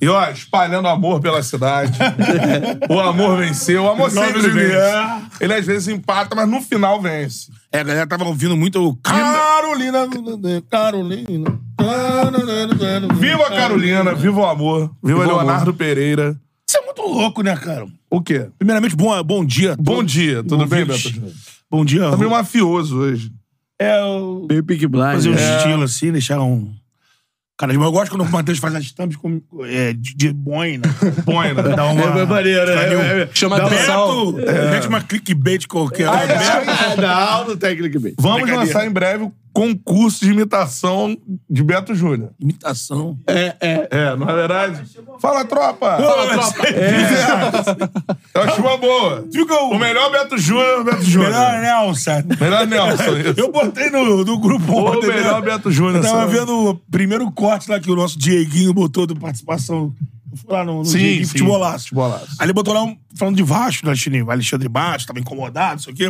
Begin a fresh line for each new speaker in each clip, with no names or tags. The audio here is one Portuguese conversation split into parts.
E ó, espalhando amor pela cidade. o amor venceu. O amor sempre
Nome de
vence.
Deus.
Ele às vezes empata, mas no final vence.
É, a galera tava ouvindo muito o clima.
Carolina...
Carolina.
Viva Carolina, viva o amor. É. Viva, Leonardo Pereira.
Isso é muito louco, né, cara?
O quê?
Primeiramente, bom, bom dia.
Bom dia, tudo bem,
ouvintes.
Beto?
Bom dia.
Tá meio mafioso hoje.
É, eu...
Meio Peaky Blinders.
Fazer um
É.
estilo assim, deixar um... Cara, eu gosto quando o Matheus faz as thumbs com, é, de, de boina.
Boina.
Dá uma...
É maneiro,
Tá
né?
um-
É, é, chama
Dá uma-
atenção.
Beto, Mete uma clickbait qualquer.
Ah, é.
Não, não tem clique bem.
Vamos
Brincadeira.
lançar em breve o concurso de imitação de Beto Júnior.
Imitação.
É, não é verdade? Fala, tropa!
Fala, tropa.
Eu acho uma boa.
Ficou-
O melhor Beto Júnior é o Beto Júnior.
Melhor Nelson.
Melhor Nelson. isso.
Eu botei no, no grupo
Ou
ontem, né?
melhor Beto Júnior.
Eu tava
sabe?
vendo o primeiro corte lá que o nosso Dieguinho botou do participação. Eu fui lá no, no
Sim,
Dieguinho,
sim.
futebolaço.
Futebolaço.
Aí ele botou lá um, falando de Vasco, né, Chininho? Alexandre Bastos, tava incomodado, não sei o quê.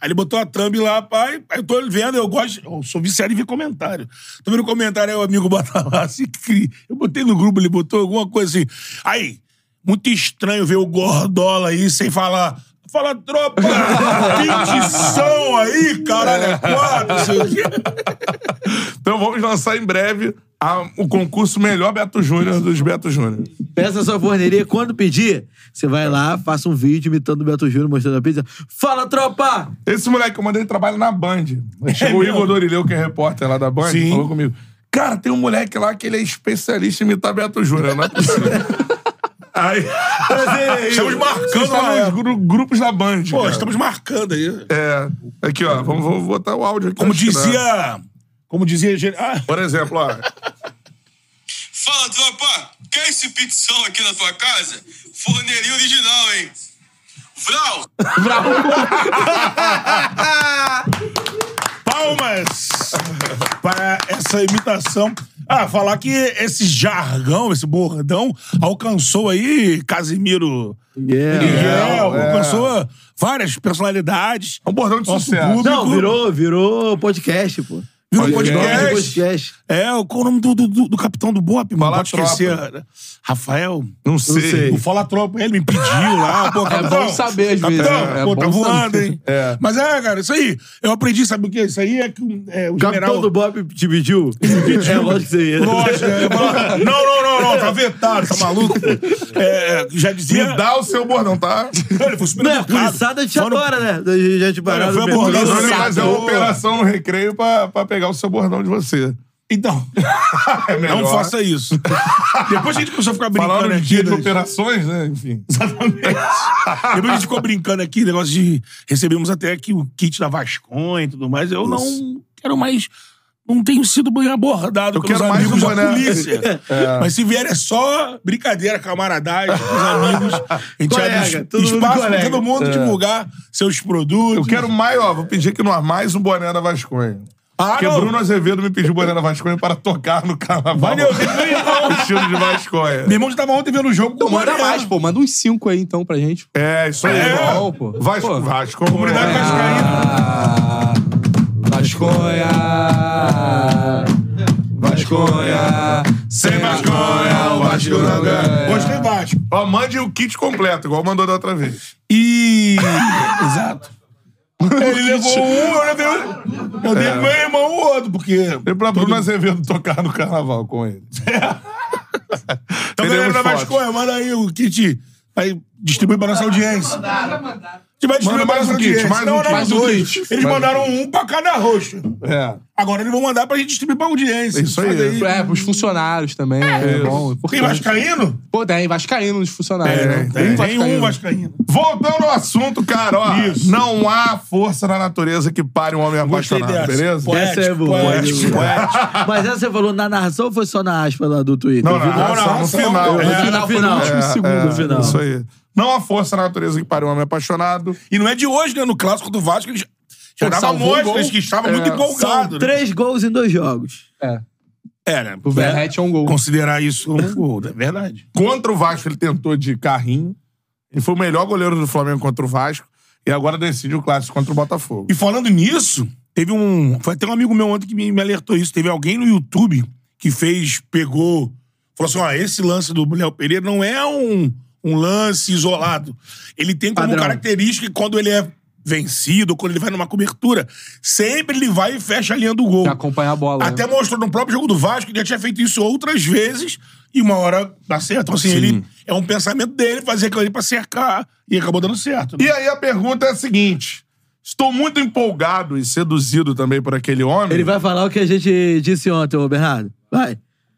Aí ele botou a thumb lá, pai. Aí eu tô vendo, eu gosto. Eu sou viciado em ver comentário. Tô vendo comentário, aí o amigo bota lá assim. que- Eu botei no grupo, ele botou alguma coisa assim. Aí, muito estranho ver o Gordola aí sem falar. Fala, tropa! Pintição aí, caralho, é quatro, não sei o quê.
Então vamos lançar em breve a- o concurso Melhor Beto Júnior dos Beto Júnior.
Peça sua forneria quando pedir. Você vai lá, faça um vídeo imitando o Beto Júnior, mostrando a pizza. Fala, tropa!
Esse moleque que eu mandei ele trabalha na Band. Chegou o Igor Dorileu, que é repórter lá da Band,
Sim.
falou comigo. Cara, tem um moleque lá que ele é especialista em imitar Beto Júnior, não é possível. Aí,
Estamos marcando
estamos
lá. é.
nos gru- grupos da Band.
Pô,
cara.
estamos marcando aí.
É. Aqui, ó. Vamos, vamos botar o áudio aqui.
Como
acho que dá.
dizia. Como dizia. Gen- Ah,
Por exemplo, ó. é
Fala, tropa! Quer esse pizzão aqui na tua casa? Forneria original, hein? Vral!
palmas para essa imitação. Ah, falar que esse jargão, esse bordão, alcançou aí Casimiro.
Yeah.
Miguel,
é.
alcançou várias personalidades.
É um bordão de
Nosso
sucesso.
público.
Não, virou, virou podcast, pô.
Virou
Olha,
Nome de
podcast.
podcast.
É, qual o nome do, do- do- do capitão do Bop? Não
Fala,
pode esquecer. Rafael.
Não sei.
é- sei. É
O Fala Tropa, ele me pediu lá. Pô, capitão,
bom saber, às vezes,
capitão,
né? É
pô, tá
bom
voando,
saber.
hein? Mas é, cara, isso aí. Eu aprendi, sabe o quê? Isso aí é que um, é, o
O capitão
general...
do Bob te pediu? É lógico que você ia.
Lógico, é, fala, não, não, não, não, tá vetado, tá maluco? É, já dizia...
Me dá o seu bordão, tá?
Não, Ele foi super
Não, é,
educado.
policiada te
Mano,
adora, né? A gente já te parou
foi
no
Nós
abordado,
mercado.
vamos
Exato.
fazer uma operação no recreio pra, pra pegar o seu bordão de você.
Então,
É melhor.
não faça isso. Depois a gente começou a ficar brincando
Falaram de
aqui.
dia de
né?
operações, né? Enfim.
Exatamente. Depois a gente ficou brincando aqui, negócio de recebemos até aqui o kit da Vasconha e tudo mais. Eu não quero mais. Não tenho sido bem abordado
Eu
pelos
quero mais
amigos
um
da
boné.
polícia. Mas se vier é só brincadeira, camaradagem com os amigos. A gente
Colega,
abre es-
todo mundo
espaço pra
colega.
todo mundo divulgar seus produtos.
Eu quero mais, ó. Vou pedir aqui no ar mais um boné da Vasconha.
Ah,
Porque
não.
Bruno Azevedo me pediu boné da Vasconha para tocar no carnaval.
Valeu,
o estilo de Vasconha.
Meu irmão já tava ontem vendo o jogo com o
Manda
Mariano.
mais, pô. Manda uns cinco aí, então, pra gente.
É, isso aí.
É.
Ó.
Pô.
Vasco,
Pô.
Vasco.
Comunidade
é.
vascaína.
Ah, Vasconha. Vasconha. Sem
é
é
Vasconha, o Vasco não
né?
ganha.
Hoje tem Vasco.
Ó, mande o kit completo, igual mandou da outra vez.
E. Exato. Ele levou um, eu levei um. Eu dei
É.
pro meu irmão o outro, porque.
E pra Bruno Azevedo tocar no carnaval com ele.
Então, galera
Teremos
da
fotos.
Vasconha, manda aí o kit. Aí distribui pra nossa audiência. A gente vai
Manda
distribuir pra
mais
nossa
um kit,
audiência.
mais
Não,
um
não,
kit. Mais um
dois.
kit. Mais
Eles
um
mandaram um pra cada rosto.
É.
Agora eles vão mandar pra gente distribuir pra audiência.
Isso aí.
Olha
É, pros funcionários também. É, bom. é importante.
Tem vascaíno?
Pô, tem vascaíno nos funcionários, né?
Tem, tem um vascaíno.
É, Voltando ao assunto, cara, ó.
Isso.
Não há força na natureza que pare um homem
Gostei
apaixonado,
dessa.
beleza?
Poético,
Essa é boa.
poético, poético.
Mas essa você falou na narração ou foi só na aspa lá do Twitter?
Não,
Eu vi
na-
na-
Não, não,
não,
no
não,
final.
não.
É,
No
é,
final.
é,
segundo,
é,
final.
Isso aí. Não há força na natureza que pare um homem apaixonado.
E não é de hoje, né? No clássico do Vasco, eles já
Pô,
davam
salvou o
mostras
gol.
que estavam
É,
muito empolgados. Né?
Três gols em dois jogos.
É.
É, né?
O Verrete é um gol.
Considerar isso um gol, é verdade.
Contra o Vasco, ele tentou de carrinho. Ele foi o melhor goleiro do Flamengo contra o Vasco. E agora decide o clássico contra o Botafogo.
E falando nisso, teve um. Foi até um amigo meu ontem que me, me alertou isso. Teve alguém no YouTube que fez, pegou. Falou assim: ó, esse lance do Léo Pereira não é um, um lance isolado. Ele tem como
Padrão.
característica que quando ele é vencido, quando ele vai numa cobertura, sempre ele vai e fecha a linha do gol.
Pra acompanhar a bola.
Até mostrou no próprio jogo do Vasco que já tinha feito isso outras vezes e uma hora dá certo. Então, assim, ele é um pensamento dele fazer aquilo ali pra cercar e acabou dando certo. né?
E aí a pergunta é a seguinte: estou muito empolgado e seduzido também por aquele homem.
Ele vai falar o que a gente disse ontem, ô Bernardo. Vai.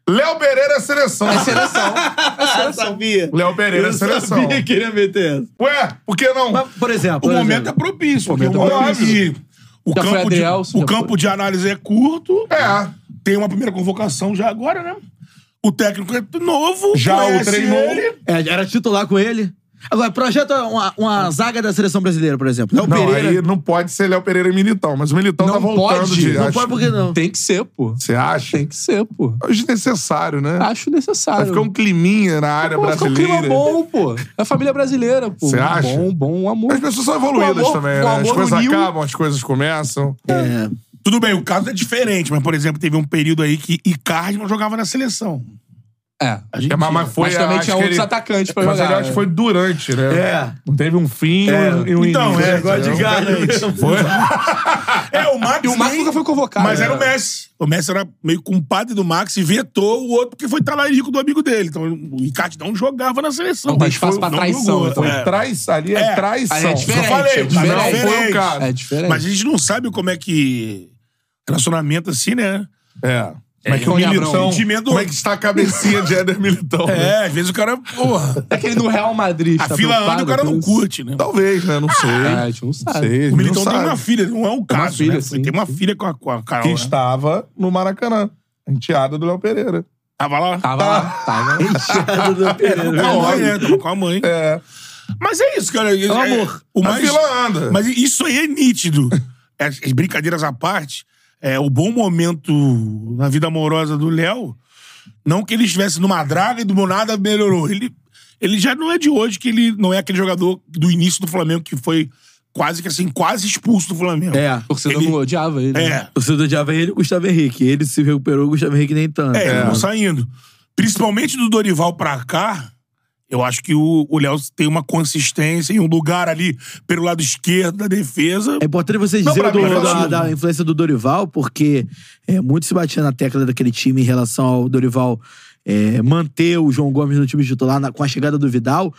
Léo Pereira é seleção.
Ah, sabia.
Léo Pereira é seleção.
sabia que ele ia meter essa.
Ué, por que não?
Mas, por exemplo...
O
por
momento é
exemplo,
propício, porque
momento é
o
propício. Então,
que o
Já foi
campo, de,
Adelson,
o
já
campo
foi.
de análise é curto.
É.
Tem uma primeira convocação já agora, né? O técnico é novo.
Já o
conhece
treinou.
ele.
é, era titular com ele. Agora, projeta uma, uma zaga da seleção brasileira, por exemplo. Léo
Não,
Pereira.
aí não pode ser Léo Pereira e Militão, mas o Militão
Não
tá voltando
pode.
de.
Não
Não
acho-
pode
né?
porque não.
Tem que ser, pô.
Você acha?
Tem que ser, pô.
É desnecessário, né?
Acho necessário.
Vai ficar um climinha na área
Pô, vai ficar um
brasileira.
clima bom, pô. É a família brasileira, pô.
Você acha?
Bom, bom amor.
As pessoas são evoluídas
O amor-
também,
o
né?
amor
As coisas
uniu-
acabam, as coisas começam.
É.
Tudo bem, o caso é diferente, mas, por exemplo, teve um período aí que Icardi não jogava na seleção.
É.
É, mas, mas foi,
Mas também
acho
tinha
que
outros
ele-
atacantes pra
Mas
jogar,
ele acho que
né?
foi durante, né?
É.
Não teve um fim
É.
e um- e um
Então,
início,
é,
né?
agora de
Entendeu?
Foi?
É, o Max.
E o Max
nem-
nunca foi convocado.
Mas era o
né?
Messi. O Messi era meio compadre do Max e vetou o outro porque foi talarico do amigo dele. Então o Icardi não jogava na seleção.
Não tem
Mas
espaço
foi-
pra
não
traição,
jogou.
então.
Foi
É.
trai- ali é,
É.
traição.
Aí é
Eu
diferente.
falei,
é diferente.
um
não foi o caso.
É diferente.
Mas a gente não sabe como é que. Relacionamento assim, né?
É. Como é que o
Tony Abrão.
Militão...
Sentimento-
Como é que está a cabecinha de Éder Militão? né?
É, às vezes o cara. Porra.
É que ele no Real Madrid.
A
tá
fila anda e
preocupado
o cara
com
não
isso?
curte, né?
Talvez, né? Não sei.
É, a gente não
Não
sabe.
sei.
Ah, O Militão
não
então tem
sabe.
uma filha, não é o caso.
filha,
né?
sim,
tem uma
sim.
filha com a, com a Carol.
Que
né?
estava no Maracanã. Enteada do Léo Pereira.
Tava lá.
Ah,
Tava
Ah.
lá. Tava lá.
É
com a mãe, né? Tava com a mãe.
É. Mas é isso, cara.
É,
amor.
O
A
mais,
fila anda.
Mas isso aí é nítido. As, as brincadeiras à parte, é, o bom momento na vida amorosa do Léo, não que ele estivesse numa draga e do nada melhorou. Ele, ele já não é de hoje que ele não é aquele jogador do início do Flamengo que foi quase que assim, quase expulso do Flamengo.
É.
O torcedor
Ele-
não odiava ele. né?
É,
O Cidadão de Aveiro ele e o Gustavo Henrique. Ele se recuperou, o Gustavo Henrique nem tanto.
é, eles vão saindo. Principalmente do Dorival pra cá, eu acho que o o Léo tem uma consistência em um lugar ali pelo lado esquerdo da defesa.
É importante vocês
Não,
dizerem
pra
é
mim,
do-
eu
da,
acho-
da influência do Dorival, porque é, muito se batia na tecla daquele time em relação ao Dorival é, manter o João Gomes no time titular na- com a chegada do Vidal.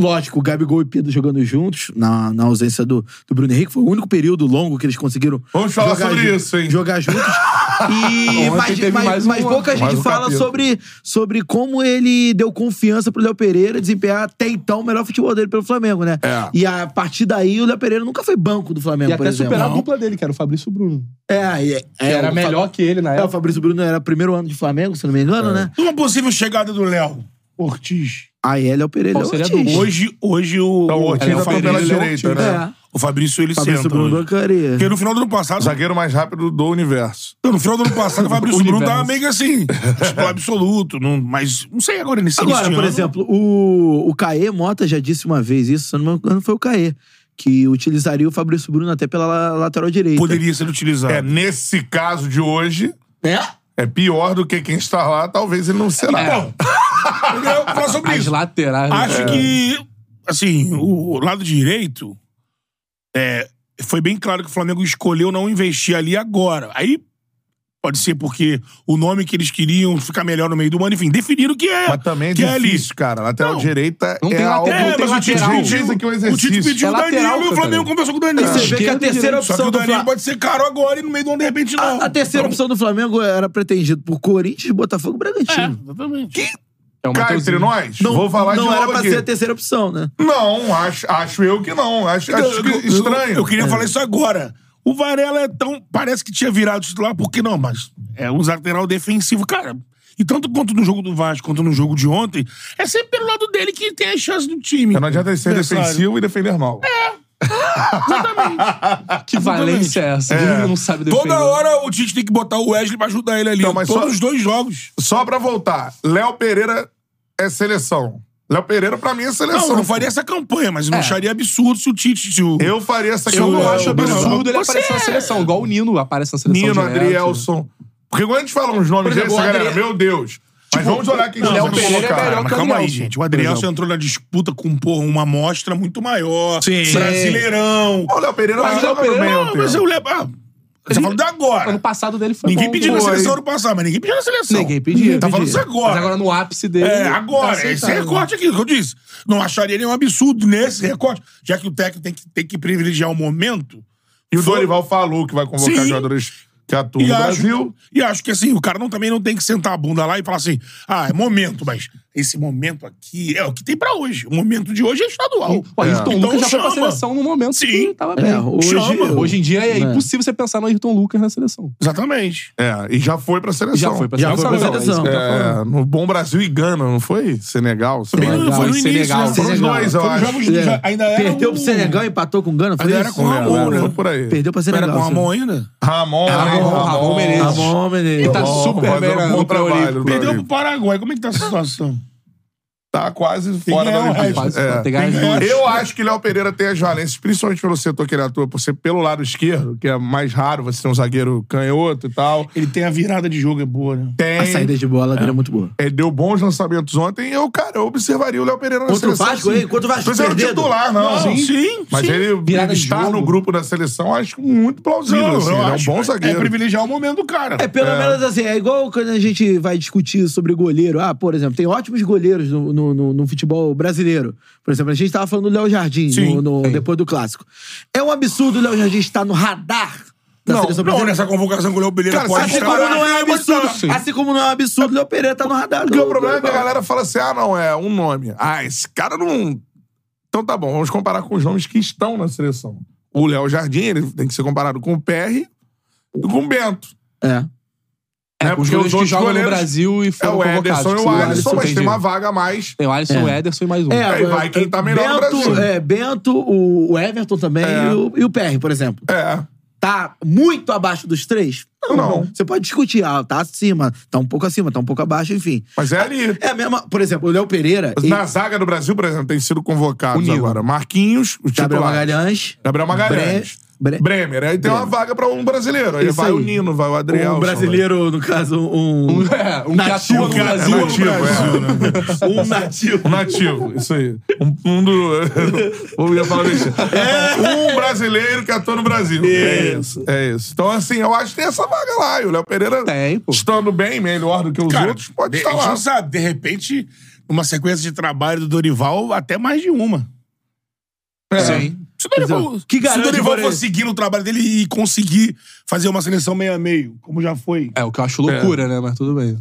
Lógico, o Gabigol e Pedro jogando juntos, na, na ausência do, do Bruno Henrique. Foi o único período longo que eles conseguiram
Vamos falar sobre
ju-
isso, hein?
jogar juntos. E,
Ontem
mas
teve
mas-
mais
mas
um-
pouca
mais
gente
um
fala
capítulo.
sobre, sobre como ele deu confiança pro Léo Pereira desempenhar até então o melhor futebol dele pelo Flamengo, né?
É.
E a partir daí, o Léo Pereira nunca foi banco do
E
Flamengo,
até
É, por exemplo.
superar a dupla dele, que era o Fabrício Bruno.
É, e- é,
Que era
o
melhor
Fa-
que ele na
É, o
época.
Fabrício Bruno era primeiro ano de Flamengo, se não me engano, né?
Uma possível chegada do Léo Ortiz.
Aí ele é o Pereira.
Qual
ele é
seria
o
a
Ortiz.
dupla?
Hoje, hoje o.
Então, o Ortiz
é, o
já tocou
Fabrício-
pela
Pereira, Léo
direita,
Ortiz.
né?
É.
O Fabrício ele
Fabrício
senta.
Bruno é
hoje.
bancaria.
Porque no final do ano passado.
Zagueiro mais rápido do universo.
Não, No final do ano passado, o Fabrício Bruno
Universo.
tava meio que assim, tipo, absoluto. Não, mas não sei agora nesse
Agora,
início de
por
ano.
exemplo, o, o Caê Mota já disse uma vez isso, se eu não me engano, foi o Caê, que utilizaria o Fabrício Bruno até pela la- lateral direita.
Poderia ser utilizado.
É, nesse caso de hoje, é pior do que quem está lá, talvez ele não será.
Então, eu queria falar sobre
As
isso.
laterais.
Acho
É.
né?
que, assim, o lado direito é, foi bem claro que o Flamengo escolheu não investir ali agora. Aí Pode ser porque o nome que eles queriam ficar melhor no meio do ano, enfim, definiram que é.
Mas também é
que ali.
difícil, cara. Lateral
Não.
direita
Não
é
tem
algo...
lateral,
É,
não tem
mas o Tite
lateral.
pediu,
Dizem que é um
o Tite
exercício.
pediu
É
o
lateral,
Danilo e o
Catarina.
Flamengo conversou com o Danilo.
Você vê que a terceira
Só que
opção
o
do
Danilo
Flamengo.
pode ser caro agora e no meio do ano, de repente, não.
A, a terceira
Então,
opção do Flamengo era pretendido por Corinthians, Botafogo e Bragantino.
É o
Cá
Mateuzinho.
entre nós,
Não,
vou falar
não
de
era
novo
pra
aqui.
ser a terceira opção, né?
Não, acho, acho eu que não. Acho,
Eu- É.
acho que
eu- eu-
estranho.
Eu, queria falar isso agora. O Varela é tão. Parece que tinha virado titular, por que não? Mas é um lateral defensivo, cara. E tanto quanto no jogo do Vasco quanto no jogo de ontem, é sempre pelo lado dele que tem a chance do time.
Não adianta ele ser
Adversário.
defensivo e defender mal.
Que valência é essa? Ele não sabe defender.
Toda hora o Tite tem que botar o Wesley pra ajudar ele ali.
Então, mas
Todos
só-
os dois jogos.
Só pra voltar, Léo Pereira é seleção. Léo Pereira, pra mim, é
Não,
seleção.
eu não faria essa campanha, mas eu
É.
não acharia absurdo se o Tite. se o-
Eu faria essa
Eu não
campanha.
acho
um absurdo ele
Você
aparecer na
é-
seleção, igual o Nino aparece na seleção.
Nino,
direto.
Adrielson. Porque quando a gente fala uns nomes
Por exemplo,
desses,
o Adri-
galera, meu Deus. Mas vamos olhar quem
Não,
já
Léo
mas
Pereira é
calma,
melhor
mas
que o
calma aí,
Adrielson,
gente. O
por
Adrielson
exemplo.
entrou na disputa com porra, uma amostra muito maior.
Sim.
Brasileirão.
O Léo Pereira
Mas
não
o Léo
joga no
Pereira-
meio.
Não, mas
tempo.
eu lembro. Ah, você falou do
Ano
agora.
passado dele foi
Ninguém
bom.
pediu na
Foi.
seleção ano passado, mas ninguém pediu na seleção.
Ninguém pediu.
Tá falando isso agora.
Mas agora no ápice dele.
É,
tá
agora. esse
aceitável.
recorte aqui que eu disse. Não acharia nenhum absurdo nesse recorte, já que o técnico tem que, tem que privilegiar o momento.
E o
Foi-
Dorival falou que vai convocar
Sim.
jogadores que atuam
E
no
acho,
Brasil.
e acho que assim, o cara não, também não tem que sentar a bunda lá e falar assim: ah, é momento, mas esse momento aqui é o que tem pra hoje. O momento de hoje é estadual.
Pô, Ayrton
Então
Lucas já foi pra
chama.
seleção num momento
Sim.
que tava bem.
É, hoje-
Chama.
Hoje em dia é
É.
impossível você pensar no Ayrton Lucas na seleção.
Exatamente.
É, e já foi pra seleção.
Já foi pra
Já
seleção.
foi pra
não, é isso
seleção.
que eu tô falando.
É, no Bom Brasil e Gana, não foi? Senegal, sei lá.
Foi no-
Legal,
foi no
em
início,
Senegal.
né?
Foram os dois, eu
Foram
acho.
jogos de- já- ainda era
É. Perdeu
o-
pro Senegal, empatou com o Gana, foi
Ainda era
isso?
com o Ramon,
Foi
né?
por aí.
Perdeu pra
Era
Senegal.
com o
sim.
Ramon ainda?
Ramon,
Tá
Tá
Ramon,
hein?
Ramon Menezes.
Ramon,
Ele
menino.
tá
Ramon,
super
fazendo
bem
um
na-
bom
no
trabalho.
Perdeu
pré-olímpico.
pro
Perdeu,
Paraguai. Como é que tá a situação?
tá quase fora
é,
da
rapaz?
Olimpíada.
Quase
É.
pra pegar as
Tem ganhado.
duas.
Eu acho que Léo Pereira tem as valências, principalmente pelo setor que ele atua, por ser pelo lado esquerdo, que é mais raro você ter um zagueiro canhoto e tal.
Ele tem a virada de jogo, é boa, né?
A
Tem.
saída de bola dele é muito boa.
Ele deu bons lançamentos ontem. Eu, cara, eu observaria o Léo Pereira na
Contra o
seleção. assim.
Vasco,
sim.
hein? Contra o Vasco
Não precisa de
perdendo.
titular, não.
Não, sim,
Mas
sim.
ele
Virada de
estar
jogo.
no grupo da seleção, acho muito plausível. assim. Ele
acho.
é um bom
É
zagueiro.
privilegiar o momento do cara.
É, pelo menos assim, é igual quando a gente vai discutir sobre goleiro. Ah, por exemplo, tem ótimos goleiros no, no, no- no futebol brasileiro. Por exemplo, a gente tava falando do Léo Jardim
Sim,
no- no- depois do clássico. É um absurdo o Léo Jardim estar no radar
Tá
da
não, não,
seleção brasileira.
nessa convocação que o Léo Pereira
Cara,
pode
sabe
Assim
estar.
como não é um
Mas tá.
absurdo, assim como não é um absurdo, o Léo Pereira tá no radar.
Porque
do-
o problema é que a
do-
galera fala assim: ah, não, é um nome. Ah, esse cara não. Então tá bom, vamos comparar com os nomes que estão na seleção. O Léo Jardim, ele tem que ser comparado com o PR e com o Bento.
É.
É,
né?
Os
os
goleiros que
outros
jogam no
goleiros
Brasil e
É
foram
o Ederson e
convocados.
o Alisson, mas tem
entendi.
uma vaga a mais.
Tem o Alisson, o Ederson e mais um.
É,
Aí vai quem tá melhor no
Bento,
Brasil.
É, Bento, o o Everton também
É.
e, o, e o PR, por exemplo.
É.
Tá muito abaixo dos três?
Não.
Você pode discutir, ah, tá acima, tá um pouco acima, tá um pouco abaixo, enfim.
Mas é ali.
É a mesma, por exemplo, o Léo Pereira, ele-
Na zaga do Brasil, por exemplo, tem sido convocados
Unido.
agora. Marquinhos, o titular.
Gabriel Magalhães,
Gabriel Magalhães.
Bre- Bre-
Bremer. Aí tem uma
Bremer.
vaga pra um brasileiro. Aí
Isso
vai o
aí.
Nino, vai o Adriel.
um brasileiro, no caso, um,
É, um que
Nativo,
atua no
cara,
Brasil.
nativo,
no Brasil.
é.
né?
um nativo.
Um nativo, isso aí. Um, um do. Eu ia falar besteira.
É.
Um brasileiro que atua no Brasil. É isso. É isso. Então, assim, eu acho que tem essa vaga lá. E o Léo Pereira,
Tem, pô.
estando bem, melhor do que os
Cara,
outros, pode
de-
estar
A gente
lá.
não sabe, de repente, uma sequência de trabalho do Dorival, até mais de uma.
É.
Sim.
Se o Dorival,
Exato. Que
se o
garante,
Dorival
por
for
exemplo.
seguir no trabalho dele e conseguir fazer uma seleção meio a meio, como já foi.
É, o que eu acho loucura, né? Mas tudo bem.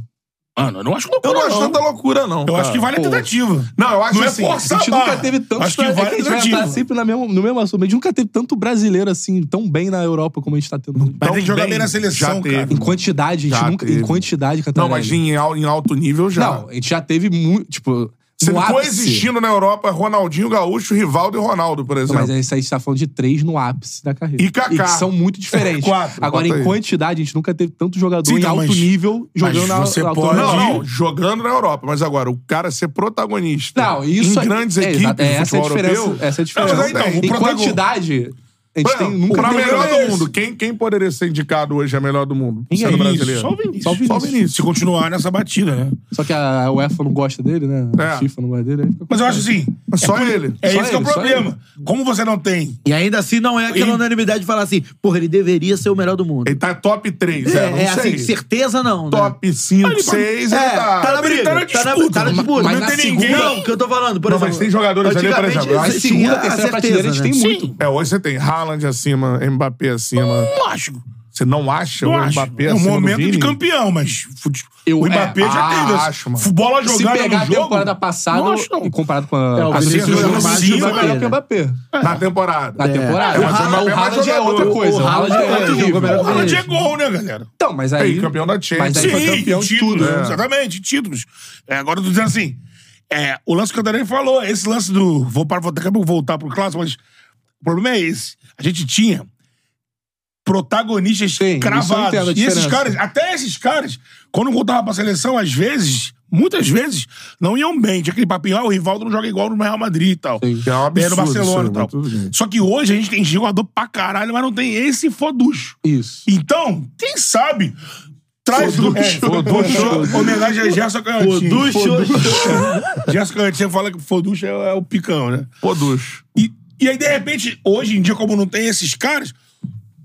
Mano, eu não acho loucura.
Eu não acho
não.
tanta loucura, não.
Eu acho que vale a
Pô.
tentativa.
Não, eu acho
Não é
assim.
força.
A gente
Sabá.
nunca teve tanto.
Acho que vale
é a gente vai
tentativa.
estar sempre na mesmo, no mesmo assunto. A gente nunca teve tanto brasileiro assim, tão bem na Europa como a gente tá tendo.
Mas tem que jogar
bem,
bem, na seleção,
já teve.
cara.
Em quantidade, a gente
Já
nunca.
teve.
Em quantidade,
Não,
Catarina.
mas em, al- em alto nível já.
Não, a gente já teve muito. Tipo,
Você
no
ficou
ápice.
existindo na Europa Ronaldinho Gaúcho, Rivaldo e Ronaldo, por
Não, Mas
exemplo.
esse aí você tá falando de três no ápice da carreira.
E Kaká.
que são muito diferentes.
Quatro,
Agora,
bota
em
aí.
quantidade, a gente nunca teve tanto jogador
Sim,
em
não,
alto
mas-
nível jogando na
você
na alto
pode-
nível.
Não,
Ronaldinho.
não, jogando na Europa, mas agora, o cara ser protagonista
Não, isso
em grandes
é,
equipes
exato.
do
essa é a
futebol
diferença.
europeu.
Essa é a
Não,
diferença.
mas então, o
em
protagon-
quantidade,
A gente tem nunca
pra
tem
melhor
melhor do
esse.
mundo. Quem, quem poderia ser indicado hoje a melhor do mundo?
Ninguém.
sendo brasileiro.
é Só o Vinícius.
Só o Vinícius.
Se continuar nessa batida, né?
Só que a UEFA não gosta dele, né?
É.
A FIFA não gosta dele. aí fica
Mas eu
complicado.
acho assim.
Mas só ele.
É
Só
esse que é o
ele, só
problema. Como você não tem.
E ainda assim não é aquela
Ele-
unanimidade de falar assim, porra, ele deveria ser o melhor do mundo.
Ele tá top 3, é,
é,
não
é
sei.
assim, certeza não. né?
Top 5, 6,
É, tá na briga.
Ele tá na
Tá na,
disputa,
tá na
mas-
disputa.
mas
não
na
tem ninguém.
segunda-
Não, o que eu tô falando, por
Não,
exemplo.
mas tem jogadores ali, por
antigamente,
exemplo, a
você
Mas segunda,
tinha
terceira
a
prateleira, eles
Ah, certeza,
têm
né?
muito.
É, hoje você tem Haaland acima, Mbappé acima.
Lógico.
Você não acha
Eu
o
acho.
Mbappé
É um
acima do
momento de
Vini?
campeão, mas fute-
Eu-
o Mbappé
é,
já
ah,
teve. essa-
acho, mano.
F- Bola
Se
jogada
pegar
no
a
jogo,
temporada passada
não acho, não.
e comparado com a...
É, o
a
Vinícius
Vinícius Júnior,
jogou sim,
o Mbappé é melhor
né?
que o Mbappé.
Na temporada.
Na temporada.
É, mas o Mbappé é mais
Haaland é
jogador.
outra coisa.
O Haaland é outro
outro
nível,
O
nível.
Haaland é gol, né, galera?
Então, mas aí...
E campeão da Champions.
Mas aí foi campeão de
títulos,
tudo. né?
Exatamente, títulos. É, agora eu tô dizendo assim, é, o lance que o Cantarelli falou, esse lance do... Vou para, vou, daqui a pouco voltar pro clássico, mas o problema é esse. A gente tinha protagonistas
Sim, isso eu entendo a
cravados. E esses
diferença.
caras, até esses caras, quando voltava pra seleção, às vezes, muitas vezes, não iam bem. Tinha aquele papinho, ah, o Rivaldo não joga igual no Real Madrid e tal.
Sim.
É um
É, no
absurdo isso aí,
né?
Barcelona e
mas
tal.
tudo bem.
Só que hoje a gente tem jogador pra caralho, mas não tem esse foducho.
Isso.
Então, quem sabe? Traz do
Foducho. Foducho.
Homenagem a Gerson Canhotinho.
Foducho.
Gerson Canhotinho fala que Foducho é, é o picão, né?
Poducho.
E, e aí, de repente, hoje em dia, como não tem esses caras,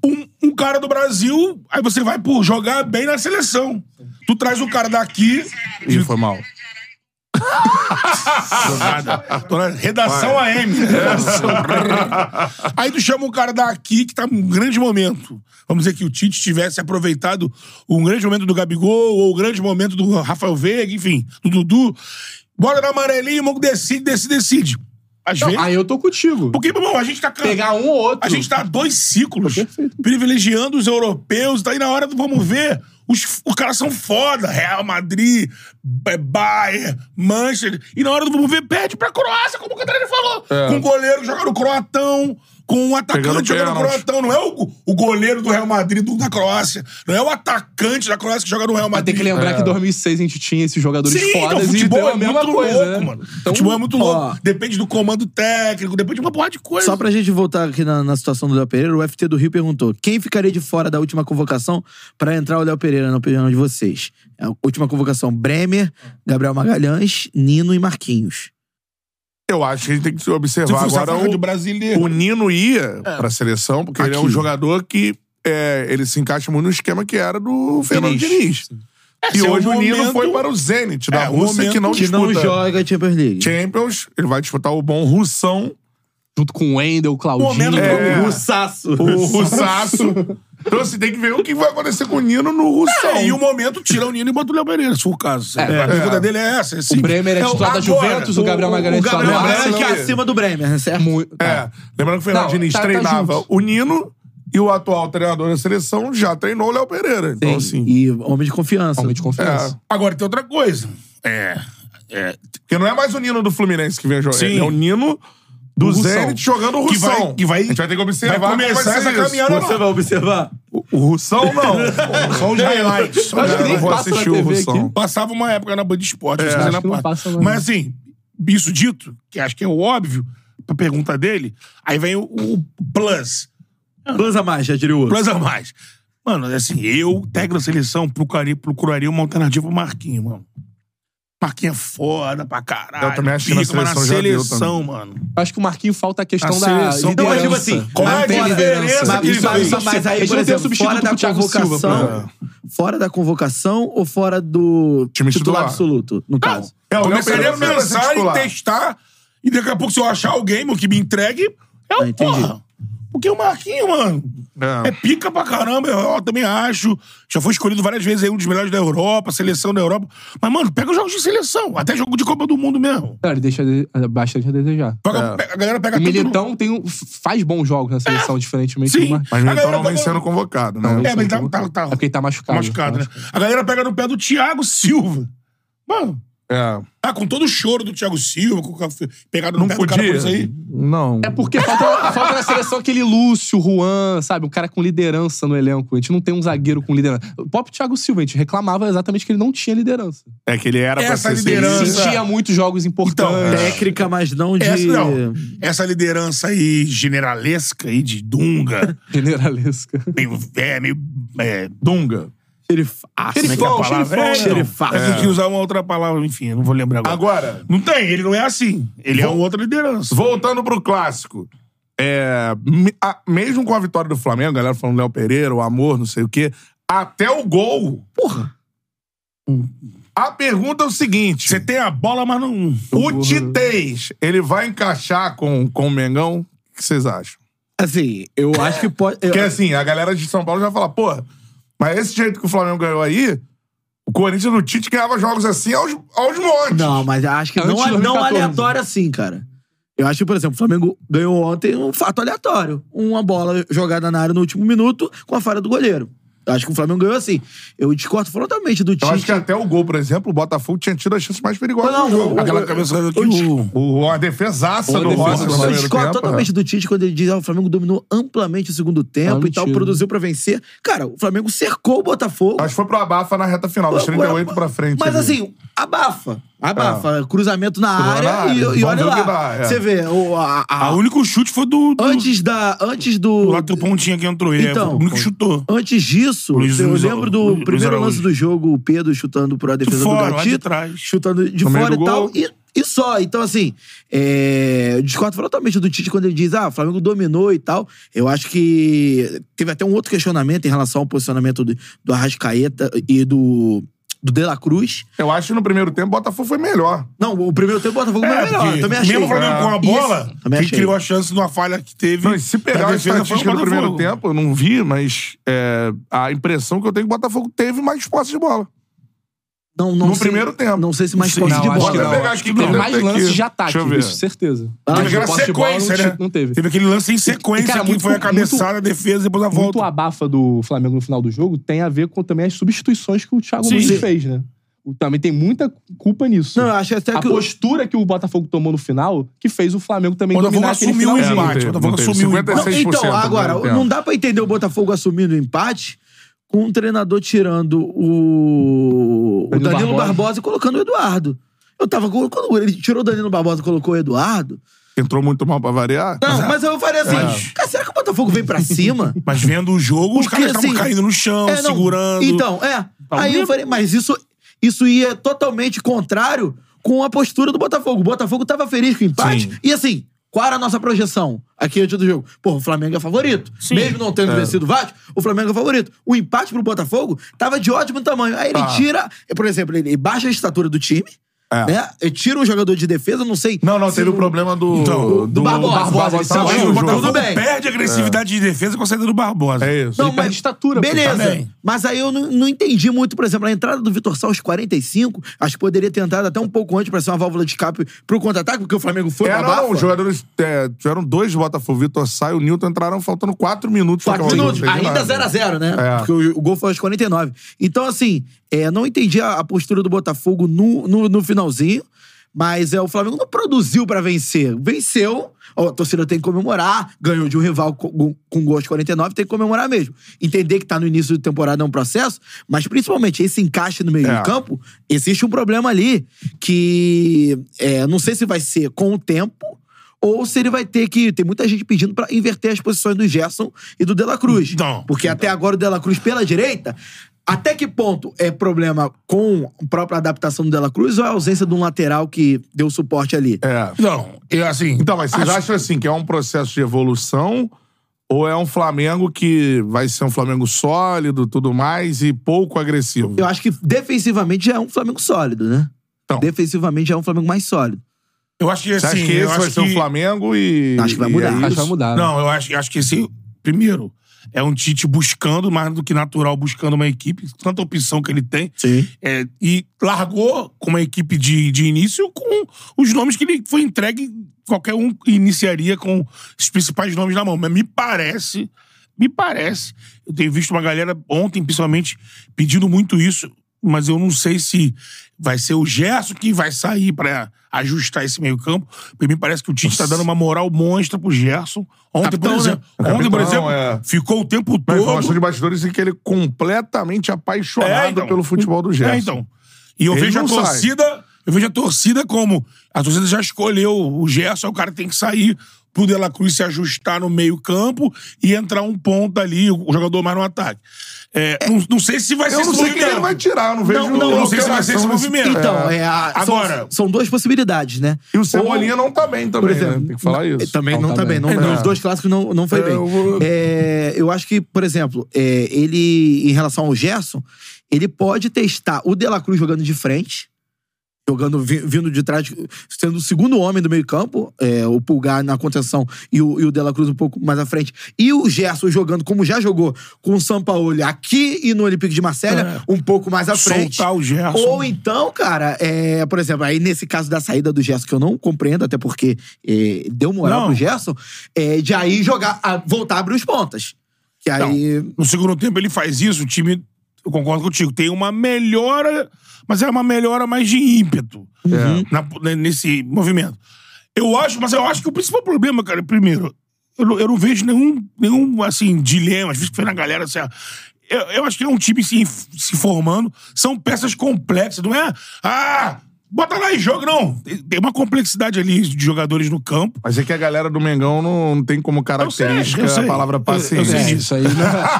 um, um cara do Brasil, aí você vai por jogar bem na seleção. Tu traz um cara daqui.
Ih, foi mal.
Nada. Tô na Redação AM. né? Aí tu chama um cara daqui que tá num grande momento. Vamos dizer que o Tite tivesse aproveitado um grande momento do Gabigol, ou o grande momento do Rafael Veiga, enfim, do Dudu. Bora na amarelinha, o Mongo decide, decide, decide. Às vezes.
Então, Aí eu tô contigo.
Porque, meu irmão, a gente tá can-
Pegar um ou outro.
A gente tá há dois ciclos privilegiando os europeus. Daí na hora do vamos ver, os, os caras são foda. Real Madrid, Ba- Bayern, Manchester. E na hora do vamos ver, perde pra Croácia, como o Catarina falou. Com o goleiro que joga no Croatão, com o
É. Pegando
atacante jogando no
pênalti.
Croatão. Não é o, o goleiro do Real Madrid do, da Croácia. Não é o atacante da Croácia que joga no Real
Mas tem
Madrid.
que lembrar
É.
que em 2006 a gente tinha esses jogadores
Sim, então,
fodas e
futebol
deu
é
a mesma
muito
coisa,
louco,
né?
mano. futebol é muito
ó.
louco. Depende do comando técnico, depende de uma porra de coisa.
Só pra gente voltar aqui na, na situação do Léo Pereira, o FT do Rio perguntou: quem ficaria de fora da última convocação pra entrar o Léo Pereira, na opinião de vocês? A última convocação: Bremer, Gabriel Magalhães, Nino e Marquinhos.
Eu acho que a gente tem que
Se
observar
fosse
agora
a farra
o,
Tipo, de brasileiro.
o Nino ia pra seleção, porque ele é um
Aqui.
jogador que é, ele se encaixa muito no esquema que era do Fernando Diniz. e
esse é
hoje
o
o Nino
momento-
foi para o Zenit da
É, o
Rússia, que
momento
não
Que
disputa
não joga Champions League.
Champions. Ele vai disputar o bom Russão,
Junto com o Wendel, o
Momento
Claudinho.
É.
O Russaço.
o Russaço. Então, assim, tem que ver o que vai acontecer com o Nino no Russão.
É, e o momento tira o Nino e bota o Léo Pereira, se for o caso.
É,
a pergunta dele é essa. assim.
O Bremer é
Então,
titular da
agora,
Juventus, o Gabriel Magalhães
O
é titular
Gabriel
do
Magalhães
Arsenal.
que é acima do Bremer, né, certo?
Muito-
É. Lembrando que o Fernando
Não,
Diniz
tá- tá
treinava
junto.
o Nino e o atual treinador da seleção já treinou o Léo Pereira. Então, assim.
E homem de confiança.
Homem de
É.
confiança.
Agora tem outra coisa. É. é,
Porque não é mais o Nino do Fluminense que vem jogando.
Sim.
É o Nino do
Russão.
Zenit jogando o
Que vai-
Russão.
que vai-
a gente vai ter que observar.
vai começar
como vai ser
essa
isso.
caminhada lá.
vai observar?
O, o Russão, não. É.
Só os highlights. Só os
Acho que nem
Eu
highlights.
vou
passa na
assistir o
TV aqui.
Russão.
Passava uma época na Band Esporte.
É. acho
na
que não
parte.
passa mais.
Mas assim, isso dito, que acho que é o óbvio, pra pergunta dele, aí vem o, o plus.
Plus a mais, já diria o outro.
Plus a mais. Mano, assim, eu, técnico da seleção, procuraria, procuraria uma alternativa pro Marquinhos, mano. Marquinhos é foda pra caralho.
Eu também acho que na
pica, mas
seleção já deu
seleção, mano.
Eu Acho que o Marquinho falta a questão
É. A
da liderança.
seleção- Não, Então mas digo
assim,
qual é a
Não tem
diferença
liderança.
que ele
Isso-
fez?
isso-
Mas
a
aí,
gente
por
não tem um
exemplo, fora
substituto
da
pro Thiago Silva, por exemplo.
convocação... Fora da convocação ou fora do
Time titular.
titular absoluto, no caso?
É, o Léo
Começaria
Pereira
a
vai ser
pensar em
titular.
testar. E daqui a pouco, se eu achar alguém meu, que me entregue, é
Ah,
o
entendi.
porra. Porque o Marquinhos, mano,
É.
é. pica pra caramba. Eu, eu também acho. Já foi escolhido várias vezes aí um dos melhores da Europa, seleção da Europa. Mas, mano, pega os jogos de seleção. Até jogo de Copa do Mundo mesmo.
Não, ele deixa de- é, bastante a desejar.
Joga- pe- A galera pega
O
tanto no-
Militão tem um- faz bons jogos na seleção, diferentemente
Sim.
do Marquinhos.
Mas
A
o Militão
galera
não vem
como-
sendo convocado, né?
Não,
É, mas ele tá,
Sim.
tá, tá,
É porque ele tá machucado.
machucado, né?
Tá
A galera pega no pé do Thiago Silva. Mano,
É.
tá com todo o choro do Thiago Silva, com o café- pegado no
Não
pé do cara por isso
podia?
aí.
Não.
É porque falta,
falta na seleção aquele Lúcio, Juan, sabe? Um cara com liderança no elenco. A gente não tem um zagueiro com liderança. O próprio Thiago Silva, a gente reclamava exatamente que ele não tinha liderança.
É que ele era pra
Essa
ser
liderança- Então, é.
seguinte.
Sentia muitos jogos importantes.
Técnica, mas não de.
Essa, não. Essa liderança aí, generalesca aí, de Dunga,
Generalesca.
meio, é, meio é,
Dunga.
Xerifaço.
Como é que é a
Xerifão,
palavra?
xerifão,
É,
né?
Xerifaço.
Mas eu queria usar uma outra palavra, enfim, eu não vou lembrar agora.
Agora,
Não tem, ele não é assim. Ele é
Vou-
uma outra liderança.
voltando pro clássico. É, me- a- mesmo com a vitória do Flamengo, a galera falando Léo Pereira, o amor, não sei o quê, até o gol.
Porra.
A pergunta é o seguinte:
Você tem a bola, mas não.
o Titez, ele vai encaixar com, com o Mengão? O que vocês acham?
Assim, eu
É.
acho que pode. eu-
Porque assim, a galera de São Paulo já fala, pô, mas esse jeito que o Flamengo ganhou aí, o Corinthians do Tite ganhava jogos assim aos, aos montes.
Não, mas acho que
É
Antes
não,
de
não
2014.
aleatório assim, cara. Eu acho que, por exemplo, o Flamengo ganhou ontem um fato aleatório. Uma bola jogada na área no último minuto com a falha do goleiro. Eu acho que o Flamengo ganhou assim. Eu discordo frontalmente do
Eu
Tite.
acho que é até o gol, por exemplo, o Botafogo tinha tido as chances mais perigosas
Não,
do jogo.
o-
Aquela
o-
cabeça
o-
que o, o, a defesaça
Pô,
do
defesa
Rossi no
do
Eu
Flamengo.
primeiro
discordo
tempo. é.
totalmente do Tite quando ele diz ah, o Flamengo dominou amplamente o segundo tempo e tal,
mentira.
produziu pra vencer. Cara, o Flamengo cercou o Botafogo.
Acho que foi pro abafa na reta final, dos 38 pra frente.
Mas
ali.
assim, abafa. Abafa. Cruzamento na
Cruzou
área,
na área.
e- e,
Vamos
olha
ver o que
lá.
dá, é.
Você vê, o, a- a-
A Ah, único chute foi do. do
antes, da, antes do.
lá que o Pontinha que entrou. Ele é
Então,
o único que chutou.
Antes disso,
Luiz-
eu
Luiz-
lembro do
Luiz-
primeiro
Luiz
lance
Araújo.
do jogo, o Pedro chutando pra defesa
fora, lá
do
de
Gatito.
trás.
Chutando de
meio
fora
do
e tal.
gol.
E, e só. Então, assim, é, eu discordo totalmente do Tite quando ele diz, ah, o Flamengo dominou e tal. Eu acho que teve até um outro questionamento em relação ao posicionamento do, do Arrascaeta e do, do De La Cruz.
Eu acho que no primeiro tempo o Botafogo foi melhor.
Não, o primeiro tempo o Botafogo foi É, melhor.
É, porque
Eu também achei.
Mesmo o Flamengo com a bola,
Também
que
achei.
criou a chance de uma falha que teve.
Ah. Não, e se pegar
da
a
um
defesa, foi um o
estatística do primeiro
Botafogo.
tempo, eu não vi, mas é, a impressão que eu tenho é que o Botafogo teve mais posse de bola.
Não, não
no
sei-
primeiro tempo.
Não sei se mais
Não,
posse de
acho
bola.
que
Vou
não.
pegar aqui
Acho que
no
teve
meu
mais
daqui.
lances de
Deixa
ataque,
eu ver.
isso certeza.
Ah,
Mas
Teve aquela
posse de bola,
sequência,
não
né?
ti- Não teve.
Teve aquele lance em sequência
cara,
que
muito-
foi a cabeçada,
muito-
a defesa, depois a volta.
Muito a abafa do Flamengo no final do jogo tem a ver com também as substituições que o Thiago
Sim.
Nunes
Sim.
fez, né? O- Também tem muita culpa nisso.
Não, eu acho até
a
que... o-
postura É que o Botafogo tomou no final, que fez o Flamengo também
O Botafogo
dominar aquele
assumiu o
finalzinho.
empate. O
É, não
Botafogo
teve.
assumiu o empate.
Não,
56%
então,
do
agora,
primeiro
não
tempo.
dá pra entender o Botafogo assumindo o empate com um treinador tirando o, o
Danilo
Danilo
Barbosa.
Barbosa. e colocando o Eduardo. Eu tava com. Quando ele tirou o Danilo Barbosa e colocou o Eduardo.
Entrou muito mal pra variar.
Não, mas eu falei assim: cara, será que o Botafogo vem pra cima?
Mas vendo o jogo, os
Porque,
caras estavam
assim,
caindo no chão,
É, não.
segurando. Tá
Então, é. Aí eu falei, mas isso, isso ia totalmente contrário com a postura do Botafogo. O Botafogo tava feliz com o empate. E assim, qual era a nossa projeção aqui antes do jogo? Pô, o Flamengo é favorito. Mesmo não
É.
tendo vencido o Vasco, o Flamengo é favorito. O empate pro Botafogo tava de ótimo tamanho. Aí ele
Tá.
tira, por exemplo, ele baixa a estatura do time.
É.
Né? Ele Tira um jogador de defesa, não sei.
Não, não,
se
teve o problema do.
Então, do
do Barbosa. ele
Barbosa
saiu
saiu
Mas é, o
do
do
jogo.
Botafogo
Tudo bem.
perde a agressividade de defesa com a saída do Barbosa.
É isso.
perde tá estatura, pô.
Beleza.
Também.
Mas aí eu não, não entendi muito, por exemplo, a entrada do Vitor Sá aos 45, acho que poderia ter entrado até um pouco antes pra ser uma válvula de escape pro contra-ataque, porque o Flamengo foi
É,
pra
não,
bafa.
um
não, os jogadores é, tiveram dois do Botafogo, Vitor Sá e o Newton entraram faltando quatro minutos. pra
Quatro
acabar o
minutos,
jogo, não fez
ainda
nada.
0x0, né?
É.
Porque o, o gol foi aos 49. Então, assim, é, não entendi a, a postura do Botafogo no, no, no finalzinho, mas é, o Flamengo não produziu pra vencer. Venceu, ó, a torcida tem que comemorar, ganhou de um rival co- com, com gol aos 49, tem que comemorar mesmo. Entender que tá no início de temporada é um processo, mas principalmente esse encaixe no meio
É.
de campo, existe um problema ali que é, não sei se vai ser com o tempo ou se ele vai ter que. Tem muita gente pedindo pra inverter as posições do Gerson e do De La Cruz.
Não.
Porque até agora o De La Cruz pela direita. Até que ponto é problema com a própria adaptação do De La Cruz ou a ausência de um lateral que deu suporte ali?
É.
Então, eu assim.
Então, mas vocês
acho-
acham assim que é um processo de evolução ou é um Flamengo que vai ser um Flamengo sólido, tudo mais e pouco agressivo?
Eu acho que defensivamente já é um Flamengo sólido, né?
Então.
Defensivamente já é um Flamengo mais sólido.
Eu acho que
Você
assim.
acha que
eu
esse vai
acho
ser o
que-
Flamengo e.
Acho que vai
e
mudar.
é
Acho que
isso?
vai mudar. né?
Não, eu acho, eu acho que esse, primeiro, é um Tite buscando, mais do que natural, buscando uma equipe, tanta opção que ele tem.
Sim.
É, e largou com uma equipe de, de início com os nomes que ele foi entregue, qualquer um iniciaria com os principais nomes na mão. Mas me parece, me parece, eu tenho visto uma galera ontem, principalmente, pedindo muito isso, mas eu não sei se vai ser o Gerson que vai sair pra ajustar esse meio-campo. Porque me parece que o Tite tá dando uma moral monstra pro Gerson. Ontem,
Capitão,
por exemplo,
né?
ontem, por
Capitão,
exemplo
é.
ficou o tempo
Na
todo.
informação de bastidores é que ele é completamente apaixonado
É, então.
pelo futebol do Gerson.
É, então. E eu
Ele
vejo a
não sai.
torcida, eu vejo a torcida como a torcida já escolheu o Gerson, o cara tem que sair pro De La Cruz se ajustar no meio-campo e entrar um ponto ali, o jogador mais no ataque. É, não, não sei se vai ser
Eu não
esse
sei quem é, ele
movimento.
vai tirar, eu não vejo
Não, não, eu não sei se vai ser esse
alteração nesse-
movimento.
Então, é a- são-
Agora-
São, duas possibilidades, né?
E o Cebolinha não tá bem também,
Por exemplo,
né? Tem que falar isso.
Também não, tá bem. não-
É.
Os dois clássicos não, não foi
É,
bem.
eu vou-
É, eu acho que, por exemplo, é, ele, em relação ao Gerson, ele pode testar o De La Cruz jogando de frente, jogando vi- vindo de trás, sendo o segundo homem do meio-campo, é, o Pulgar na contenção e o, e o De La Cruz um pouco mais à frente. E o Gerson jogando, como já jogou, com o Sampaoli aqui e no Olympique de Marselha, um pouco mais à frente.
Soltar o Gerson.
Ou então, cara, é, por exemplo, aí nesse caso da saída do Gerson, que eu não compreendo, até porque é, deu moral
Não.
pro Gerson, é, de aí jogar, a- voltar a abrir os pontas. Que aí.
No segundo tempo ele faz isso, o time, eu concordo contigo, tem uma melhora, mas é uma melhora mais de ímpeto né, na- nesse movimento. Eu acho, mas eu acho que o principal problema, cara, primeiro, eu, não- eu não vejo nenhum, nenhum assim, dilema, às vezes que foi na galera, assim, ah, eu, eu acho que é um time se, inf- se formando, são peças complexas, não é? Ah, bota lá e joga, não. Tem tem uma complexidade ali de jogadores no campo.
Mas é que a galera do Mengão não, não tem como característica
eu sei.
a palavra
Eu
paciência.
sei disso.
Isso aí, né?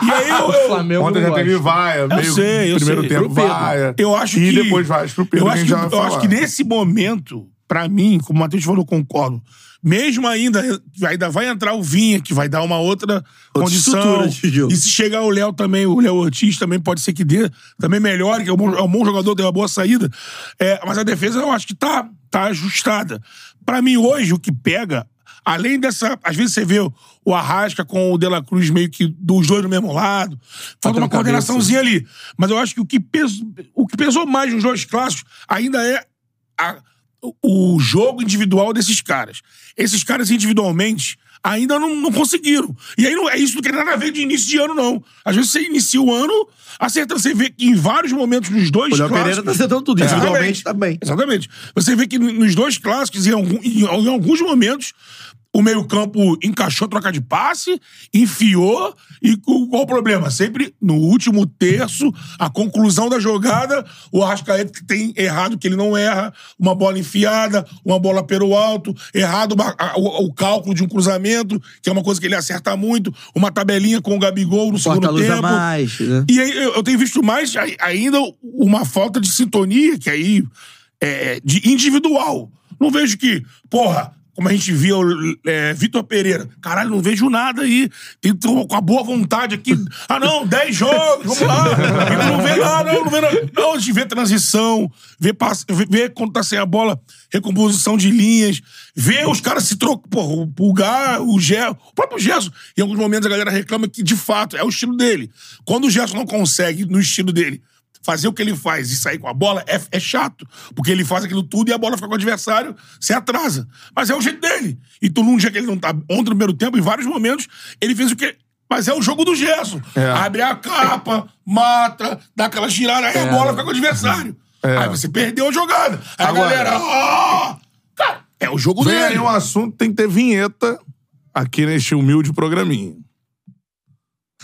E aí eu-
O
eu,
Flamengo
Ontem
não
já teve
gosta.
vaia, meio
sei, eu
primeiro
sei.
tempo
Pro Pedro.
vaia.
Eu acho
e
que.
depois vai pro Pedro.
eu
a
acho,
gente
que,
já vai
eu acho
falar.
que nesse momento, pra mim, como o Matheus falou, concordo. Mesmo ainda, ainda vai entrar o Vinha, que vai dar uma outra condição.
estrutura de jogo.
E se chegar o Léo também, o Léo Ortiz também pode ser que dê, também melhore, que é um bom, é um bom jogador, tem uma boa saída. É, mas a defesa eu acho que tá, tá ajustada. Pra mim, hoje, o que pega, além dessa. Às vezes você vê o Arrasca com o De La Cruz meio que dos dois do mesmo lado. Falta uma
Batendo cabeça.
coordenaçãozinha ali. Mas eu acho que o que, pes- o que pesou mais nos dois clássicos ainda é a- o jogo individual desses caras. Esses caras individualmente ainda não, não conseguiram. E aí não, é isso não tem nada a ver de início de ano, não. Às vezes você inicia o ano acertando. Você vê que em vários momentos nos dois
O Léo
clássicos...
Pereira tá acertando
É.
tudo, individualmente tá também.
Exatamente. Você vê que nos dois clássicos, em, algum- em- em alguns momentos, o meio-campo encaixou a troca de passe, enfiou, e co- qual o problema? Sempre no último terço, a conclusão da jogada, o Arrascaeta que tem errado que ele não erra, uma bola enfiada, uma bola pelo alto, errado uma- a- o, o cálculo de um cruzamento, que é uma coisa que ele acerta muito, uma tabelinha com o Gabigol no segundo
Corta a luz
tempo.
a mais. Né?
E aí eu, eu tenho visto mais ai- ainda uma falta de sintonia, que aí é de individual. Não vejo que, porra, como a gente via o é, Vitor Pereira, caralho, não vejo nada aí. Tem, tô com a boa vontade aqui. Ah, não, 10 jogos, vamos lá. E não vê nada, não, não vê nada. Não, a gente vê transição, vê, passe, vê, vê quando tá sem a bola, recomposição de linhas, vê os caras se trocam. Porra, o Pulgar, o Gerson, o próprio Gerson. Em alguns momentos a galera reclama que, de fato, é o estilo dele. Quando o Gerson não consegue, no estilo dele, fazer o que ele faz e sair com a bola, é, é chato. Porque ele faz aquilo tudo e a bola fica com o adversário, se atrasa. Mas é o jeito dele. E tu, num dia que ele não tá. Ontem, no primeiro tempo, em vários momentos, ele fez o que. Mas é o jogo do Gerson. Abre a capa, mata, dá aquela girada, aí a bola fica com o adversário. Aí você perdeu a jogada. Aí
Agora-
a galera. "Ah!" Cara, é o jogo
Vem
dele.
aí um assunto, tem que ter vinheta aqui neste humilde programinha.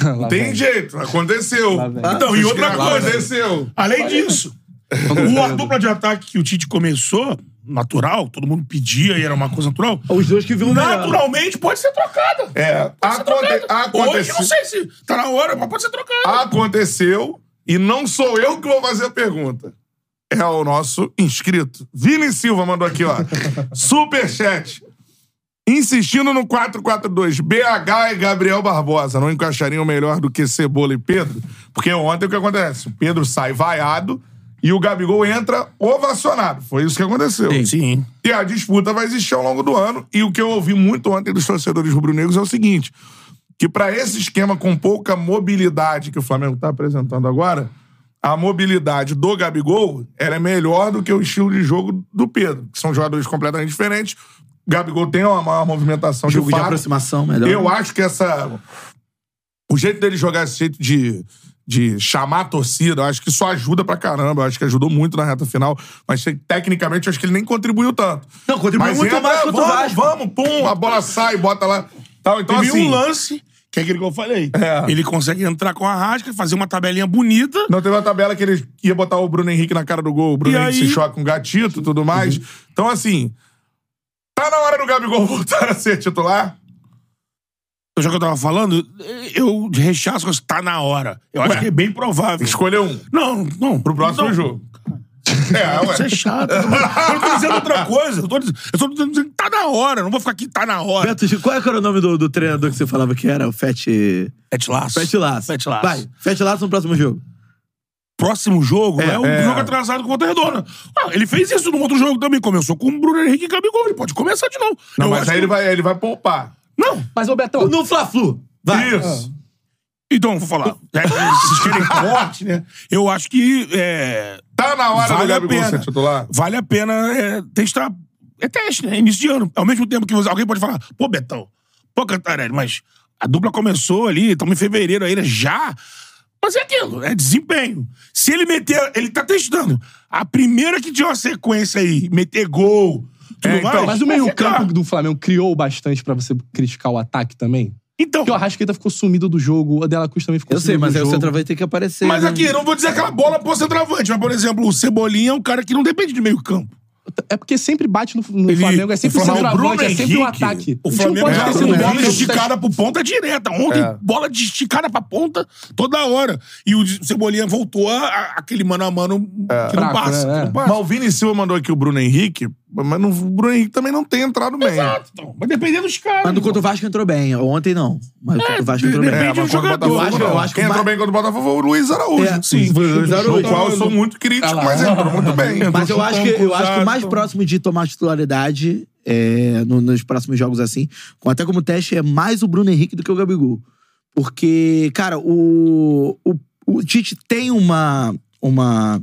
Lá
Tem
vem.
jeito, aconteceu.
Lá vem.
Então, e outra coisa,
aconteceu.
Além disso, o, a dupla de ataque que o Tite começou, natural, todo mundo pedia e era uma coisa natural,
Os dois que viram melhor.
naturalmente pode ser trocada.
É,
Pode ser
aconte-
trocada. Hoje, não
aconteceu.
sei se tá na hora, mas pode ser trocada.
Aconteceu e não sou eu que vou fazer a pergunta. É o nosso inscrito. Vini Silva mandou aqui, ó. Superchat. Insistindo no 442, BH e Gabriel Barbosa não encaixariam melhor do que Cebola e Pedro? Porque ontem o que acontece? O Pedro sai vaiado e o Gabigol entra ovacionado. Foi isso que aconteceu.
Sim.
E a disputa vai existir ao longo do ano. E o que eu ouvi muito ontem dos torcedores rubro-negros é o seguinte: que para esse esquema com pouca mobilidade que o Flamengo está apresentando agora, a mobilidade do Gabigol ela é melhor do que o estilo de jogo do Pedro, que são jogadores completamente diferentes. Gabigol tem uma maior movimentação
Jogo
de
de
fato.
aproximação melhor.
Eu acho que essa. O jeito dele jogar esse jeito de, de chamar a torcida, eu acho que isso ajuda pra caramba. Eu acho que ajudou muito na reta final. Mas tecnicamente, eu acho que ele nem contribuiu tanto.
Não, contribuiu
Mas
muito
entra,
mais contra o
vamos,
Vasco.
Vamos, pum, a bola sai, bota lá. Tal, então,
Teve
assim,
um lance, que é aquele que eu falei.
É.
Ele consegue entrar com a rasca, fazer uma tabelinha bonita.
Não teve uma tabela que ele ia botar o Bruno Henrique na cara do gol. O Bruno
E
Henrique
aí- Uhum.
se choca com o gatito e tudo mais. Então, assim, tá na hora do Gabigol voltar a ser titular?
Já que eu tava falando, eu rechaço que tá na hora. Eu acho
Ué.
que é bem provável.
Escolha um.
Não, não.
Pro próximo jogo. É,
Isso é
ué.
chato. Então- Eu não tô dizendo outra coisa. Eu tô dizendo, eu tô dizendo que tá na hora. eu Não vou ficar aqui, tá na hora.
Beto, Gil, qual é que era o nome do, do treinador que você falava que era? O Fete...
Pet laço.
Fete Laço.
Fete Laço.
Vai, Fete Laço no próximo jogo.
Próximo jogo é, um
é.
jogo atrasado com o Redonda. Ah, ele fez isso no outro jogo também. Começou com o Bruno Henrique e Gabigol. Ele pode começar de novo.
Não,
Eu
mas
acho
aí
que-
ele vai, ele vai poupar.
Não.
Mas, ô Betão,
No Fla-Flu. Vai.
Isso.
Então, vou falar. É, Vocês querem corte, né? Eu acho que é,
Tá na hora do
vale a
Gabigol
pena.
ser titular?
Vale a pena é, testar. É teste, né? É Início de ano. Ao mesmo tempo que você- alguém pode falar, pô, Betão, pô, Cantarelli, mas a dupla começou ali, estamos em fevereiro ainda, já. Mas é aquilo, é desempenho. Se ele meter, ele tá testando. A primeira que tinha uma sequência aí, meter gol, tudo
É, então,
mais. tá.
mas o
vai
meio-campo
ficar.
do Flamengo criou bastante pra você criticar o ataque também?
Então,
Porque o Arrascaeta ficou sumido do jogo, o Adela Cruz também ficou
Eu sei,
sumido
mas
do
aí o
jogo.
centroavante tem que aparecer.
mas
né?
aqui, eu não vou dizer aquela bola pro centroavante, mas, por exemplo, o Cebolinha é um cara que não depende de meio campo.
É porque sempre bate no, no
Ele-
Flamengo, é sempre o
Flamengo-
centroavante, é sempre o
Henrique,
ataque.
O
time não
Flamengo
pode
é,
ter
tá
o
sido
com
Bruno
bom
bola
Henrique
no jogo.
esticada pro ponta direta. Ontem,
É.
bola de esticada pra ponta toda hora. E o Cebolinha voltou a, a- aquele mano a mano que não
Fraco,
passa.
né?
que não
É.
passa.
Mas o Vini Silva mandou aqui o Bruno Henrique, mas não- o Bruno Henrique também não tem entrado bem.
Exato, então. Mas dependendo dos caras.
Mas no contra o Vasco entrou bem. Ontem não. Mas o contra o Vasco entrou
de-
bem.
de-
É,
Depende
mas
do
contra o
jogador.
Botafogo,
Eu acho- eu
não.
acho que
Quem
o
entrou
Ba-
bem contra o Botafogo foi o Luiz Araújo.
É,
sim.
sim, foi o Luiz
No
Araújo.
qual eu sou muito crítico, mas entrou muito bem.
É,
Mas
tá
eu acho, que, eu acho que o mais
Então.
próximo de tomar titularidade é, no- nos próximos jogos, assim, com- até como teste, é mais o Bruno Henrique do que o Gabigol. Porque, cara, o, o, o Tite tem uma, uma,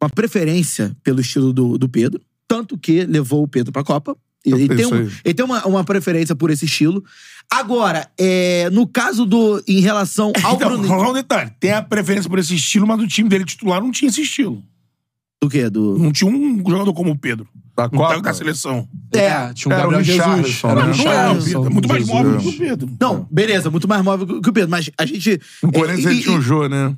uma preferência pelo estilo do, do Pedro, tanto que levou o Pedro pra Copa. Ele, ele tem,
isso
um-
aí.
ele tem uma, uma preferência por esse estilo. Agora, é, no caso do. Em relação ao
Então,
Bruno.
falar um detalhe. Tem a preferência por esse estilo, mas o time dele titular não tinha esse estilo.
Do quê? Do.
Não tinha um jogador como o Pedro.
Da
Não
Copa?
tá da seleção.
É, tinha um
Era o
Gabriel Jesus.
Richarlison,
Era
né?
Não, não é o
o
Pedro.
Richarlison.
É muito mais
Jesus.
móvel que o Pedro.
Não, beleza, muito mais móvel que o Pedro, mas a gente.
No
é,
Hum. Corinthians
e-
ele tinha
e-
o Jô, né?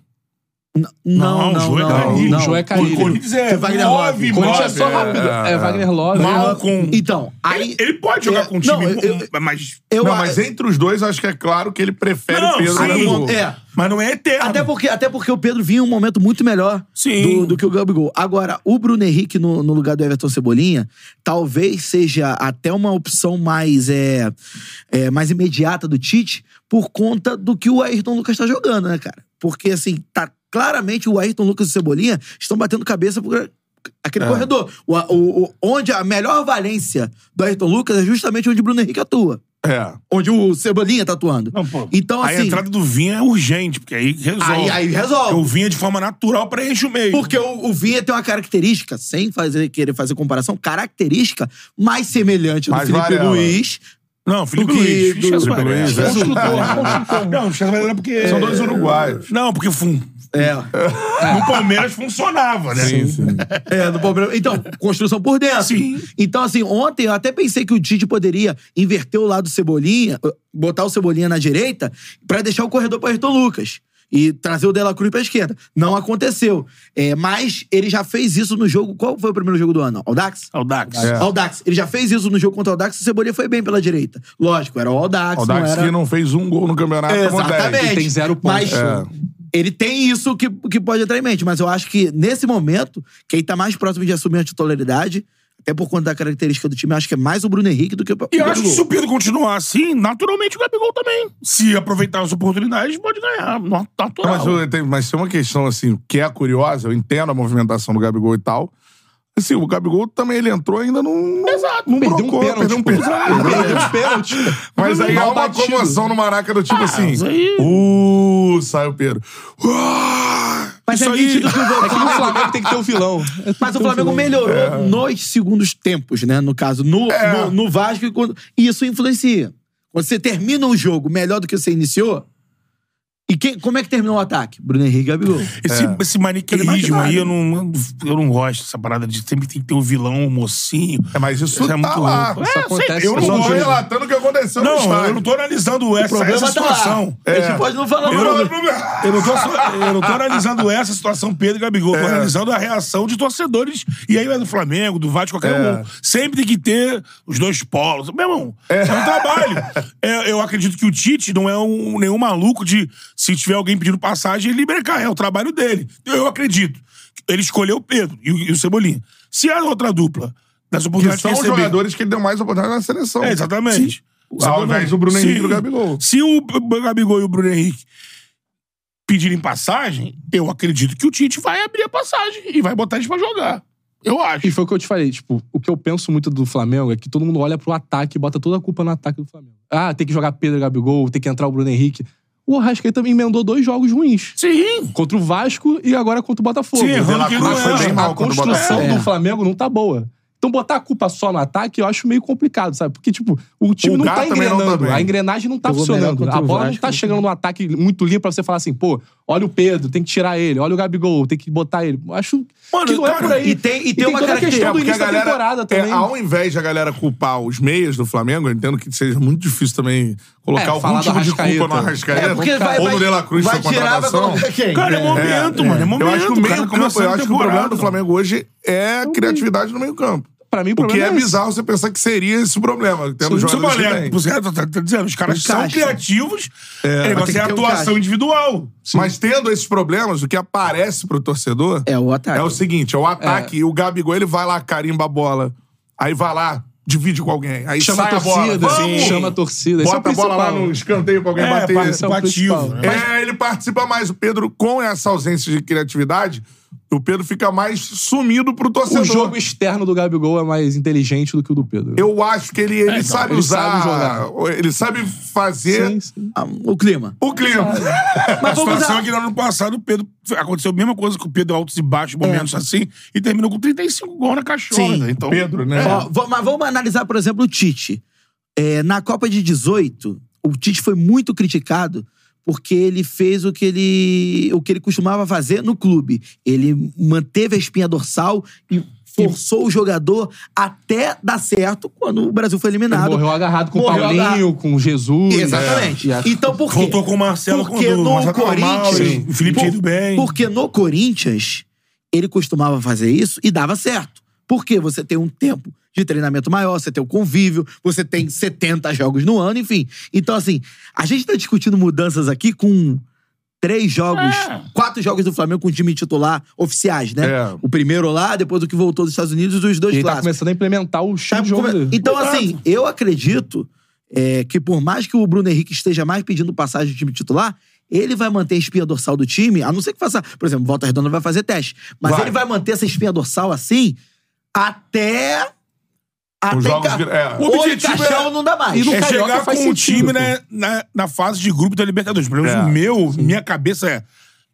Não, não, não.
o Jô é Carille,
não.
o Jô é Carille.
O Corinthians é
Tem Wagner Love.
nove,
Corinthians é
nove,
só rápido. É, Wagner Love.
Malcom.
Então, aí.
Ele, ele pode jogar
É,
com um
não,
time,
eu- eu-
com- mas...
Eu,
não,
a-
mas entre os dois, eu acho que é claro que ele prefere
Não,
o Pedro
sim.
ao Gabigol.
É.
né, Mas não é eterno.
Até porque, até porque o Pedro vinha em um momento muito melhor
Sim.
Do, do que o Gabigol. Agora, o Bruno Henrique no, no lugar do Everton Cebolinha, talvez seja até uma opção mais, é, é, mais imediata do Tite por conta do que o Ayrton Lucas tá jogando, né, cara? Porque, assim, tá claramente o Ayrton Lucas e o Cebolinha estão batendo cabeça por
É.
aquele corredor. O, o- o- onde a melhor valência do Ayrton Lucas é justamente onde o Bruno Henrique atua.
É.
Onde o Cebolinha tá atuando.
Não, pô.
Então, assim...
a entrada do Vinha é urgente, porque aí resolve.
Aí- aí resolve.
Porque o Vinha, de forma natural, preenche o meio.
Porque o, o Vinha tem uma característica, sem fazer, querer fazer comparação, característica mais semelhante ao do
Mais
Felipe
Varela.
Luiz.
Não, Felipe
do que-
Luiz.
do-
Ficha
Felipe
Varela.
Luiz, é.
Construtor, Não, Ficha Varela é porque...
São dois uruguaios.
Não, porque fun...
É.
no Palmeiras funcionava, né?
Sim, sim.
É, do problema. Então, construção por dentro.
Sim.
Então, assim, ontem eu até pensei que o Tite poderia inverter o lado do Cebolinha, eh, botar o Cebolinha na direita, pra deixar o corredor para Ayrton Lucas. E trazer o Dela Cruz pra esquerda. Não aconteceu. É, mas ele já fez isso no jogo. Qual foi o primeiro jogo do ano? Aldax?
Aldax.
É.
Aldax. Ele já fez isso no jogo contra o Aldax e o Cebolinha foi bem pela direita. Lógico, era o Aldax,
O
não
Dax
era...
que não fez um gol no campeonato, tomou
Exatamente.
10.
Ele tem zero pontos.
Mas
É.
ele tem isso que, que pode entrar em mente. Mas eu acho que, nesse momento, quem tá mais próximo de assumir a titularidade, até por conta da característica do time, eu acho que é mais o Bruno Henrique do que o
E eu
o
acho que se o Pedro continuar assim, naturalmente o Gabigol também. Se aproveitar as oportunidades, pode ganhar. no-
Não,
Natural.
mas, eu- tem, mas tem uma questão, assim, que é curiosa, eu entendo a movimentação do Gabigol e tal. Assim, o Gabigol também, ele entrou ainda não... Exato. Não
Perdeu um
brocou,
pênalti,
perdeu um
pô.
pênalti.
Perdeu os pênaltis.
Mas
é
aí há
um
Mal
uma
batido.
comoção no Maraca do tipo assim...
isso Ah, aí-
Uh, sai o Pedro. Uá!
Mas
Isso
é
aí-
nítido que o
É que no
Flamengo-
Flamengo tem que ter um vilão.
Mas o Flamengo melhorou nos segundos tempos, né? No caso, no, no, no Vasco. e quando- E isso influencia. Quando você termina um jogo melhor do que você iniciou, E quem, como é que terminou o ataque? Bruno Henrique e Gabigol.
Esse,
É.
esse
Aquele
maniqueísmo
maquinado.
aí, eu não, eu não gosto dessa parada de sempre tem que ter o vilão, o mocinho.
É, mas isso,
é
tá
muito
lá.
louco.
Isso
É,
acontece
sei, eu
Eu
não
não tô
gosto.
relatando o que aconteceu no
Não,
estádio. tá
eu não tô analisando essa, essa situação.
tá
É,
A gente pode não falar
Eu
nada.
Não,
não-
não-
Eu não, tô, eu não tô analisando essa situação, Pedro e Gabigol. Eu tô
É.
analisando a reação de torcedores. E aí é do Flamengo, do Vasco, qualquer
É.
um. Sempre tem que ter os dois polos. Meu irmão, é, um trabalho. É, eu acredito que o Tite não é um, nenhum maluco de se tiver alguém pedindo passagem, ele brecar. É o trabalho dele. Eu, eu acredito. Ele escolheu o Pedro e o, e o Cebolinha. Se a outra dupla das
Que
oportunidades
são os
receber-
jogadores que ele deu mais oportunidade na seleção.
é, exatamente.
Então, Ao invés do Bruno Henrique e do Gabigol.
Se o B- B- Gabigol e o Bruno Henrique pedirem passagem, eu acredito que o Tite vai abrir a passagem e vai botar eles pra jogar. Eu acho.
E foi o que eu te falei, tipo, o que eu penso muito do Flamengo é que todo mundo olha pro ataque e bota toda a culpa no ataque do Flamengo. Ah, tem que jogar Pedro e Gabigol, tem que entrar o Bruno Henrique. O Arrascaeta também emendou dois jogos ruins.
Sim.
Contra o Vasco e agora contra o Botafogo.
Sim, errando
Dela
que ele
Cruz
não é
foi
erra.
bem mal
a
contra o
construção
Botafogo. É.
do Flamengo não tá boa. Então botar a culpa só no ataque eu acho meio complicado, sabe? Porque, tipo, o time
O
não
Gato
tá
também não tá
engrenando.
bem.
a engrenagem não tá
Jogou melhor
funcionando.
contra
A
o
bola não
Vasco,
tá
né?
chegando no ataque muito limpa pra você falar assim, pô, olha o Pedro, tem que tirar ele. Olha o Gabigol, tem que botar ele. Eu Acho
Mano,
que não é
cara,
por aí.
e tem- e tem uma
toda a
característica,
questão do
porque
início da temporada também.
é, ao invés de a galera culpar os meias do Flamengo, eu entendo que seja muito difícil também colocar
É,
algum
falar do
tipo de culpa
Arrascaeta.
no Arrascaeta.
É, porque vai-
ou
vai-
no De La Cruz
vai
sua
tirar, vai
contratação.
colocar quem?
Cara, é momento, mano. É momento.
eu acho que o
cara,
meio campo,
começando
eu
a
acho que o problema do
temporada.
Flamengo hoje é a criatividade no meio campo.
Pra mim, o
O que
problema
é,
é esse.
bizarro você pensar que seria esse o problema. Tendo
Isso
jogadores que
valeu.
têm.
Você tá, tá- tá dizendo, os caras
O
são
caixa.
criativos, é,
mas tem
negócio é
que ter um
atuação
caixa.
individual.
Mas tendo esses problemas, o que aparece pro torcedor
É o ataque.
é o seguinte: é o ataque. E o Gabigol, ele vai lá, carimba a bola. Aí vai lá, divide com alguém. Aí
Chama a
sai
torcida,
a bola. Vamos!
chama a torcida. Esse é o
Bota a bola lá
principal.
no escanteio pra alguém
É,
bater.
parça-
participativo.
principal.
né?
É, ele participa mais. O Pedro, com essa ausência de criatividade, o Pedro fica mais sumido pro torcedor.
O jogo externo do Gabigol é mais inteligente do que o do Pedro.
Eu acho que ele, ele
então,
sabe
ele
usar.
sabe jogar.
Ele sabe fazer
Sim, sim.
Ah, O clima.
o clima.
a situação é que no ano passado o Pedro aconteceu a mesma coisa com o Pedro altos e baixos, momentos assim, e terminou com 35 gols na cachorra.
É. Sim.
Então,
Pedro, né?
Ó, va- mas vamos analisar, por exemplo, o Tite. É, na Copa de 18, o Tite foi muito criticado porque ele fez o que ele, o que ele costumava fazer no clube. Ele manteve a espinha dorsal e forçou o jogador até dar certo quando o Brasil foi
Ele
eliminado.
morreu agarrado com o
Morreu
Paulinho,
agarrado.
com o Jesus.
Exatamente.
É.
Então por quê?
voltou com o Marcelo
Porque
quando o
no
Marcelo tava mal,
Corinthians.
e o Felipe tinha ido
Por-
bem.
Porque no Corinthians, ele costumava fazer isso e dava certo. Porque você tem um tempo de treinamento maior, você tem o convívio, você tem 70 jogos no ano, enfim. Então, assim, a gente tá discutindo mudanças aqui com três jogos,
É.
quatro jogos do Flamengo com time titular oficiais, né?
É.
O primeiro lá, depois o que voltou dos Estados Unidos e os dois
E ele tá
clássicos.
começando a implementar o
Tá
chão de jogo
come-
dele.
Então, assim, eu acredito é, que por mais que o Bruno Henrique esteja mais pedindo passagem do time titular, ele vai manter a espinha dorsal do time, a não ser que faça. Por exemplo, Volta Redonda vai fazer teste. Mas
Vai.
ele vai manter essa espinha dorsal assim até. Até
jogos
enca-
vir- é.
ou
O objetivo
encaixar
é-
ou não dá mais.
E no
é
Carioca
chegar
faz
com o
sentido,
time
pô.
né, na, na fase de grupo da Libertadores. Pelo menos
É.
o meu, minha cabeça é.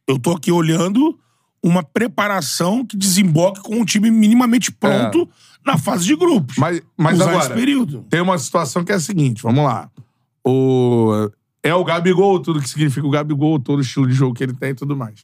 Eu tô aqui olhando uma preparação que desemboque com um time minimamente pronto na fase de grupos.
Mas, mas
Usar
agora,
esse período.
tem uma situação que é a seguinte: vamos lá. O... É o Gabigol, tudo que significa o Gabigol, todo o estilo de jogo que ele tem e tudo mais.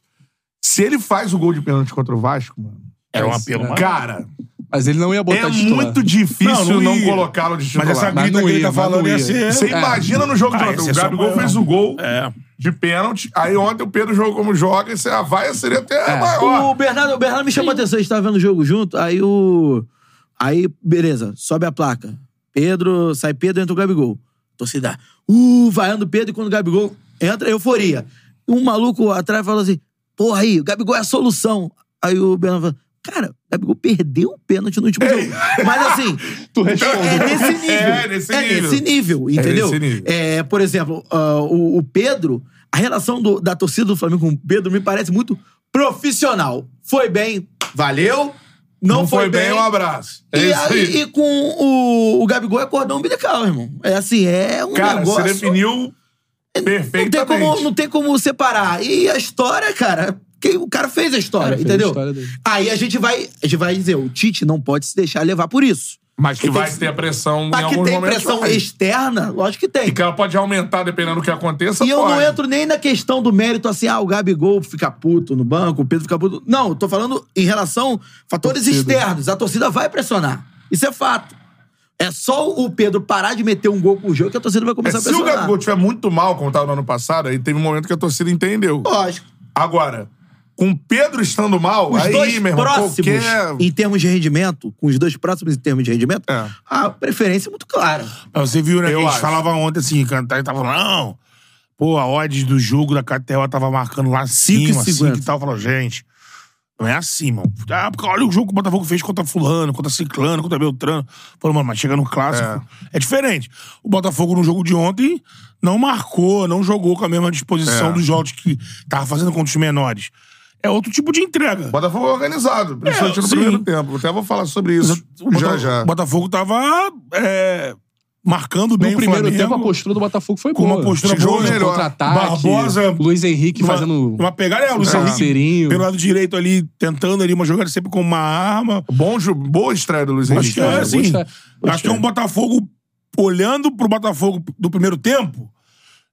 Se ele faz o gol de pênalti contra o Vasco, mano.
É
Era um apelo
né?
maior.
Cara,
Mas ele não ia botar
é
titular.
muito difícil
Não, não
não,
ia.
colocá-lo de titular.
Mas essa
Mas
grita
não
que ele
ia,
tá
mas
falando
não
ia
ia.
ser.
Você
É.
imagina no jogo de
Ah,
ontem.
esse
O
é só
Gabigol
maior.
fez o gol
É.
de pênalti. Aí ontem o Pedro jogou como joga. é E a vaia seria até maior.
É. O Bernardo, o Bernardo me chamou a atenção, a gente tava vendo o jogo junto, aí o. Aí, beleza, sobe a placa. Pedro, sai Pedro, entra o Gabigol. Torcida. Uh, vaiando o Pedro e quando o Gabigol entra, euforia. Um maluco atrás falou assim: porra aí, o Gabigol é a solução. Aí o Bernardo falou: cara, o Gabigol perdeu um pênalti no último jogo. Mas assim,
Tu responde.
é nesse nível.
É nesse nível.
nesse nível, entendeu?
nesse nível.
É, por exemplo, ah, o, o Pedro, a relação do- da torcida do Flamengo com o Pedro me parece muito profissional. Foi bem, valeu. Não,
Não foi bem, um abraço. É
E,
isso
aí-
aí.
e com o, o Gabigol é cordão umbilical, irmão. É assim, é um
Cara, você
negócio...
definiu
não, tem
perfeitamente.
como, não tem como separar. E a história, cara... que o cara fez a história,
Cara, fez a
entendeu?
história dele.
Aí a gente vai, a gente vai dizer, o Tite não pode se deixar levar por isso.
Mas que
Ele tem
vai
que-
ter a pressão em
Mas que
alguns
tem
momentos.
pressão
vai.
externa, lógico que tem.
E que ela pode aumentar dependendo do que aconteça.
E eu não
pode.
entro nem na questão do mérito assim, ah, o Gabigol fica puto no banco, o Pedro fica puto. Não, eu tô falando em relação a fatores externos. A torcida vai pressionar. Isso é fato. É só o Pedro parar de meter um gol por jogo que a torcida vai
É,
começar a
se o
pressionar.
Gabigol tiver muito mal, como estava no ano passado, aí teve um momento que a torcida entendeu.
Lógico.
Agora, com o Pedro estando mal,
Os
aí,
dois
meu irmão,
próximos,
qualquer...
em termos de rendimento, com os dois próximos em termos de rendimento,
É.
a preferência é muito clara.
Mas você viu, né?
Eu
que a
acho.
gente falava ontem assim, cantar e tava falando, não. Pô, a odds do jogo da KTO tava marcando lá
Cinco e
acima, assim
cinquenta.
que tal. Falou, gente, não é assim, mano. Ah, porque olha o jogo que o Botafogo fez contra Fulano, contra Ciclano, contra Beltrano. Falou, mano, mas chega no clássico.
É.
É. diferente. O Botafogo no jogo de ontem não marcou, não jogou com a mesma disposição
É.
dos jogos que tava fazendo contra os menores. É outro tipo de entrega.
Botafogo é organizado, principalmente
É,
no
sim.
primeiro tempo. Até vou falar sobre isso
O Bota-
já já.
O Botafogo tava é, marcando bem
No
o
primeiro
Flamengo.
tempo, a postura do Botafogo foi
Com
boa.
uma postura
Jogo
boa,
de
melhor.
Contra-ataque.
Barbosa-
Luiz Henrique
uma,
fazendo...
Uma pegada é o Luiz
É.
Henrique
Parceirinho.
pelo lado direito ali, tentando ali uma jogada sempre com uma arma.
Bom, ju- boa estreia do Luiz
Acho
Henrique.
que é
né?
assim.
gostei.
Acho que é um Botafogo olhando pro Botafogo do primeiro tempo,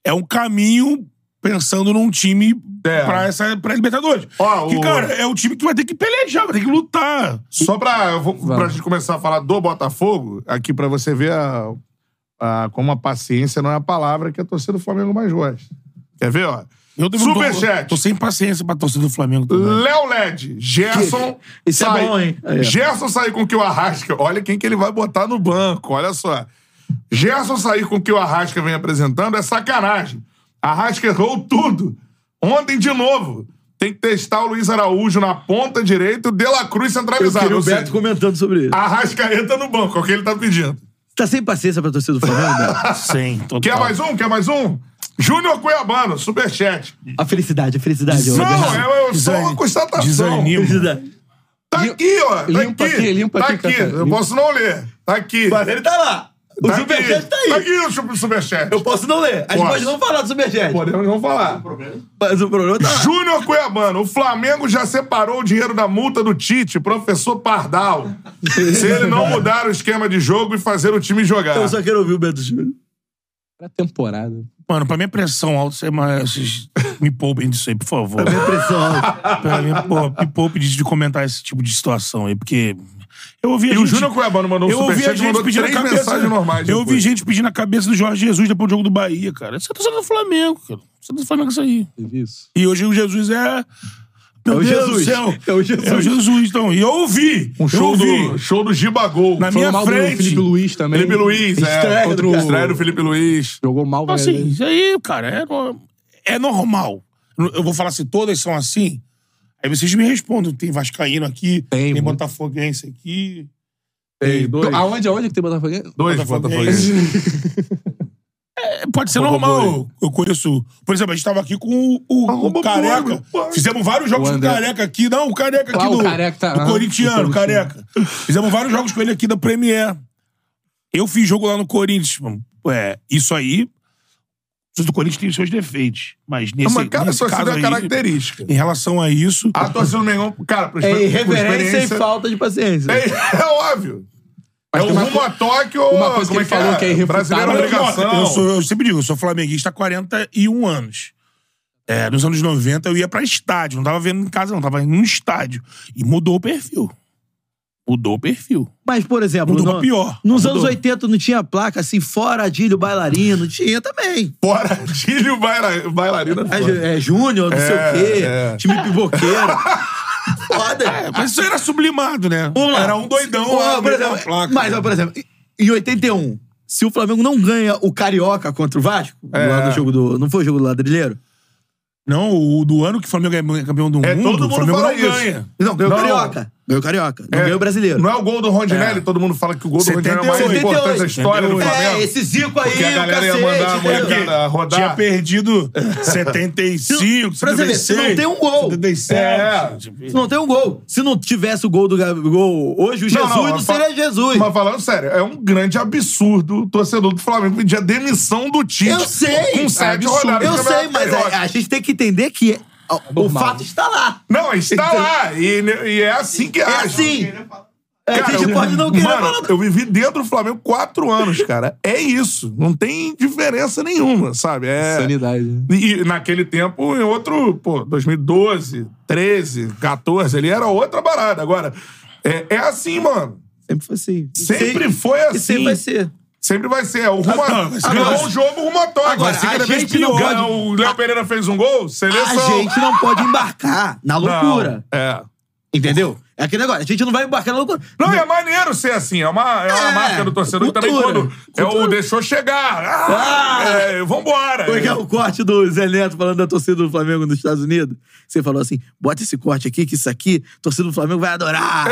é um caminho pensando num time
É.
pra, essa, pra Libertadores.
Ó,
que,
o-
cara, é um time que vai ter que pelejar, vai ter que lutar.
Só pra, eu vou, pra
Vamos.
gente começar a falar do Botafogo, aqui pra você ver a, a- como a paciência não é a palavra que a torcida do Flamengo mais gosta. Quer ver, ó?
Eu também não
Superchat.
Tô, tô sem paciência pra torcida do Flamengo também.
Léo Led, Gerson.
né? Isso é bom, hein? Aí, ó.
Gerson sair com que o Arrasca. Olha quem que ele vai botar no banco, olha só. Gerson sair com que o Arrasca vem apresentando é sacanagem. Arrasca errou tudo. Ontem, de novo. Tem que testar o Luiz Araújo na ponta direita e o De La Cruz
Eu
centralizado.
queria o
ou
Beto
seja,
comentando sobre isso.
Arrascaeta no banco, é o que ele tá pedindo.
Tá sem paciência pra torcida do Flamengo, Beto?
Sem, total.
Tá.
Quer mais um? Quer mais um? Júnior Cuiabano, superchat.
A felicidade, a felicidade. ô,
Não,
Beto.
é, é só uma
Desanimo.
constatação.
Desanimo.
Felicidade.
Tá aqui, ó. Tá
Limpa
aqui,
aqui, limpa
tá
aqui, Cacá,
Eu
limpa.
posso não ler. Tá aqui.
Mas ele tá lá. O
tá
Superchat
aqui.
tá aí.
Tá aqui o su- superchat.
Eu posso não ler. A gente
Pode.
pode não falar do Superchat.
Podemos não falar.
Mas o problema tá lá.
Júnior Cuiabano, o Flamengo já separou o dinheiro da multa do Tite, professor Pardal. se ele não mudar o esquema de jogo e fazer o time jogar.
Então,
Eu só quero ouvir o Beto Júnior.
Era temporada.
Mano, pra minha pressão alta, você- mas vocês me poupem disso aí, por favor.
Pressão alta.
Pra mim, pô, me poupe de, de comentar esse tipo de situação aí, porque. Eu ouvi a
E o
gente,
Júnior Cuiabano mandou um
eu ouvi a
superchat e
gente
mandou
pedindo a
três
cabeça.
mensagens normais.
Eu ouvi
depois.
gente pedindo a cabeça do Jorge Jesus depois do jogo do Bahia, cara. Você tá sendo do Flamengo, cara. Você tá do Flamengo isso aí.
Teve isso.
E hoje o Jesus é. Meu
É o
Deus
Jesus.
do céu.
É o Jesus.
É o Jesus, então. E eu ouvi.
Um
eu
show
ouvi.
do, show do Gibagol.
Na
Foi
minha
mal
frente.
do Felipe Luiz também.
Felipe Luiz, é.
Estreia
Contra
do
o
cara.
estreia do Felipe Luiz.
Jogou mal, né?
Então,
velho.
assim, isso aí, cara, é, no- é normal. Eu vou falar se todas são assim. Aí vocês me respondem. Tem Vascaíno aqui,
Tem,
tem,
muito.
Botafoguense aqui.
Tem dois.
Aonde, aonde que tem Botafogo?
Dois
Botafoguense.
Botafoguenses.
É, pode ser normal. Eu, eu conheço. Por exemplo, a gente tava aqui com o, o-
Arruma
o
boi,
Careca.
meu pai.
Fizemos vários jogos
O
com o
André.
Careca aqui. Não, o Careca aqui
Ah,
do,
o Careca tá-
do
ah,
corintiano,
o
o Careca. Fizemos vários jogos com ele aqui da Premier. Eu fiz jogo lá no Corinthians. mano. É, isso aí. O Corinthians tem os seus defeitos. Mas nesse,
Mas cada
nesse caso
torcida é
aí,
característica.
em relação a isso...
A torcida do Mengão, cara, por,
É
exper- por
irreverência e
experiência...
falta de paciência.
É, é óbvio. é o
tem uma
rumo a Tóquio ou...
uma coisa que ele falou que é irrefutável.
Brasileiro é obrigação.
Ah, Eu, sou, eu sempre digo, eu sou flamenguista há 41 anos. É, nos anos 90 eu ia pra estádio, não tava vendo em casa, não, tava indo no estádio. E mudou o perfil. Mudou o perfil.
Mas, por exemplo,
Mudou
no-
pra pior.
nos
Mudou.
anos 80 não tinha placa assim, fora Adílio Bailarino. Tinha também.
Fora Tílio baila- bailarina.
É, Ju- é Júnior, não sei o quê.
é.
Time pivoqueiro. Foda.
Mas isso era sublimado, né?
Vamos lá.
Era um doidão
Ó,
lá,
por
meio
exemplo,
na placa.
Mas, ó, por exemplo, em 81, se o Flamengo não ganha o Carioca contra o Vasco, lá no jogo do. Não foi o jogo do Ladrilheiro?
Não, o do ano que o Flamengo é campeão do
É,
mundo,
todo
o
mundo
Flamengo
fala
não
isso.
ganha.
Não, ganhou o
Não.
Carioca. Ganhou o Carioca. Não
É,
ganhou o brasileiro.
Não é o gol do Rondinelli? Todo mundo fala que o gol do Rondinelli é o mais
78,
importante da história do
78.
Flamengo.
É, esse Zico aí,
Porque a
o
galera ia
cacete,
mandar a
entendeu?
molecada
É Porque
rodar.
Tinha perdido 75,
Brasileiro, se não
76,
tem um gol.
77.
É.
Se não tem um gol. Se não tivesse o gol do Gabigol hoje, o Jesus não,
mas fa-
seria Jesus.
Mas falando sério, é um grande absurdo o torcedor do Flamengo pedir a demissão do Tite.
Eu sei.
Com
É
sete
Absurdo.
rodadas.
Eu
de
sei,
campeonato
mas é
carioca.
a, a gente tem que entender que o
normal.
fato está lá.
Não, está lá. E, e é assim que
Então- É
age.
assim. a gente
eu-
pode não querer
mano,
falar
Eu vivi dentro do Flamengo quatro anos, cara. É isso. Não tem diferença nenhuma, sabe? É...
Sanidade. né?
E e naquele tempo, em outro, pô, 2012, 13, 14, ele era outra parada. Agora, é, é assim, mano.
Sempre foi assim.
Sempre foi
E
assim.
sempre vai ser.
Sempre vai ser. É O rumo
Ah, não, mas
ganhou
agora-
um jogo, Assim rumo a toque.
Agora,
Vai ser
a
cada vez
gente não
é pior. né?
pode-
O Léo Pereira fez um gol,
A
seleção.
gente não pode embarcar na
Não,
loucura.
É.
Entendeu? É aquele negócio. A gente não vai embarcar na loucura.
Não, e é maneiro ser assim. É uma, é uma
É,
marca do torcedor que também
cultura,
quando é o
cultura.
deixou chegar. Ah,
Ah!
É, vambora.
Como é que é o corte do Zé Neto falando da torcida do Flamengo nos Estados Unidos? Você falou assim: bota esse corte aqui, que isso aqui, a torcida do Flamengo vai adorar.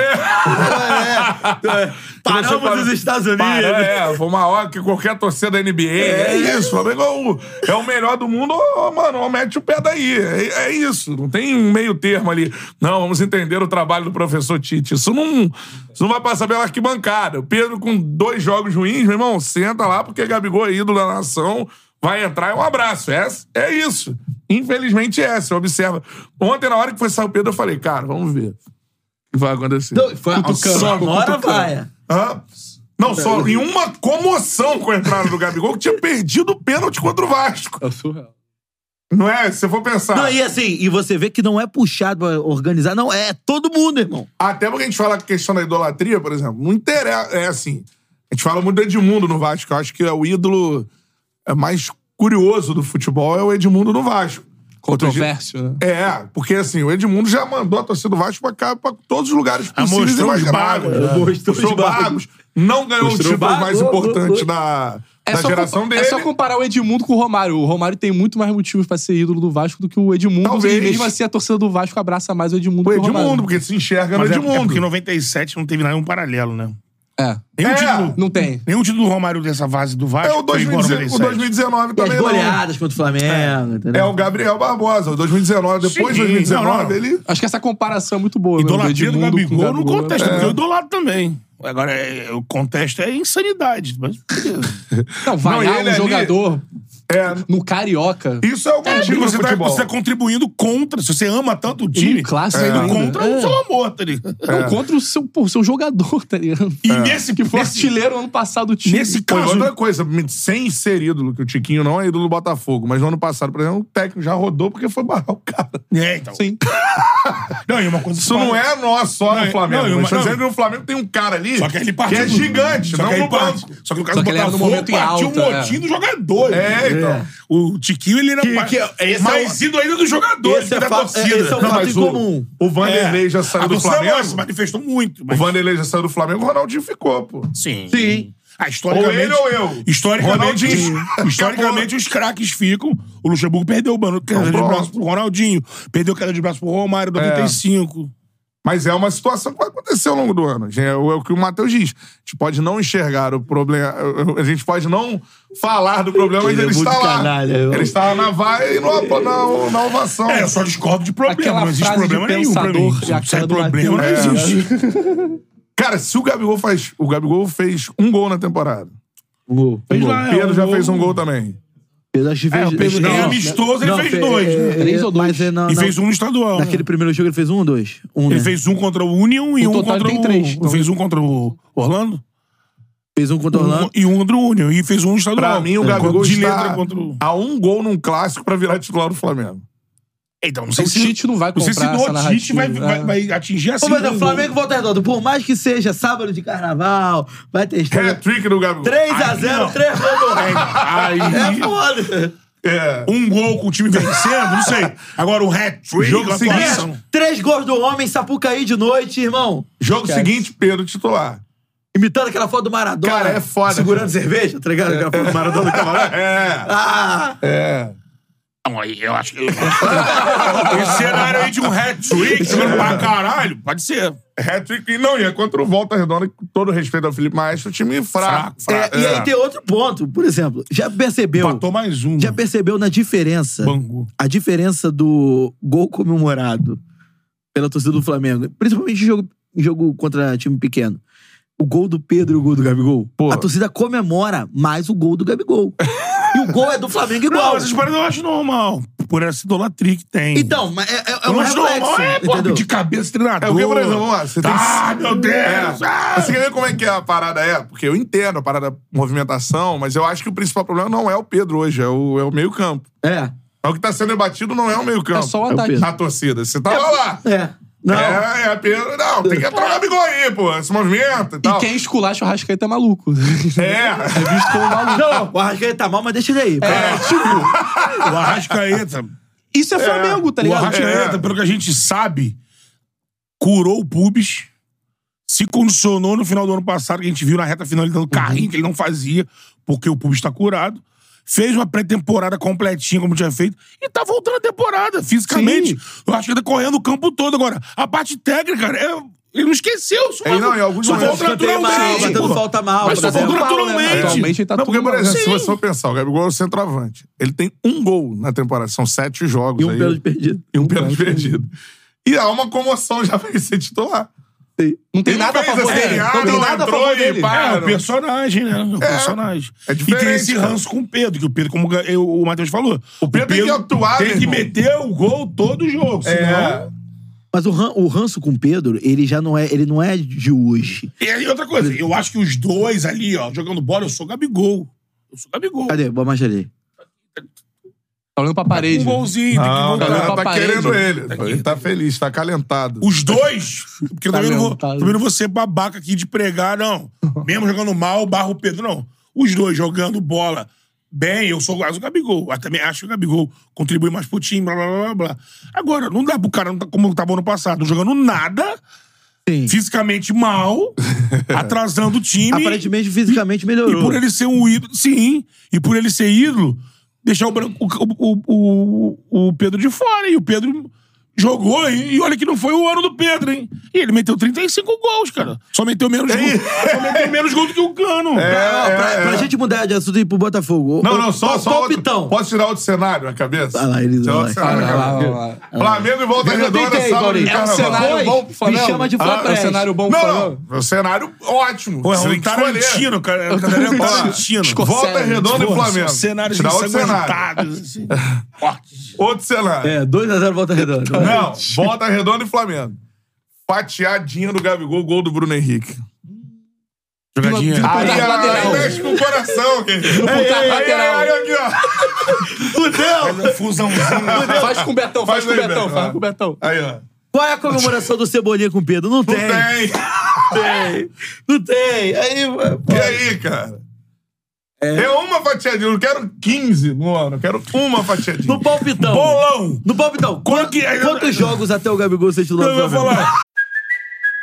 É. É. Paramos
Você
os
fala-
Estados Unidos.
Para, é, foi maior que qualquer torcida da NBA. É, isso, o Flamengo é o, é o melhor do mundo, ó, mano, ó, mete o pé daí. É, é isso, não tem um meio termo ali. Não, vamos entender o trabalho do professor Tite. Isso não, isso não vai passar pela arquibancada. O Pedro com dois jogos ruins, meu irmão, senta lá, porque Gabigol é ídolo da nação, vai entrar, é um abraço. É, é isso. Infelizmente é, você observa. Ontem, na hora que foi sair o Pedro, eu falei, cara, vamos ver. O que vai acontecer?
Foi a sonora vai.
Hã? Não, só em uma comoção com a entrada do Gabigol, que tinha perdido o pênalti contra o Vasco.
É surreal.
Não é? Se eu for pensar.
Não, e assim, e você vê que não é puxado pra organizar, não, é todo mundo, irmão.
Até porque a gente fala a questão da idolatria, por exemplo, não interessa. É assim. A gente fala muito do Edmundo no Vasco. Eu acho que é o ídolo é, mais curioso do futebol é o Edmundo no Vasco. Outro dia-
Controvérsia, né?
É, porque assim, o Edmundo já mandou a torcida do Vasco pra, cá, pra todos os lugares
Ah,
possíveis e
mostrou os
imagináveis.
bagos, né?
Mostrou os bagos. Não ganhou o título
bagos.
mais importante da,
É
da
só
geração
compa-
dele.
É só comparar o Edmundo com o Romário. O Romário tem muito mais motivos pra ser ídolo do Vasco do que o Edmundo.
Talvez.
E mesmo assim, a torcida do Vasco abraça mais o Edmundo
O
que o
Edmundo,
Romário.
porque se enxerga no
Mas é, é
Edmundo.
porque em 97 não teve nenhum paralelo, né?
É.
Nenhum
É.
título.
Não tem.
Nenhum título do Romário dessa fase do Vasco.
É o,
foi igual ao
2019, o 2019
E as
também não.
goleadas contra o Flamengo, entendeu?
É o Gabriel Barbosa, o 2019. Depois de
Sim,
2019,
não, não.
ele.
Acho que essa comparação é muito boa.
Idolatria
né?
do
Edmundo com
Gabigol
o
no
Gabigol,
contexto,
né?
porque eu idolato também. Agora, é, o contexto é insanidade. Mas,
Não,
Não,
vaiar
ele
um
ali-
jogador
É.
no Carioca.
Isso é o
porque
motivo do
você, tá,
futebol.
você tá contribuindo contra. Se você ama tanto o time,
um clássico
você tá
ainda.
contra
É.
o seu amor, tá ligado?
É.
Não, contra o seu, pô, seu jogador, tá ligado?
E nesse,
Que foi
nesse,
artilheiro ano passado do time.
nesse
Pô, e
caso,
outra coisa, sem ser ídolo, que o Tiquinho não é ídolo do Botafogo, mas no ano passado, por exemplo, o técnico já rodou porque foi barrar o cara.
É, então.
Sim.
Não, e uma coisa
Isso não é nós só
Não,
no Flamengo. Não,
não, e uma-
mas tô
não.
dizendo que no Flamengo tem um cara ali
Só que ele
que
partiu.
é
do-
gigante,
só
não
que ele
no
parte-
banco.
Só que no caso
Só
do
que ele era no
Botafogo,
momento em
partiu
alta,
o motim
é.
do jogador.
É, então.
O Tiquinho, ele era
Que-
mais,
que- esse
mais
é o-
ídolo ainda do jogador,
esse é
da
fato-
torcida. É. Ah,
esse é o
Não,
fato
mas
em
o-
comum.
O Vanderlei já saiu
A
do
torcida
Flamengo.
não, se manifestou muito.
O
Mas...
Vanderlei já saiu do Flamengo, o Ronaldinho ficou, pô.
Sim.
Sim.
Ah, historicamente,
Ou ele ou eu.
Historicamente,
Ronaldinho.
os- historicamente os craques ficam. O Luxemburgo perdeu o bando, queda de
pronto.
braço pro Ronaldinho, perdeu queda de braço pro Romário, 95.
Mas é uma situação que vai acontecer ao longo do ano. É o é o que o Matheus diz. A gente pode não enxergar o problema. A gente pode não falar do problema, mas
Ele é
ele
muito
está lá.
canalha, eu-
Ele está lá na vaia e no apo- na, na ovação.
É, eu só discordo de problema.
Aquela
não existe
frase de
problema nenhum pra mim.
pensador e a
Se
cara
é
do
problema, não
Matheus,
existe.
Cara, se o Gabigol faz. O Gabigol fez um gol na temporada.
O
Fez
O
lá, é,
Pedro já
gol-
fez um gol também.
Pedro, acho que fez,
É, o Pedro
não,
é amistoso, ele
não,
fez
fe-
dois,
é,
né?
é,
Três ou dois?
Mas é, não,
E
não.
fez um no estadual. né?
Naquele primeiro jogo ele fez um ou dois? Um, né?
Ele fez um contra o Union e
No
um
total,
contra
ele tem
o...
três, então.
Fez um contra o Orlando
Fez um contra o Orlando.
e um contra o Union. E fez um no estadual.
Pra mim, o Gabigol
De
está
letra contra o...
a um gol num clássico pra virar titular do Flamengo.
Então, não
O
sei se...
Tite não vai
Não sei
comprar
se no
essa
Tite vai,
narrativa. né?
vai, vai atingir assim.
Ô, mas é
um
o
gol.
Flamengo e Volta Redonda, por mais que seja sábado de carnaval, vai testar.
Hat-trick é do Gabigol.
3x0,
não.
3 gols do Rei.
Aí,
É foda.
É.
um gol com o time vencendo, não sei. Agora o hat-trick,
Jogo
a
seguinte.
atuação.
Três gols do homem, Sapucaí de noite, irmão.
Jogo É seguinte, Pedro titular.
Imitando aquela foto do Maradona.
Cara, é foda,
Segurando cerveja, tá ligado? Aquela foto do Maradona do camarote.
É.
Ah!
É.
Não, aí eu acho que. Esse cenário aí de um hat-trick, jogando pra caralho, pode ser.
Hat-trick, e não, e é contra o Volta Redonda, com todo respeito ao Felipe Maestro, o time fraco. fraco,
É, E
é.
aí tem outro ponto, por exemplo, já percebeu?
Empatou mais um.
Já percebeu na diferença?
Bangu.
A diferença do gol comemorado pela torcida do Flamengo, principalmente em jogo, em jogo contra time pequeno. O gol do Pedro e o gol do Gabigol.
Pô.
A torcida comemora mais o gol do Gabigol. e o gol é do Flamengo
Não,
igual.
essas paradas eu acho normal. por essa idolatria que tem.
Então, mas é, é, é
Eu
um
não estou
reflexo,
mal, é, pô,
entendeu?
de cabeça treinador.
É o que, por exemplo, vamos lá, você tem.
Ah, meu Deus!
É.
Ah!
Você quer ver como é que a parada é? Porque eu entendo a parada da movimentação, mas eu acho que o principal problema não é o Pedro hoje, é o, é o meio-campo.
É.
É o que tá sendo debatido não é o meio-campo.
É só o
o
ataque.
Pedro.
A torcida. Você tava lá.
É. Não.
É, é Pedro. Não, tem que entrar o Gabigol aí, pô. Se movimenta e tal.
E quem esculacha o Arrascaeta é maluco.
É.
É visto como maluco.
Não, o Arrascaeta tá mal, mas deixa ele aí.
É, tipo,
O Arrascaeta.
isso é Flamengo, tá
o
ligado?
Arrascaeta, pelo que a gente sabe, curou o pubis, se condicionou no final do ano passado, que a gente viu na reta final ele dando
Uhum.
carrinho, que ele não fazia, porque o pubis tá curado. Fez uma pré-temporada completinha, como tinha feito, e tá voltando a temporada, fisicamente. O Arrascaeta tá correndo o campo todo agora. A parte técnica, é- ele não esqueceu. Só,
Ele não, em alguns
só
momentos
volta
escanteio mal,
naturalmente.
batendo
pô.
tá falta mal,
um Mas só um-
por
volta
exemplo.
naturalmente.
Atualmente ele tá
Não, porque,
tudo
por
mal.
exemplo, se
Sim.
você for pensar, o Gabigol é o centroavante. Ele tem um gol na temporada, são sete jogos
E
É.
um
aí.
pênalti perdido.
E um pênalti perdido. E há uma comoção já vai ser titular.
Não tem
Ele
nada a
fez
favor
assim,
essa
dele.
piada,
Não tem nada a
entrou
favor
e
dele.
pá.
É,
Claro.
o personagem, né? O personagem.
é
e tem
diferente,
esse
cara.
ranço com o Pedro, que o Pedro, como o Matheus falou. O
Pedro tem que atuar,
Tem
meu
que
irmão. É.
meter o gol todo jogo. Senão...
Mas o, ran- o ranço com o Pedro, ele já não é, ele não é de hoje.
E aí, outra coisa, eu acho que os dois ali, ó, jogando bola, eu sou Gabigol. Eu sou Gabigol.
Cadê? Boa mais ali.
Tá olhando pra
Um
parede.
golzinho,
Não, a
tem que voltar.
galera tá
pra parede.
querendo ele. Ele tá feliz, tá calentado.
Os dois, porque eu
Tá
também, não vou,
lentado.
também não vou ser babaca aqui de pregar, não. Mesmo jogando mal, barro o Pedro, não. Os dois jogando bola bem, eu sou quase o Gabigol. Eu também acho que o Gabigol contribui mais pro time, blá, blá, blá, blá. Agora, não dá pro cara, não tá- como tava ano passado, não jogando nada, fisicamente mal, atrasando o time.
Aparentemente, fisicamente
E
Hum.
melhorou.
por ele ser um ídolo, sim. E por ele ser ídolo, deixar o, branco, o, o, o, o Pedro de fora. E o Pedro jogou. E, e olha que não foi o ano do Pedro, hein? E ele meteu 35 gols, cara. Só meteu menos gol. Só meteu menos gol do que o Cano.
Pra,
É,
pra-
é,
pra
é.
gente mudar de assunto e ir pro Botafogo.
Não, não, só,
o,
só outro.
Pitão.
Posso tirar outro cenário na cabeça?
Ah lá, ele-
Tirar
vai.
outro cenário na
Ah, lá,
cabeça.
lá, lá.
Flamengo e volta
Eu
redonda, sábado
tentei,
de
Maurício. É um
carnaval.
cenário bom pro Flamengo.
chama de
Ah, É um
Flamengo.
cenário bom pro
Não,
Flamengo.
não. É um cenário ótimo.
Pô, é
Você
um
tem que escolher.
Tarantino, cara. É um Tarantino.
Ó, Volta
Scorsese.
redonda e
Porra,
Flamengo.
são cenários
Tirar outro cenário.
ensanguentados. assim. Fortes.
Outro cenário.
É, 2x0 volta redonda.
Não, volta redonda e Flamengo. Fatiadinha do Gabigol, gol do Bruno Henrique.
Jogadinha.
Vila-
Aí,
Vila-
aí,
lateral.
mexe com o coração, querido.
Ah, é. Vila- lateral. um
aí, aqui, ó. Fudeu.
Ah, Fusãozinho.
Faz com o Betão,
Faz
faz com o
aí,
Betão,
Betão,
faz
vai.
com o Betão.
Aí, ó.
Qual é a comemoração do Cebolinha com o Pedro? Não
Não
tem.
tem.
tem. Não tem. Aí, pô.
E aí, cara? É. uma fatiadinha. Eu não quero 15 no ano. Eu quero uma fatiadinha.
No palpitão.
Bolão.
No palpitão.
Quanto que- é?
Quantos jogos até o Gabigol ser titular
Eu
do
vou
Flamengo?
falar.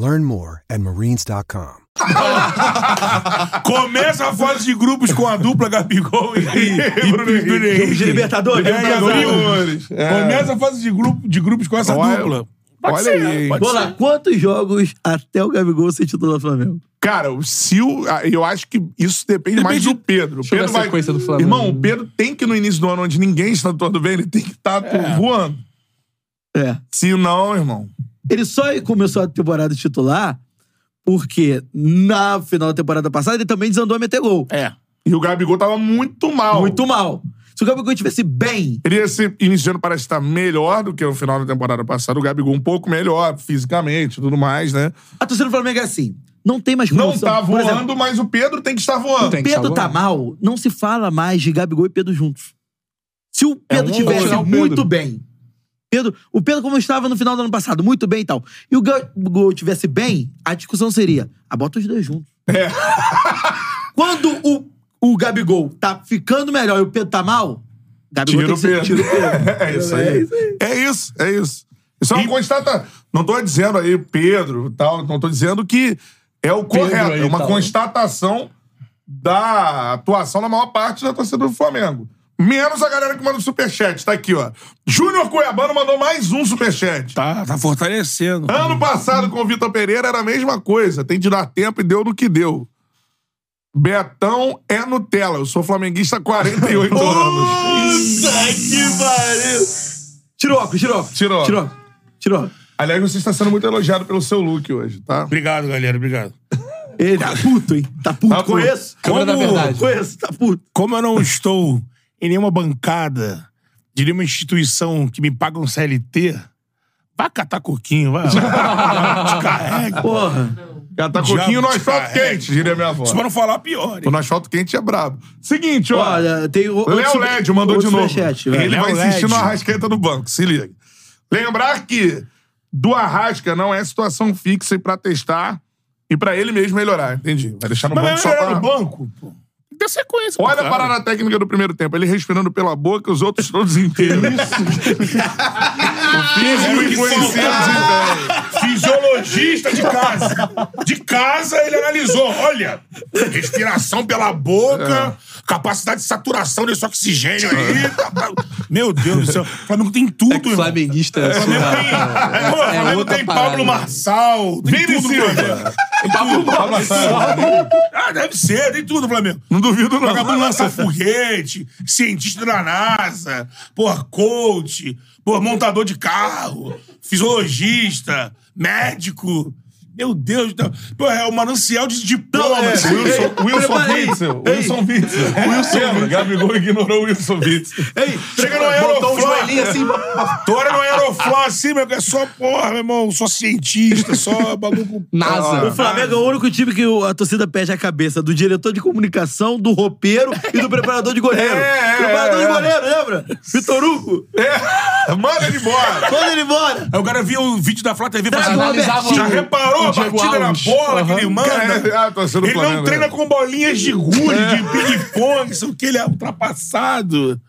Learn more at marines.com.
Começa a fase de grupos com a dupla Gabigol e, e, e Bruno Henrique.
Jogo de Libertadores?
É, em abril.
Libertadores. É.
Começa a fase de, grupo, de grupos com essa
Olha-
dupla.
olha aí, hein?
Pode
Vamos lá. Quantos jogos até o Gabigol ser titular do Flamengo?
Cara, o Sil, ah, eu acho que isso depende, mais do Pedro. O
Deixa eu ver
Pedro
a sequência do Flamengo.
Irmão, o Pedro tem que no início do ano, onde ninguém está atuando bem, ele tem que estar voando.
É.
Se não, irmão.
Ele só começou a temporada titular porque na final da temporada passada ele também desandou a meter gol.
É.
E o Gabigol tava muito mal.
Muito mal. Se o Gabigol tivesse tipo assim, bem,
Ele ia se iniciando, parece estar melhor do que no final da temporada passada. O Gabigol um pouco melhor, fisicamente e tudo mais, né?
a torcida do Flamengo é assim. Não tem mais
Não
comoção.
tá
Por
voando,
exemplo,
mas o Pedro tem que estar voando.
Tem que
Pedro
salvar.
tá mal, não se fala mais de Gabigol e Pedro juntos. Se o Pedro
um
tivesse
ou outro.
muito
Pedro.
bem, Pedro, o Pedro, como estava no final do ano passado, muito bem e tal. E o Gabigol estivesse bem, a discussão seria: ah, bota os dois juntos.
É.
Quando o, o Gabigol tá ficando melhor e o Pedro tá mal, Gabigol
Tira o
tem que
Pedro.
ser, tira o Pedro.
É isso aí. É isso, é isso. Isso é uma constata. Não tô dizendo aí Pedro e tal, não tô dizendo que é o
Pedro
correto.
aí
É uma
tal.
constatação da atuação da maior parte da torcida do Flamengo. Menos a galera que manda o superchat. Tá aqui, ó. Júnior Cuiabano mandou mais um superchat.
Tá, tá fortalecendo.
Ano passado com o Vitor Pereira era a mesma coisa. Tem de dar tempo e deu no que deu. Betão é Nutella. Eu sou flamenguista há 48 anos.
que pariu!
Tiroco, tiroco.
Tirou.
Tiroco. Tiroco.
Aliás, você está sendo muito elogiado pelo seu look hoje, tá?
Obrigado, galera. Obrigado.
Ele tá puto, hein? Tá puto.
Tá puto.
Conheço.
Câmara da verdade.
Conheço, tá puto.
Como eu não estou em nenhuma bancada de nenhuma instituição que me paga um CLT, vai catar coquinho, vai. vai te carrega.
Porra.
Já tá
Diabo
coquinho no
te
asfalto
carrega.
quente, diria minha avó.
Se pra é. não falar, pior.
O no asfalto quente é brabo. Seguinte, ó.
Olha, tem o.
Léo
outro-
Lédio mandou de
outro
novo.
superchat, velho.
Ele vai
Léo
insistir
Lédio.
no Arrascaeta do banco, se liga. Lembrar que do Arrasca não é situação fixa e pra testar e pra ele mesmo melhorar, entendi. Vai deixar no
Mas vai
banco só
melhorar
pra...
no banco, pô. Tem que ter sequência.
Olha
cara.
a parada técnica do primeiro tempo. Ele respirando pela boca, os outros todos inteiros.
Era o que faltava. Fisiologista de casa. De casa, ele analisou. Olha, respiração pela boca,
É.
capacidade de saturação desse oxigênio aí. tá- tá- Meu Deus do céu. O Flamengo tem tudo,
É que o
irmão.
flamenguista
O
é
Flamengo
surreal.
tem, Pô, o Flamengo
outra
tem
parada.
Pablo Marçal,
Vini
tem tudo,
Silva.
Flamengo. Tem tudo.
Pablo
Ah, deve ser, tem tudo, Flamengo.
Não duvido, não.
Vagabundo lança foguete, cientista da NASA, porra, coach, porra, montador de carro, fisiologista, médico. Meu Deus, do céu. Pô, é o manancial de diplomas.
Não, é.
Wilson,
Ei,
Wilson
prepara aí.
Witzel.
Ei.
Wilson Witzel. Wilson Lembra? Gabigol ignorou o Wilson Witzel.
Ei,
Chega no
botou um
Aeroflot.
joelhinho assim. pra-
Tora
é
no Aeroflá assim, meu, que é só porra, meu irmão, só cientista, só maluco.
O
NASA.
Flamengo é o único time que o- a torcida pede a cabeça do diretor de comunicação, do roupeiro e do preparador de goleiro.
É, é,
preparador
é,
de
é.
goleiro, lembra? Vitor Hugo.
É, manda ele embora.
Manda ele embora.
Aí o cara viu o vídeo da Flá TV
Traga o Robertinho.
Já assim, reparou a
Diego
batida
Alves.
na bola que
Aham.
ele manda?
Cara, é, ah, torcedor do
ele
Flamengo,
não treina
é.
com bolinhas de gude, de ping-pong, isso que ele é ultrapassado.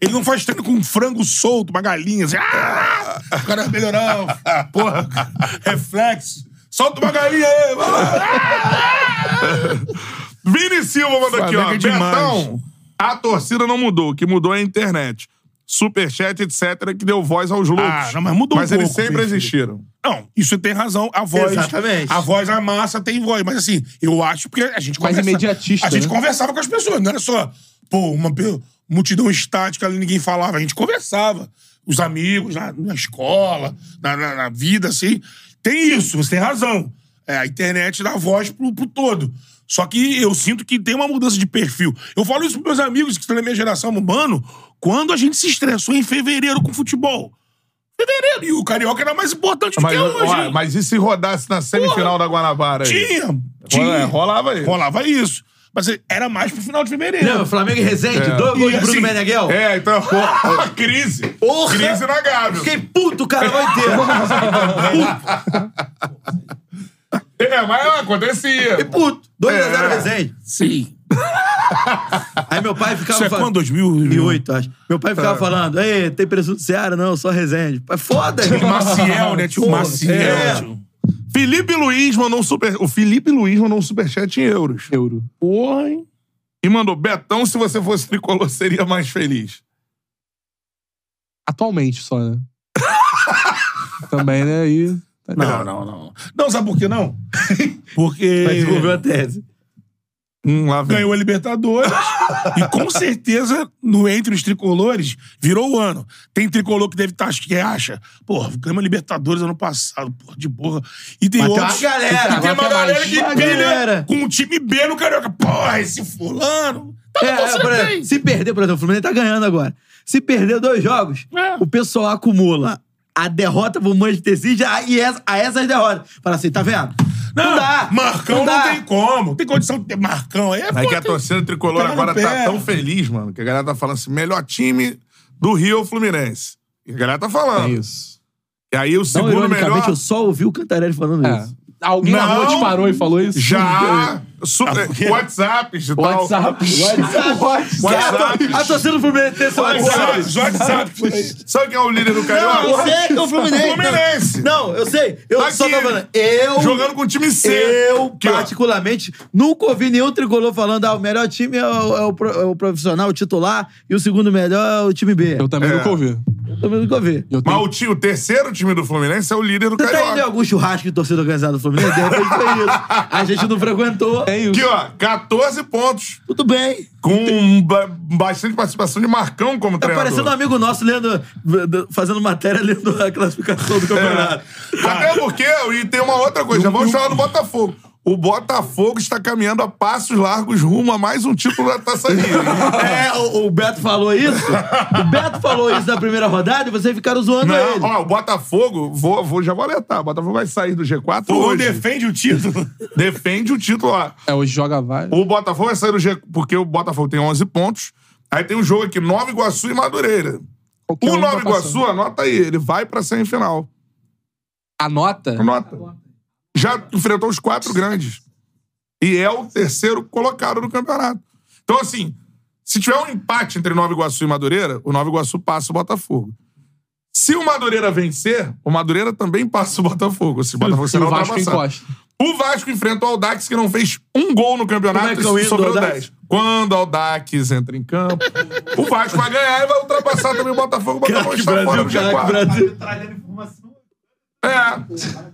Ele não faz treino com um frango solto, uma galinha. Assim, ah! O cara é melhorão. Porra, reflexo. Solta uma galinha aí, vai lá.
Vini Silva mandou aqui, ó.
Flamengo é demais.
Betão, a torcida não mudou. O que mudou é a internet. Superchat, etc., que deu voz aos loucos.
Ah, não, mas mudou um
Mas eles
pouco,
sempre
Pedro.
existiram.
Não, isso tem razão. A voz.
Exatamente.
A voz, a massa tem voz. Mas assim, eu acho porque a gente
Mais
conversa-
imediatista,
A gente
né?
conversava com as pessoas, não era só, pô, uma pe- multidão estática ali, ninguém falava. A gente conversava. Os amigos, na, na escola, na, na- na vida, assim. Tem isso, você tem razão. É, a internet dá voz pro, pro todo. Só que eu sinto que tem uma mudança de perfil. Eu falo isso pros meus amigos que estão na minha geração, mano, quando a gente se estressou em fevereiro com futebol. Fevereiro. E o Carioca era mais importante do
Mas,
que é hoje.
ó, mas e se rodasse na semifinal da Guanabara aí?
Tinha.
Rola-
Tinha.
rolava aí.
Rolava isso. Mas era mais pro final de fevereiro.
Lembra? Flamengo e Rezende, dois gols de
E
Bruno
assim,
Meneghel.
É, então. Porra, crise.
Porra.
Crise na Gávea.
Fiquei puto o carnaval inteiro.
É, mas acontecia.
Fiquei puto. 2x0
É.
Rezende.
Sim.
Aí meu pai ficava
Isso é
falando.
quando? 2000?
Hum.
2008, acho. Meu pai
É.
ficava falando, ei, tem presunto Seara? Não, só Rezende. Pai, Foda,
Tinha o
irmão.
Maciel, né? Tinha o
Porra,
Maciel.
é.
tio.
Felipe Luiz mandou um super. O Felipe Luiz mandou um superchat em euros.
Euro.
Porra, hein?
E mandou: Betão, se você fosse tricolor, seria mais feliz.
Atualmente só, né? Também, né? Aí.
É.
Não, não, não. Não, sabe por que não? Porque
Mas desenvolveu a tese.
Hum, lá vem.
ganhou a Libertadores e com certeza, no entre os tricolores, virou o ano. Tem tricolor que deve estar, acho que acha, porra, ganhamos a Libertadores ano passado, porra, de porra. E tem
Mas tem
outros.
uma galera,
e tem
agora
uma
tem
galera
mais.
que
Uma
pilha
galera.
com o time B no Carioca. Porra, esse fulano. Tá
É,
é,
é, por exemplo, se perder, por exemplo, o Fluminense tá ganhando agora. Se perder dois jogos,
É.
o pessoal acumula a derrota pro Manchester City a- e essa- a essas derrotas. Fala assim, tá vendo?
Não,
dá.
Marcão não,
dá.
tem como. Não tem condição de ter Marcão. Aí é,
É
pô,
que a
tem-
torcida tricolor
pega no
agora
pé.
tá tão feliz, mano, que a galera tá falando assim: melhor time do Rio é o Fluminense. A galera tá falando.
É isso.
E aí o
não,
segundo
ironicamente,
melhor. É.
eu só ouvi o Cantarelli falando isso.
É. Alguém na rua te parou e falou isso?
Já!
Tá
Super, WhatsApp, digital.
WhatsApp.
WhatsApp.
WhatsApp.
WhatsApp.
é A torcida do Fluminense tem esse
WhatsApp.
WhatsApp.
WhatsApp. Sabe quem é o líder do Carioca?
Não, eu sei que é o Fluminense.
Fluminense.
Não, eu sei. Eu
Tá
só
aqui.
tô falando. Eu.
Jogando com o time C.
Eu,
Aqui, ó.
particularmente, nunca ouvi nenhum tricolor falando: ah, o melhor time é o, é o pro- é o profissional, o titular, e o segundo melhor é o time B.
Eu também
É.
nunca ouvi.
Eu também nunca ouvi.
Eu
Mas
tenho...
o, ti- o terceiro time do Fluminense é o líder do
Você tá indo em
Carioca.
algum churrasco de torcida organizada do Fluminense? De repente foi isso. A gente não frequentou.
É isso.
Aqui, ó, 14 pontos.
Tudo bem.
Com ba- bastante participação de Marcão como
Tá
treinador.
parecendo um amigo nosso lendo, fazendo matéria lendo a classificação do campeonato.
É. Até porque, e tem uma outra coisa, já
um
vamos falar do Botafogo. O Botafogo está caminhando a passos largos rumo a mais um título da Taça Rio.
É, o, o Beto falou isso? O Beto falou isso na primeira rodada e vocês ficaram zoando
Não,
ele.
ó, o Botafogo, vou, vou- já vou alertar, o Botafogo vai sair do G4
Ou
hoje.
defende o título.
Defende o título lá.
É, hoje joga vai.
O Botafogo vai sair do G4, porque o Botafogo tem 11 pontos. Aí tem um jogo aqui, Nova Iguaçu e Madureira.
Qualquer
o
um
Nova
tá passando.
Iguaçu, anota aí, ele vai pra semifinal.
A nota?
Anota. Já enfrentou os quatro grandes. E é o terceiro colocado do campeonato. Então, assim, se tiver um empate entre Nova Iguaçu e Madureira, o Nova Iguaçu passa o Botafogo. Se o Madureira vencer, o Madureira também passa o Botafogo. Se o Botafogo
Se
será
o Vasco
ultrapassado.
encosta.
O Vasco enfrenta o Aldax, que não fez um gol no campeonato
Como é que é o hino
e
do
sobrou
Audax?
10. Quando o Aldax entra em campo, o Vasco vai ganhar e vai ultrapassar também o Botafogo. O Botafogo
Craque
está tá fora do
Brasil,
G4.
craque Brasil.
É.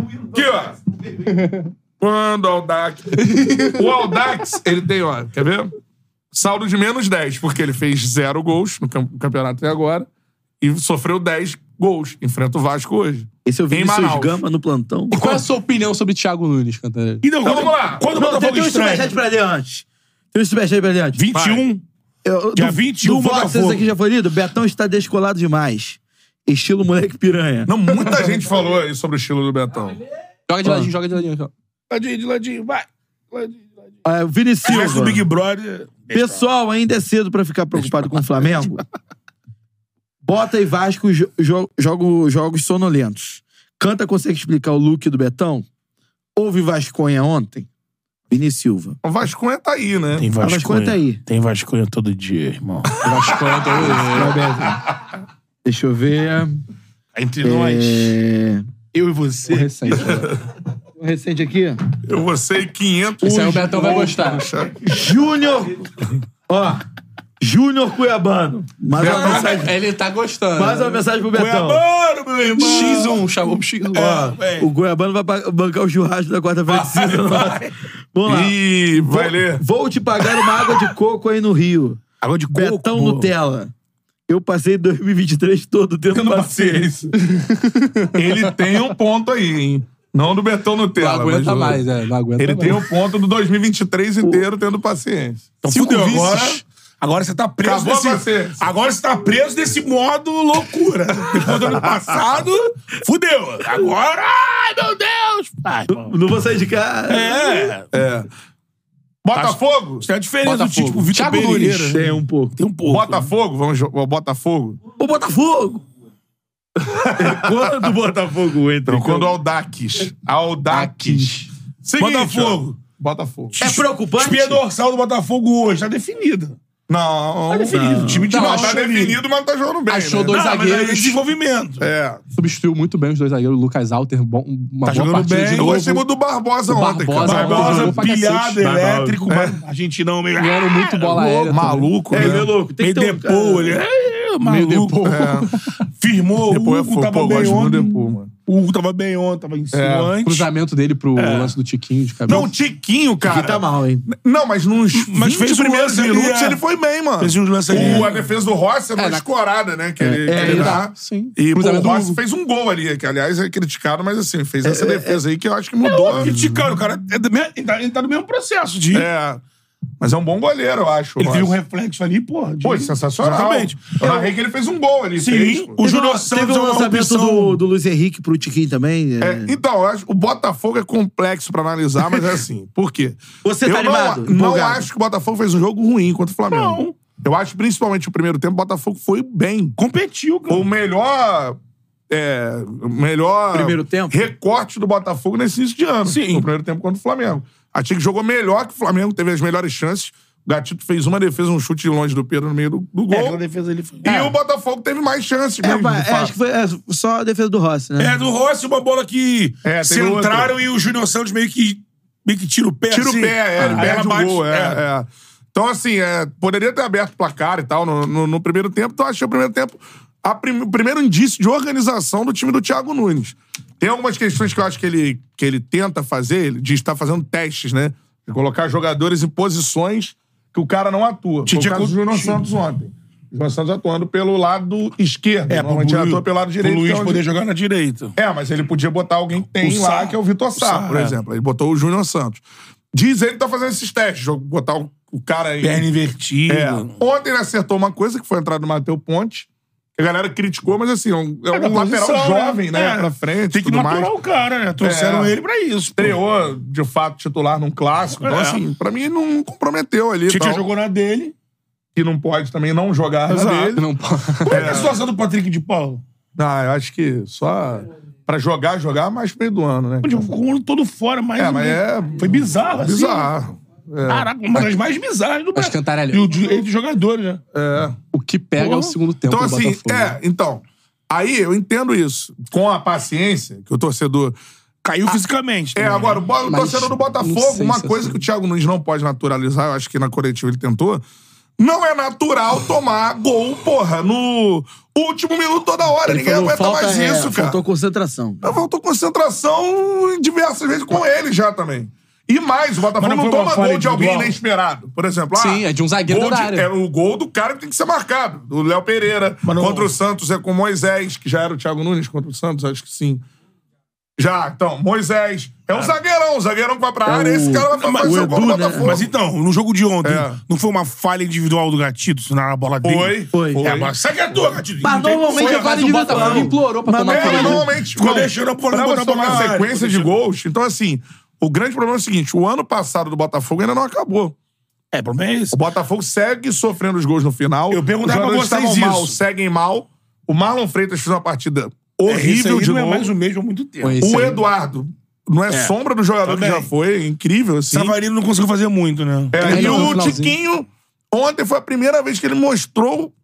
Aqui, ó. Quando o Aldax. O Aldax, ele tem, ó, quer ver? Saldo de menos 10, porque ele fez zero gols no cam- campeonato até agora e sofreu 10 gols. Enfrenta o Vasco hoje.
Esse eu vi
Em
em seus
Manaus.
gama no plantão.
Qual é a sua opinião sobre Thiago Nunes, Cantarelli?
Então,
Então,
quando,
vamos lá.
quando o
Não, tem,
Botafogo
tem um
estranha.
superchat pra ler antes. Tem um superchat pra ler antes.
21.
Eu,
Dia
do-
21,
do Vox,
Botafogo.
esse aqui já foi lido? Betão está descolado demais. Estilo moleque piranha.
Não, muita gente falou aí sobre o estilo do Betão.
Joga de ladinho, joga de ladinho. joga.
Ladinho, de ladinho, vai. Ladinho.
Ah, o Vini
Se tivesse
Silva.
o Big Brother.
Pessoal, ainda é cedo pra ficar preocupado com o Flamengo. Bota e Vasco jo jo- jogo- jogos sonolentos. Canta consegue explicar o look do Betão? Houve Vasconha ontem? Vini Silva.
O Vasconha tá aí, né?
Tem
Vasconha. Vasconha tá aí.
Tem Vasconha todo dia, irmão.
Vasconha todo dia.
Deixa eu ver.
Entre
É...
eu e
O
você.
recente. né?
um Recente aqui.
Eu vou ser 500.
Esse aí o Betão vai gostar.
Júnior. Ó. Júnior Cuiabano. Mais uma
Betão.
mensagem.
Ele tá gostando.
Mais uma mensagem pro Betão.
Mano, meu irmão.
X1, chamou pro X1.
Ó, é.
O Goiabano vai pa- bancar o churrasco da quarta-feira de cinza. Vamos lá.
Ih, vai ler.
Vou te pagar uma água de coco aí no Rio.
Água de coco.
Betão Nutella. Eu passei 2023 todo tendo paciência.
Ele tem um ponto aí, hein? Não do Betão
Não
Nutella.
aguenta
mas-
mais, é. Não aguenta
Ele
mais.
tem um ponto do 2023 inteiro tendo paciência.
Então
Cinco
fudeu
vices.
agora. Agora você tá preso
Acabou a
desse...
paciência.
Agora você tá preso desse modo loucura. Depois do ano passado, fudeu. Agora, ai meu Deus! Ai, irmão.
Não vou sair de casa.
é,
Botafogo?
isso é a diferença do
Botafogo.
tipo Vitor
Thiago
Pereira.
Nunes.
Tem um pouco.
Tem um pouco.
Botafogo? Vamos jo- o Botafogo?
O Botafogo! Quando o Botafogo
Então,
entra. em
quando o
campo-
Aldax. Aldax. Seguinte,
Botafogo.
ó. Botafogo.
É preocupante?
Espinha dorsal do Botafogo hoje, tá definida.
Não.
Tá definido. O time de
Não,
mal
acho
Tá definido, mas tá jogando bem.
Achou
né?
dois
Não, mas aí é
zagueiros.
desenvolvimento.
É.
um- Substituiu muito bem os dois zagueiros. O Lucas Alter, bom, uma
Tá
boa
jogando
partida
bem.
de
Eu
novo.
gostei muito do Barbosa
O
ontem,
Barbosa
cara.
ontem
Barbosa,
jogou pra cacete.
pilhado,
Barbosa.
elétrico, mas argentinão meio...
E era muito bola aérea.
Maluco,
É,
né?
meu louco. Tem
Meio
que ter um cara-
depô, ele... É, maluco.
depô.
É. Firmou,
Depois é
o Hugo
fogo.
tava
Pô, eu
bem
gosto muito do
ontem.
Depô, mano.
O Hugo tava bem ontem, tava em cima
É,
também.
antes.
Cruzamento dele pro lance do Tiquinho de cabeça.
Não, o Tiquinho, cara.
Tá mal, hein?
Não, mas nos
mas
20
fez os
primeiros
lances ali,
minutos
é.
ele foi bem, mano.
Fez uns lances ali.
o, a defesa do Rossi é uma
É, na-
escorada, né? Que ele,
é,
que ele
é,
dá.
sim.
E pô,
Cruzamento
o
do
Rossi
Hugo.
fez um gol ali, que aliás é criticado, mas assim, fez essa defesa aí que eu acho que mudou.
Criticando, o cara é do mesmo- ele tá- ele tá no mesmo processo de...
É. Mas é um bom goleiro, eu acho. é. o
Ele teve um
Rossi.
reflexo ali, porra. de-
Pô, sensacional.
Exatamente.
Eu narrei que ele fez um gol ali.
Sim,
fez, pô.
o
Teve
Júnior
um-
Santos
Teve
é
um
uma
lançamento
opção-
do, do Luiz Henrique pro Tiquinho também. é.
É, então, eu acho, o Botafogo é complexo pra analisar, mas é assim. Por quê?
Você
eu
tá
não,
animado,
Não
empolgado?
acho que o Botafogo fez um jogo ruim contra o Flamengo. Eu acho que principalmente o primeiro tempo, o Botafogo foi bem.
Competiu,
cara. O melhor. É, o melhor
Primeiro tempo?
recorte do Botafogo nesse início de ano. Sim. No primeiro tempo contra o Flamengo. Achei que jogou melhor que o Flamengo, teve as melhores chances. O Gatito fez uma defesa, um chute de longe do Pedro no meio do, do gol.
a defesa ali foi...
E o Botafogo teve mais chances
É,
mesmo,
mas-
de
é,
fato.
acho que foi é, só a defesa do Rossi, né?
É, do Rossi, uma bola que
É,
se
teve outra.
entraram e o Júnior Santos meio que, meio que tira o pé.
Tira o
assim.
pé, é, ele
Aí ela
perde o
bate-
gol. É, é. Então, assim, é, poderia ter aberto o placar e tal no, no- no primeiro tempo. Então, eu achei o primeiro tempo a prim- o primeiro indício de organização do time do Thiago Nunes. Tem algumas questões que eu acho que ele, que ele tenta fazer, ele diz que tá fazendo testes, né? De colocar jogadores em posições que o cara não atua. Foi o
Tite
caso do
Cu-
Júnior Santos ontem. O Júnior Santos atuando pelo lado esquerdo.
É,
normalmente
pro
ele
Lu-
atua um pelo lado
pro
direito. que
Luiz
é onde-
poder jogar na direita.
É, mas ele podia botar alguém que tem
O
lá,
Sá.
que é o Vitor Sá,
O Sá,
por
é.
exemplo. Ele botou o Júnior Santos. Diz ele que tá fazendo esses testes, jogo- botar o, o cara aí.
Perna invertida.
É. Ontem ele acertou uma coisa, que foi a entrada do Matheus Ponte. A galera criticou, mas assim, é um, é um
da
lateral
posição,
jovem, né?
É.
Pra frente,
Tem que
tudo
maturar
mais.
o cara, né? Trouxeram
É.
ele pra isso. pô.
Estreou, de fato, titular num clássico. Então,
É.
assim, pra mim não comprometeu ali. e
Tite
tal.
jogou na dele.
Que não pode também não jogar na
Exato.
dele.
Não pode.
Como é que é a situação do Patrick de Paulo?
Ah, eu acho que só pra jogar, jogar mais pro meio do ano, né?
Eu digo, Ficou o ano todo fora, mas.
É, mas é
Foi bizarro, assim.
bizarro. É.
Caraca, uma das mais bizarras do
Mas
Brasil.
Cantarelli,
E o de- entre os jogadores, né?
É.
o que pega é o segundo tempo
Então,
do
assim,
Botafogo. né?
é, então. Aí eu entendo isso. Com a paciência que o torcedor.
Caiu fisicamente.
É,
também,
agora, o
né?
bo- o
Mas
torcedor do
não
Botafogo,
sei
uma
se é
coisa
assim.
que o Thiago Nunes não pode naturalizar, eu acho que na coletiva ele tentou. Não é natural tomar gol, porra, no último minuto toda hora.
Ele
Ninguém
falou,
aguenta
falta,
mais
é,
isso, cara.
Faltou concentração.
Mas Faltou concentração diversas vezes com ele já também. E mais, o Botafogo
Mas
não,
não foi uma
toma
falha
gol de alguém
individual?
inesperado. Por exemplo, ah,
Sim, é de um zagueiro
gol
da
de-
área.
É o gol do cara que tem que ser marcado. Do Léo Pereira.
Mas não-
Contra o Santos é com o Moisés, que já era o Thiago Nunes contra o Santos, acho que sim. Já, então, Moisés. É
Ah.
um zagueirão, um zagueirão que vai
É
pra área. Esse cara vai fazer o gol do Botafogo.
Mas então, no jogo de ontem,
É.
não foi uma falha individual do Gatito na bola dele?
Foi.
Foi.
É, mas sai que é tua, Gatito.
Mas
Não tem-
normalmente
foi,
é
mas
vale
o
de
Botafogo implorou pra tomar
É,
Mas,
normalmente.
Ficou
não,
deixando a bola
tava
botar a bola
tomando
na área,
sequência
ficou
de
deixando-
gols. Então, assim, o grande problema é o seguinte: o ano passado do Botafogo ainda não acabou.
É, pelo menos é esse.
O Botafogo segue sofrendo os gols no final.
Eu perguntava
Os jogadores
pra vocês
estavam mal,
isso.
seguem mal. O Marlon Freitas fez uma partida
Isso
horrível
aí
de
não
novo.
é mais o mesmo há muito tempo.
Foi. Isso
O
aí.
Eduardo não é, sombra do jogador
Também.
que já foi, é incrível assim.
Savarino não conseguiu fazer muito, né?
É,
Ele
e
entrou no
o
finalzinho.
Tiquinho, ontem foi a primeira vez que ele mostrou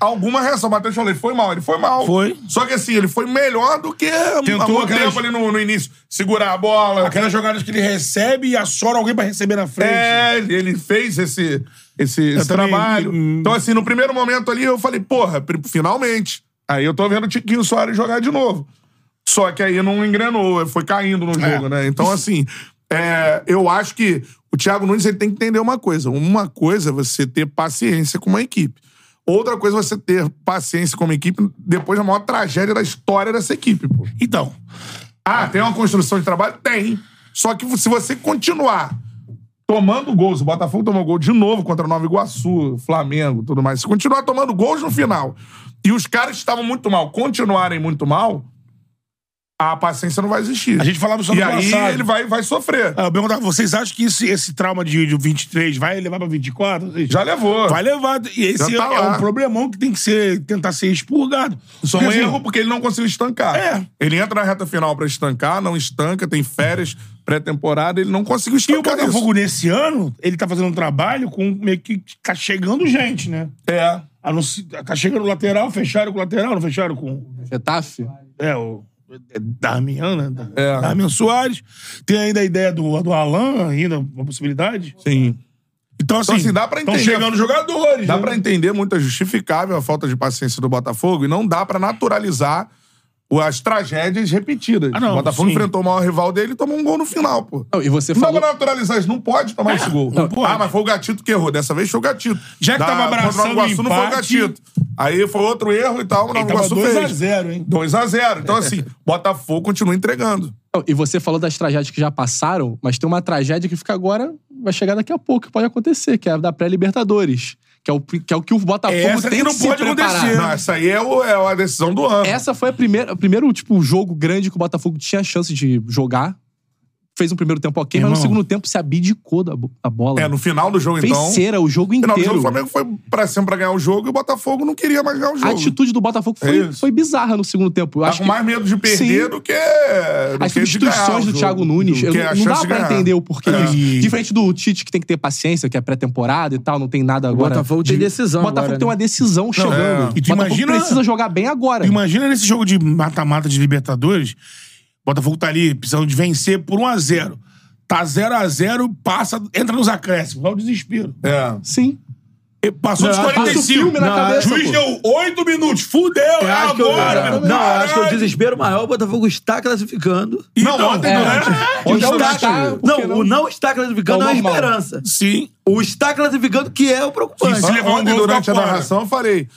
alguma reação. O Matheus falou, ele foi mal, ele foi mal.
Foi.
Só que assim, ele foi melhor do que há
Tentou
muito
aquelas-
tempo ali no, no início. Segurar a bola.
é Aquelas jogadas que ele recebe e assora alguém pra receber na frente.
É, ele ele fez esse, esse, esse
também-
trabalho.
Hum.
Então, assim, no primeiro momento ali, eu falei, porra, pri- finalmente. Aí eu tô vendo o Tiquinho Soares jogar de novo. Só que aí não engrenou, foi caindo no jogo, né? Então, assim, é, eu acho que o Thiago Nunes ele tem que entender uma coisa. Uma coisa é você ter paciência com uma equipe. Outra coisa é você ter paciência com uma equipe depois da maior tragédia da história dessa equipe, pô.
Então,
Ah, tem uma construção de trabalho? Tem. Só que se você continuar tomando gols, o Botafogo tomou gol de novo contra o Nova Iguaçu, Flamengo, tudo mais. Se continuar tomando gols no final e os caras estavam muito mal, continuarem muito mal, a paciência não vai existir.
a gente falava sobre
e
o
aí
passado.
ele vai, vai sofrer.
Ah, Eu perguntava, vocês acham que esse, esse trauma de, de 23 vai levar pra 24? Vocês-
Já levou.
Vai levar. E esse
Já tá
é
lá.
um problemão que tem que ser, tentar ser expurgado.
Só um
Porque, assim,
erro porque ele não conseguiu estancar.
É.
Ele entra na reta final pra estancar, não estanca, tem férias, pré-temporada, ele não conseguiu
E o
estancar.
Botafogo, nesse ano, ele tá fazendo um trabalho com meio que tá chegando gente, né?
isso. É.
A não se- tá chegando o lateral, fecharam com o lateral, não fecharam com.
Getafe?
É, o. É Darmian, né? Da-
É.
Darmian Soares. Tem ainda a ideia do, do Alan, ainda, uma possibilidade.
Sim.
Então, assim,
assim, dá pra
tão
entender.
chegando jogadores.
Dá
né?
pra entender muito, é justificável a falta de paciência do Botafogo e não dá pra naturalizar o- as tragédias repetidas.
Ah, não,
o Botafogo
sim.
enfrentou o maior rival dele e tomou um gol no final, pô.
Não, e você
Não dá
falou...
pra naturalizar isso, não pode tomar esse gol.
não pode.
Ah, mas foi o Gatito que errou. Dessa vez foi o Gatito.
Já que tava
contra o
abraçando
Nova Iguaçu,
o
não foi o
empate.
Gatito. Aí foi outro erro e tal, o Nova
Ele tava
Iguaçu
2x0,
fez.
hein?
2x0. Então, assim, Botafogo continua entregando.
Não, E você falou das tragédias que já passaram, mas tem uma tragédia que fica agora, vai chegar daqui a pouco, que pode acontecer, que é a da pré-Libertadores. Que é, o, pri- que é o que o Botafogo
Essa
tem
que não
se
pode
preparar.
acontecer.
Não, essa aí é, o- é a decisão do ano.
Essa foi a primeira, o primeiro tipo, jogo grande que o Botafogo tinha chance de jogar. fez um primeiro tempo ok,
Meu
mas no
irmão.
segundo tempo se abdicou da bo- a bola.
É, no final do jogo,
fez
então.
cera o jogo
no
inteiro.
final do jogo, o Flamengo foi pra cima pra ganhar o jogo e o Botafogo não queria mais ganhar o jogo.
A atitude do Botafogo
É
foi,
isso.
foi bizarra no segundo tempo. Eu
Tá
acho
com
que-
mais medo de perder
Sim.
do que. do
As
que de ganhar
substituições
o
do
jogo,
Thiago Nunes,
do
eu
que
não-
a
não
chance
dá
de
pra
ganhar.
entender o porquê.
É.
disso. Diferente do Tite, que tem que ter paciência, que é pré-temporada e tal, não tem nada agora.
Botafogo tem decisão
Botafogo
agora,
tem
né?
uma decisão chegando.
é. E tu
Botafogo
imagina-
precisa jogar bem agora.
Tu Imagina nesse jogo de mata-mata de Libertadores, Botafogo tá ali precisando de vencer por 1x0. Tá 0x0, passa, entra nos acréscimos. Vai o desespero.
É.
Sim.
E passou dos
Não, passa o
45.
filme na cabeça,
Juiz
pô.
deu 8 minutos. Fudeu, é
Eu acho que eu-
agora. meu
não, eu acho que o
caralho.
desespero maior, é o Botafogo está classificando.
Então,
Não, ontem
é.
não, né?
O
não
está-
está, por
não,
que não?
o não está classificando
É o
é a
normal.
esperança.
Sim.
O está classificando que é o preocupante.
Isso. Se levar um
Ontem,
gol,
durante
tá
a
fora.
narração, eu falei.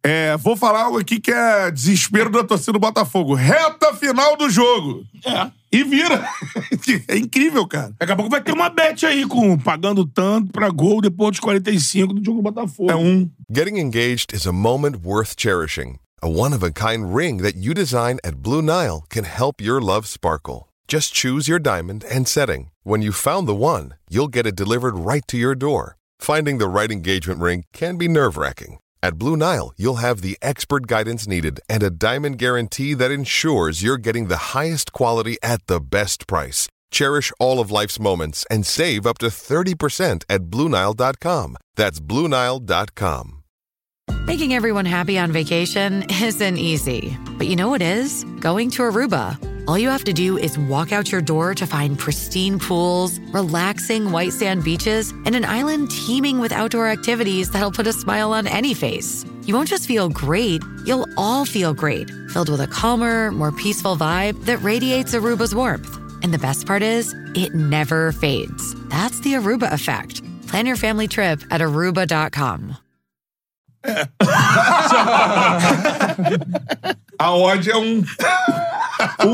é, vou falar algo aqui que é desespero da torcida do Botafogo. Reta final do jogo.
É.
E vira. é incrível, cara.
Daqui a pouco vai ter uma bet aí com pagando tanto pra gol depois dos 45 do jogo do Botafogo.
É um.
Getting engaged is a moment worth cherishing. A one of a kind ring that you design at Blue Nile can help your love sparkle. Just choose your diamond and setting. When you've found the one, you'll get it delivered right to your door. Finding the right engagement ring can be nerve wracking. At Blue Nile, you'll have the expert guidance needed and a diamond guarantee that ensures you're getting the highest quality at the best price. Cherish all of life's moments and save up to 30% at BlueNile.com. That's BlueNile.com.
Making everyone happy on vacation isn't easy, but you know what is? Going to Aruba. All you have to do is walk out your door to find pristine pools, relaxing white sand beaches, and an island teeming with outdoor activities that'll put a smile on any face. You won't just feel great, you'll all feel great, filled with a calmer, more peaceful vibe that radiates Aruba's warmth. And the best part is, it never fades. That's the Aruba effect. Plan your family trip at aruba.com.
A odd é um.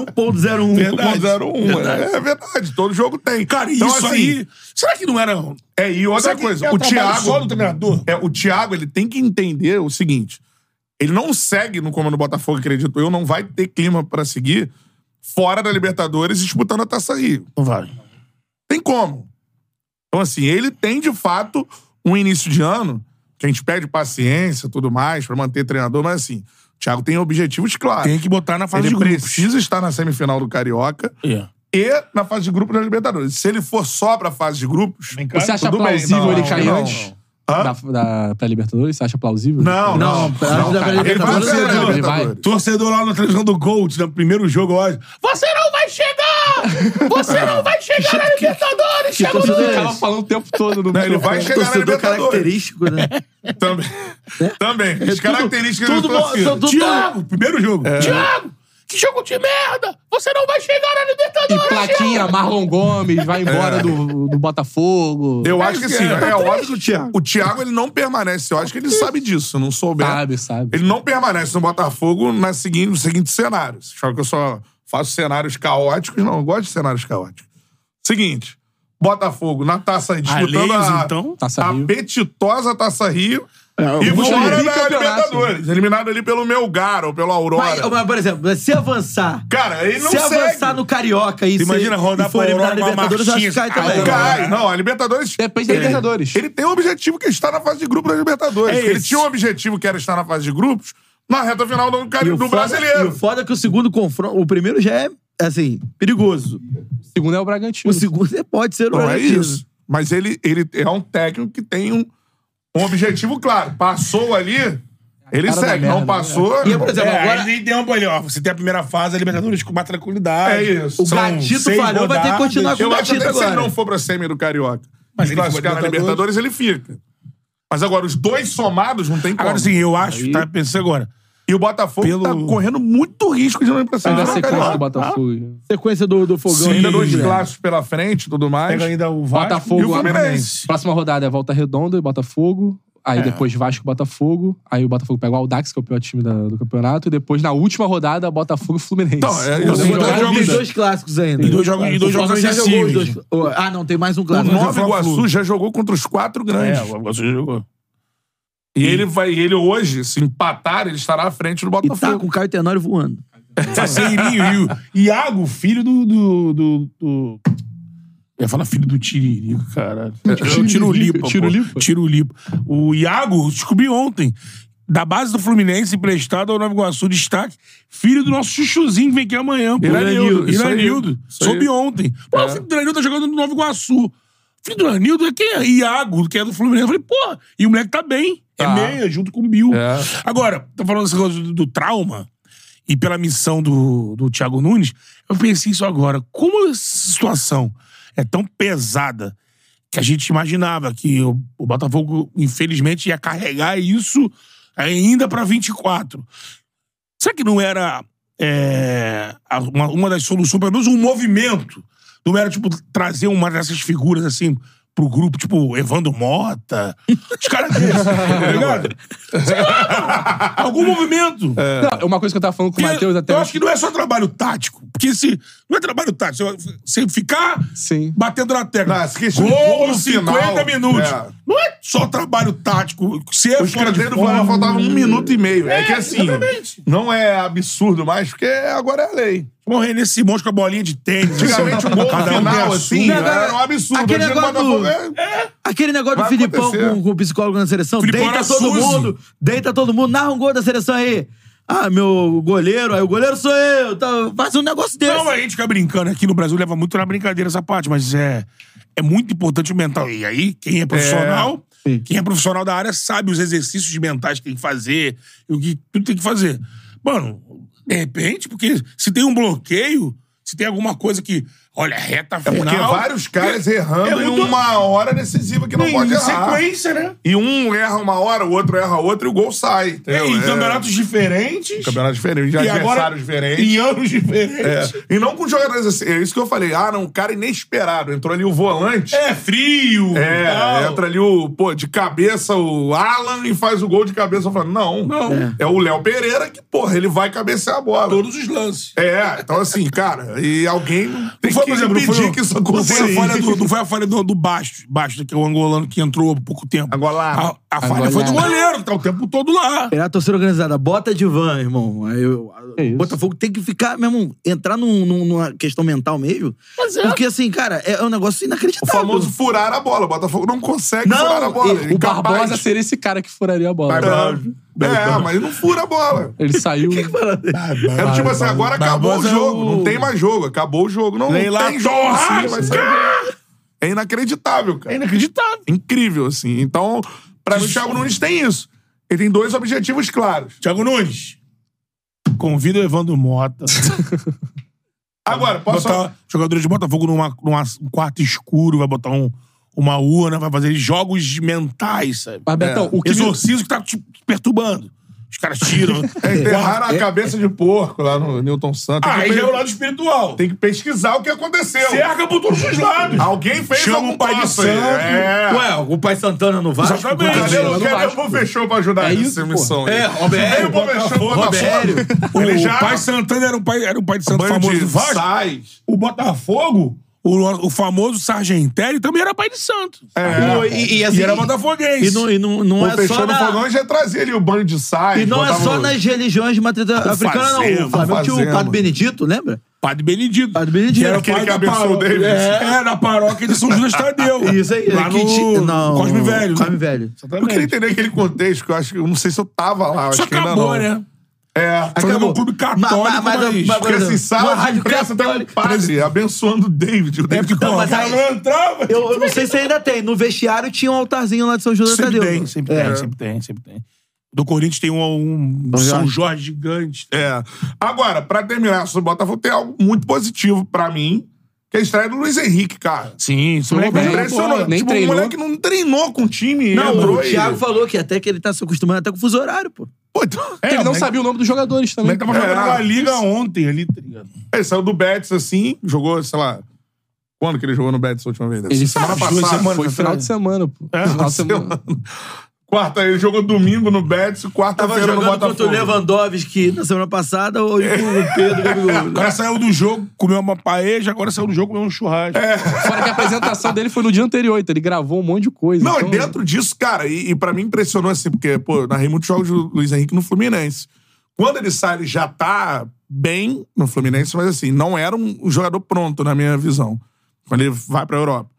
1.01.
Verdade.
1.01. É, é verdade, todo jogo tem.
Cara, e
Então,
isso
assim,
aí. Será que não era. um?
É, e outra
Será que
coisa,
é
o
trabalho só
Thiago.
do treinador?
É, o Thiago, ele tem que entender o seguinte: ele não segue no comando do Botafogo, acredito eu, não vai ter clima pra seguir fora da Libertadores disputando a Taça Rio.
Não vai.
Tem como. Então, assim, ele tem de fato um início de ano que a gente pede paciência e tudo mais pra manter treinador, mas assim, o Thiago tem objetivos claros.
Tem que botar na fase
ele
de grupos.
precisa estar na semifinal do Carioca
É.
e na fase de grupos da Libertadores. Se ele for só pra fase de grupos,
Vem cá.
Você acha
Tudo bem,
plausível
não,
ele cair
não.
antes
Hã?
da, da pré-Libertadores? Você acha plausível?
Não, não.
Não, pra-
não,
da
cara. Ele vai
Libertadores,
ser
ele
da
vai.
Libertadores.
Torcedor lá na televisão do Gold, no primeiro jogo, olha. Você não vai chegar! Você não vai chegar na Libertadores!
é Que
Chega
torcedor é
no
Ficava
esse?
falando o tempo todo no
Não, ele vai
microfone.
chegar na
Torcedor
Libertadores.
característico, né?
Também. Também. As
É tudo-
características É.
tudo
da
bom-
torcida.
tudo-
Thiago, primeiro jogo. Thiago, que jogo de merda! Você não vai chegar na Libertadores!
E plaquinha, Marlon Gomes, vai embora do, do Botafogo.
É. Eu acho que assim, é óbvio que o
Thiago.
Thiago, o Thiago ele não permanece. Eu acho que ele sabe disso. Se não souber,
Sabe, sabe.
ele não permanece no Botafogo na seguinte, no seguinte cenário. Vocês acham que eu só faço cenários caóticos? Não, eu gosto de cenários caóticos. Seguinte, Botafogo na Taça disputando
Ah, Leis,
a,
então?
Taça
a
Rio.
apetitosa Taça Rio e
vou
fora
chamar
da
bicampeonato.
Libertadores. Eliminado ali pelo Melgar ou pelo
Mas,
Aurora.
mas, por exemplo, se avançar.
Cara, ele não
se
segue.
avançar no Carioca e se-
Imagina rodar
e for
pra
eliminar a
Europa,
Libertadores, eu acho que cai
Martins,
também.
Cai. Não, a Libertadores.
Depende da
ele-
Libertadores.
Ele tem um objetivo que é estar na fase de grupos da Libertadores.
É
ele
esse.
tinha um objetivo que era estar na fase de grupos na reta final do, Cari-
E o
do
foda- E o
brasileiro.
foda é que o segundo confronto. O primeiro já é, assim, perigoso.
O segundo é o Bragantino.
O segundo é- pode ser o
Não é
Bragantino.
isso. Mas ele, ele é um técnico que tem um, um objetivo claro. Passou ali, ele
cara da
segue.
merda, né?
Não passou.
E, por exemplo,
É,
agora.
agora... ele deu pra ele, ó. Você tem a primeira fase, a Libertadores com uma tranquilidade.
É isso.
O
São
Gatito
seis
falhou, vai ter que continuar
rodadas.
com o
eu acho
Gatito
até que se ele
agora.
não for pra semi do Carioca
Mas
mas
ele
classificar na
foi
Libertadores,
Libertadores.
ele fica. Mas agora, os dois somados não tem como.
Agora sim, eu acho, tá? Pensei agora.
E o Botafogo
Pelo-
tá correndo muito risco de não ir pra
Ainda
semi
a
do
sequência do
Carioca.
Botafogo.
Sequência do, do Fogão.
Sim, ainda dois
né?
clássicos pela frente e tudo mais.
Pega ainda o
e
Vasco.
o
Botafogo.
Fluminense. É.
Próxima rodada é Volta Redonda e Botafogo. Aí depois Vasco e Botafogo. Aí o Botafogo pega o Aldax, que é o pior time da- do campeonato. E depois, na última rodada, Botafogo e Fluminense.
Então, é,
Ou
eu
seja,
lembro
jogar
dois
Tem
jogos.
dois, clássicos ainda.
E dois jogos- e dois
O
jogos
Flamengo já jogou os
acessíveis.
dois- Ah, não, tem mais um
O
clássico.
Nova
Fla-Flu.
Iguaçu já jogou contra os quatro grandes.
você jogou.
E ele vai, ele hoje, se empatar, ele estará à frente do
E tá com
Botafogo.
o Caio
Tá
Tenório voando.
Faceirinho. E o Iago, filho do, do, do, do Eu ia falar filho do Tiririca, caralho. É o Tirulipa.
Tirulipa?
pô. Tirulipa. O Iago descobri ontem. Da base do Fluminense, emprestado ao Nova Iguaçu, destaque. Filho do nosso chuchuzinho que vem aqui amanhã. pô.
Iranildo, isso aí.
Iranildo.
Isso aí.
Soube ontem. Pô, o filho do Iranildo tá jogando no Nova Iguaçu. Filho do Iranildo é quem é? Iago, que é do Fluminense. Eu falei, pô, e o moleque tá bem. É
Tá.
meia, junto com o Bill.
É,
Agora, tá falando essa coisa do, do trauma e pela missão do, do Thiago Nunes, eu pensei isso agora. Como essa situação é tão pesada que a gente imaginava que o, o Botafogo, infelizmente, ia carregar isso ainda pra 24. Será que não era é, a- uma, uma das soluções, pelo menos um movimento? Não era, tipo, trazer uma dessas figuras assim pro grupo, tipo, Evandro Mota? Os caras desses, tá ligado? Sei lá, Algum movimento.
Não, é uma coisa que eu tava falando com o Matheus até.
Eu acho que não é só trabalho tático. Porque se. Não é trabalho tático. Você ficar batendo na tecla.
Não, se questiona- gol
Gol
no
nos 50
final,
minutos.
é.
Não é só trabalho tático. Você é
Os
fora de
escanteio do
forma.
Flamengo faltava um minuto e meio. É,
É,
que assim,
exatamente.
não é absurdo mais, porque agora é a lei.
Morrer nesse monte com a bolinha de tênis.
Antigamente o gol
Cada
no
um tem a
final,
sua.
assim,
Não, agora-
era um absurdo.
aquele
Hoje o
negócio do-
Botafogo é-
Aquele negócio do
Vai
Filipão
acontecer.
com, com o psicólogo na seleção.
Filipão
deita
era
todo
Suzy.
mundo, deita todo mundo, narra um gol da seleção aí. Ah, meu goleiro, aí o goleiro sou eu. Tá, faz um negócio desse.
Não, a gente fica brincando aqui no Brasil, leva muito na brincadeira essa parte, mas é, é muito importante o mental. E aí, quem é profissional, quem é profissional da área sabe os exercícios mentais que tem que fazer e o que tudo tem que fazer. Mano, de repente, porque se tem um bloqueio, se tem alguma coisa que, olha, reta
É
final...
porque vários caras
é-
errando
é
em
muito-
uma hora decisiva que não
Em
pode errar.
sequência, né?
E um erra uma hora, o outro erra outra e o gol sai.
É,
entendeu?
em
É.
campeonatos diferentes.
Campeonatos diferentes, de
E agora,
adversários diferentes.
em anos diferentes.
É. E não com jogadores assim. É isso que eu falei. Ah, não, um cara inesperado. Entrou ali o volante.
É, frio.
É,
tal.
entra ali o, pô, de cabeça o Alan e faz o gol de cabeça. Eu falo, não.
Não.
É, o Léo Pereira que, porra, ele vai cabecear a bola.
Todos os lances.
É, então assim, cara, e alguém tem
Não foi,
que
por exemplo, não
impedir
foi,
que isso
não foi a
aconteça.
falha do, não foi a falha do, do Bastos, Bastos, que é o angolano que entrou há pouco tempo.
Angolano.
A, a falha foi do goleiro, que tá o tempo todo lá.
Esperar a torcida organizada. Bota de van, irmão. Aí eu- o Botafogo tem que ficar, meu irmão, entrar num- num- numa questão mental mesmo.
Mas é.
Porque, assim, cara, é, é um negócio
O
inacreditável.
famoso furar a bola. O Botafogo não consegue
Não,
furar a bola.
e-
Ele é
O
incapaz.
Barbosa seria esse cara que furaria a bola.
Vai, Bravo. É, mas não fura a bola.
Ele saiu.
Era tipo assim, agora acabou o
Barbosa é
jogo.
o-
Não tem mais jogo. Acabou o jogo. Não, não
Leila
tem jogo.
Torres,
assim, vai sair. É inacreditável, cara.
É inacreditável.
Incrível, assim. Então, pra mim, o Thiago Nunes tem isso. Ele tem dois objetivos claros.
Thiago Nunes. Convida o Evandro Mota.
Agora, posso...
botar jogadores de Botafogo numa, numa- um quarto escuro, vai botar um, uma urna, vai fazer jogos mentais, sabe?
Mas, Betão, o que-
Exorcismo que tá te perturbando. Os caras tiram.
É, enterraram a cabeça de porco lá no Newton Santos.
Ah,
Tem que
aí
pe-
é o lado espiritual.
Tem que pesquisar o que aconteceu.
Cerca por todos os lados.
Alguém fez
Chama
algum
o pai de
troço aí.
santo.
É.
Ué, o pai Santana no Vasco?
Exatamente.
Cadê
Cadê
o-
o
cadê
Kevin fechou pra ajudar
É
nessa
isso,
missão?
pô. É, Robério,
Veio o Bofechou do
Robério.
Botafogo. Ele
O
já...
pai Santana era um pai, era um pai de santo
Banho
famoso
de
do Vasco.
sais.
O Botafogo, o, o famoso Sargentelli, também era pai de santo.
É.
Pô, e- e assim-
né? era botafoguense.
E não, e não, não
O
é só
Peixoto
na-
no fogão já trazia ali o banho de sais.
E não é
botava
só
no-
nas religiões de matriz
Tá
africana, não.
Fazema,
O Flamengo tinha o
Fazema.
Padre Benedito, lembra?
Padre Benedito.
Padre Benedito.
Que era o
Aquele
pai
que
da
abençoou o
paróquia.
Davis.
É, na paróquia de São Judas Tadeu.
Isso aí. é
Lá
que ti-
no
Não,
Cosme Velho. né?
Cosme Velho.
Eu queria entender aquele contexto, que eu acho que eu não sei se eu tava lá, eu
Isso
acho que ainda
acabou,
não.
né?
É,
Acabou. um clube católico,
Ma- ma-
mas...
mas- mas-
Porque assim,
Uma
sala de
rádio
imprensa tem um
católica.
padre abençoando o David. O David
Não, mas aí-
não entrava.
Eu, eu não sei se ainda tem. No vestiário tinha um altarzinho lá de São José
Sempre
Tadeu.
tem, sempre
É.
tem, sempre tem, sempre tem. Do Corinthians tem um, um
São
São Jorge gigante.
É. Agora, pra terminar sobre o Botafogo, tem algo muito positivo pra mim, que é a estreia do Luiz Henrique, cara.
Sim, isso
O moleque
bem,
me impressionou.
pô, nem
tipo,
treinou.
o moleque não treinou com o time.
Não,
entrou
o
e-
Thiago falou que até que ele tá se acostumando até com o fuso horário, pô.
Pô, então-
Ele não
mas-
sabia o nome dos jogadores também.
Ele tava jogando
É.
na liga ontem ali, tá ligado?
Ele saiu do Betis assim, jogou, sei lá. Quando que ele jogou no Betis a última vez?
Ele
semana
faz duas
passada.
semanas.
Foi
atrás.
final de semana, pô.
É,
Final de
Semana.
semana.
Quarta, ele jogou domingo no Betis,
Tava
quarta-feira no
jogando contra o
Botafogo.
Lewandowski na semana passada ou com o Pedro Gabigol.
O cara saiu do jogo, comeu uma paeja, agora saiu do jogo, comeu um churrasco.
É,
Fora que a apresentação dele foi no dia anterior, então ele gravou um monte de coisa.
Não,
então-
e dentro disso, cara, e, e pra mim impressionou assim, porque, pô, eu narrei muitos jogos do Luiz Henrique no Fluminense. Quando ele sai, ele já tá bem no Fluminense, mas assim, não era um, um jogador pronto, na minha visão. Quando ele vai pra Europa.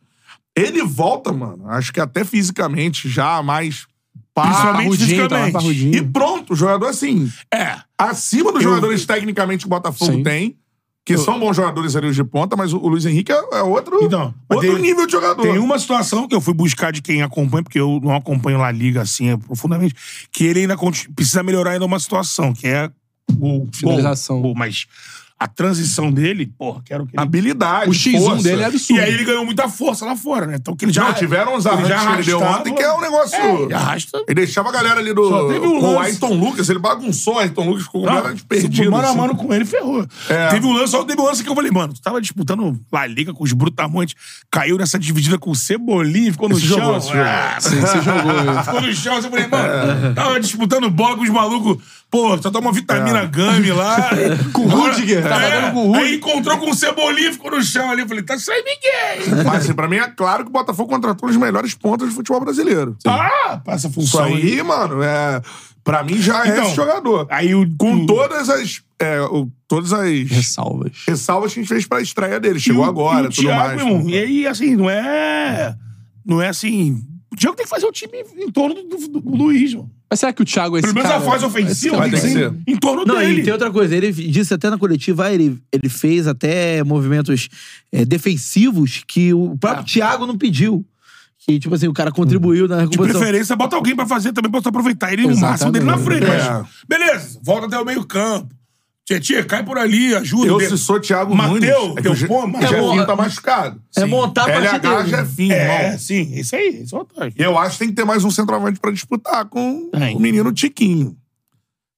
Ele volta, mano, acho que até fisicamente já mais. pá,
Principalmente
parrudinho,
fisicamente.
tá mais parrudinho. E pronto, o jogador assim.
É.
Acima dos jogadores tecnicamente que o Botafogo tem, que são bons jogadores ali os de ponta, mas o, o Luiz Henrique é, é outro,
Mas
outro
tem-
nível de jogador.
Tem uma situação que eu fui buscar de quem acompanha, porque eu não acompanho La Liga assim é, profundamente, que ele ainda conti- precisa melhorar ainda uma situação, que é o finalização. mas a transição dele, porra, quero que ele...
Habilidade,
O X1
força.
dele é absurdo. E aí ele ganhou muita força lá fora, né? Então que ele já
Não, tiveram uns arranques que ele deu
arrastava-
ontem, que é um negócio.
É, ele arrasta.
Ele deixava a galera ali do.
Só teve um
com o
lance.
Ayrton Lucas, ele bagunçou o Ayrton Lucas, ficou
Não,
completamente perdido.
Tá? Mano
assim.
a mano com ele, ferrou.
É.
Teve um lance, só teve um lance que eu falei, mano, tu tava disputando La Liga com os Brutamontes, caiu nessa dividida com o Cebolinha, ficou no
Você
chão.
jogou, você jogou.
Ah,
é Sim, você jogou, né?
ficou no chão, você falei,
É.
mano, tava disputando bola com os malucos. Pô, só toma vitamina
É.
Gami lá.
Com o Rudiger.
É,
Tava jogando com o
Aí encontrou com o Cebolinha, ficou no chão ali. Eu falei, tá saindo ninguém.
Mas assim, pra mim é claro que o Botafogo contratou os melhores pontas do futebol brasileiro.
Ah, passa
Isso
função
aí,
aí.
mano, é, pra mim já é
Então,
esse jogador.
Aí o,
Com todas as. é, o- todas as. Ressalvas. Ressalvas que a gente fez pra estreia dele. Chegou agora,
e o
tudo
Thiago,
mais. né? tá?
irmão, e aí, assim, não é. Não é assim. O Thiago tem que fazer o time em torno do, do- do Luiz, mano.
Mas será que o Thiago é esse
Pelo menos
cara?
a fase ofensiva tem que ser em torno
Não,
dele.
e tem outra coisa. Ele disse até na coletiva, ah, ele, ele fez até movimentos é, defensivos que o próprio Thiago não pediu. Que, tipo assim, o cara contribuiu na
De
recuperação.
preferência, bota alguém pra fazer também, pra você aproveitar ele no máximo dele na frente. Mas,
É.
beleza, volta até o meio-campo. Tietchan, cai por ali, ajuda. né?
Eu, se sou Thiago
Mateus,
Nunes, é que
teu
o Je-
pô,
o Jefinho tá machucado. É montar a
LH
partida dele.
Jefinho,
É,
irmão. sim, isso aí. Isso é
E Eu acho que tem que ter mais um centroavante pra disputar com o menino Tiquinho.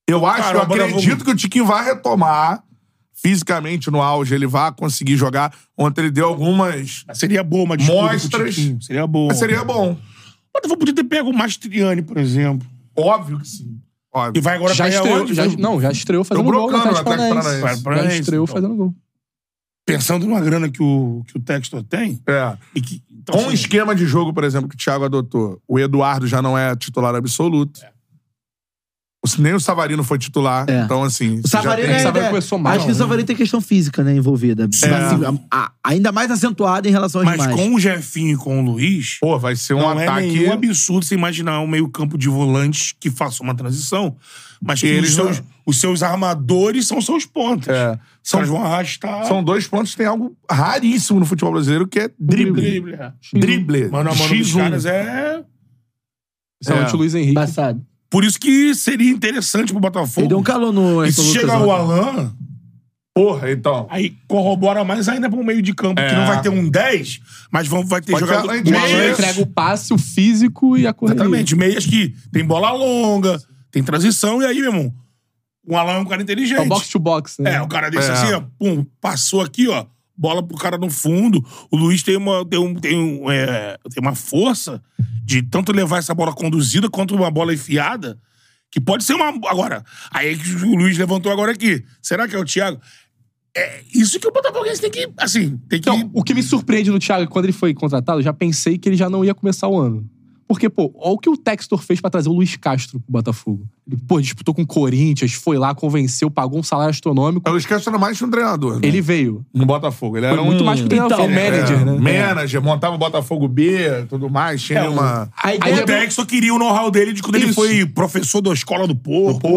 Eu acho,
Cara,
eu
o é Botafogo-
acredito que o Tiquinho vai retomar fisicamente no auge, ele vai conseguir jogar. Ontem ele deu algumas
Seria boa uma disputa com o
mostras.
Tiquinho, Seria boa.
Mas seria bom.
O Botafogo podia ter pego o Mastriani, por exemplo.
Óbvio que sim. Óbvio.
E vai agora
já
pra
estreou,
onde?
já,
Vai-
não, já estreou fazendo
Dobrou
gol no
cano no
Atlético
Atlético
Paranaense.
Paranaense.
Já
Paranaense,
estreou
então.
fazendo gol.
Pensando numa grana que o, que o Textor tem.
É.
E que, então,
Com o
assim,
esquema de jogo, por exemplo, que o Thiago adotou, o Eduardo já não é titular absoluto.
É.
O- Nem o Savarino foi titular. Então, assim.
É. O Savarino é, é, Acho que o Savarino tem questão física, né, envolvida.
É.
Assim, a- a- ainda mais acentuada em relação aos
Mas
demais.
com o Jefinho e com o Luiz.
Pô, vai ser um
não
ataque-
É nenhum absurdo você imaginar um meio-campo de volantes que faça uma transição, mas que
Eles
os, seus,
não-
os seus armadores são seus pontos. É. São, vão arrastar.
São dois pontos que tem algo raríssimo no futebol brasileiro, que é drible. um.
Drible, é.
Drible.
Mano a mano dos
X1.
caras é.
Principalmente o Luiz
é Henrique.
Passado.
Por isso que seria interessante pro Botafogo.
Ele deu um calor no
E
Ayrton
se
Lucas
chegar o
ontem.
Alan.
Porra, então.
Aí corrobora mais ainda pro meio de campo, que
É.
não vai ter um 10, mas vão, vai ter
Pode
jogador.
ter além disso. O Alan entrega o passe, o físico e a correria.
Exatamente. Meias que tem bola longa, tem transição, e aí, meu irmão, o Alan é um cara inteligente.
É o box to box, né?
É, o cara deixa
É.
assim, ó, pum, passou aqui, ó, bola pro cara no fundo. O Luiz tem uma, tem um, tem um, é, tem uma força de tanto levar essa bola conduzida quanto uma bola enfiada, que pode ser uma. Agora, aí que o Luiz levantou agora aqui. Será que é o Thiago? É isso que o Botafoguense tem que, assim, tem que.
Então, O que me surpreende no Thiago, é que quando ele foi contratado, eu já pensei que ele já não ia começar o ano. Porque, pô, olha o que o Textor fez pra trazer o Luiz Castro pro Botafogo. Ele, pô, disputou com o Corinthians, foi lá, convenceu, pagou um salário astronômico.
O Luiz Castro era mais que um treinador.
É.
né?
Ele veio.
No Botafogo. Ele
Foi
era
muito
um... É,
mais que um
então,
treinador, foi um
é,
manager, né?
Manager, montava o Botafogo B, tudo mais, tinha
É,
uma...
o- Aí o Dex só queria o know-how dele de quando ele
Isso.
foi professor da escola do Porto.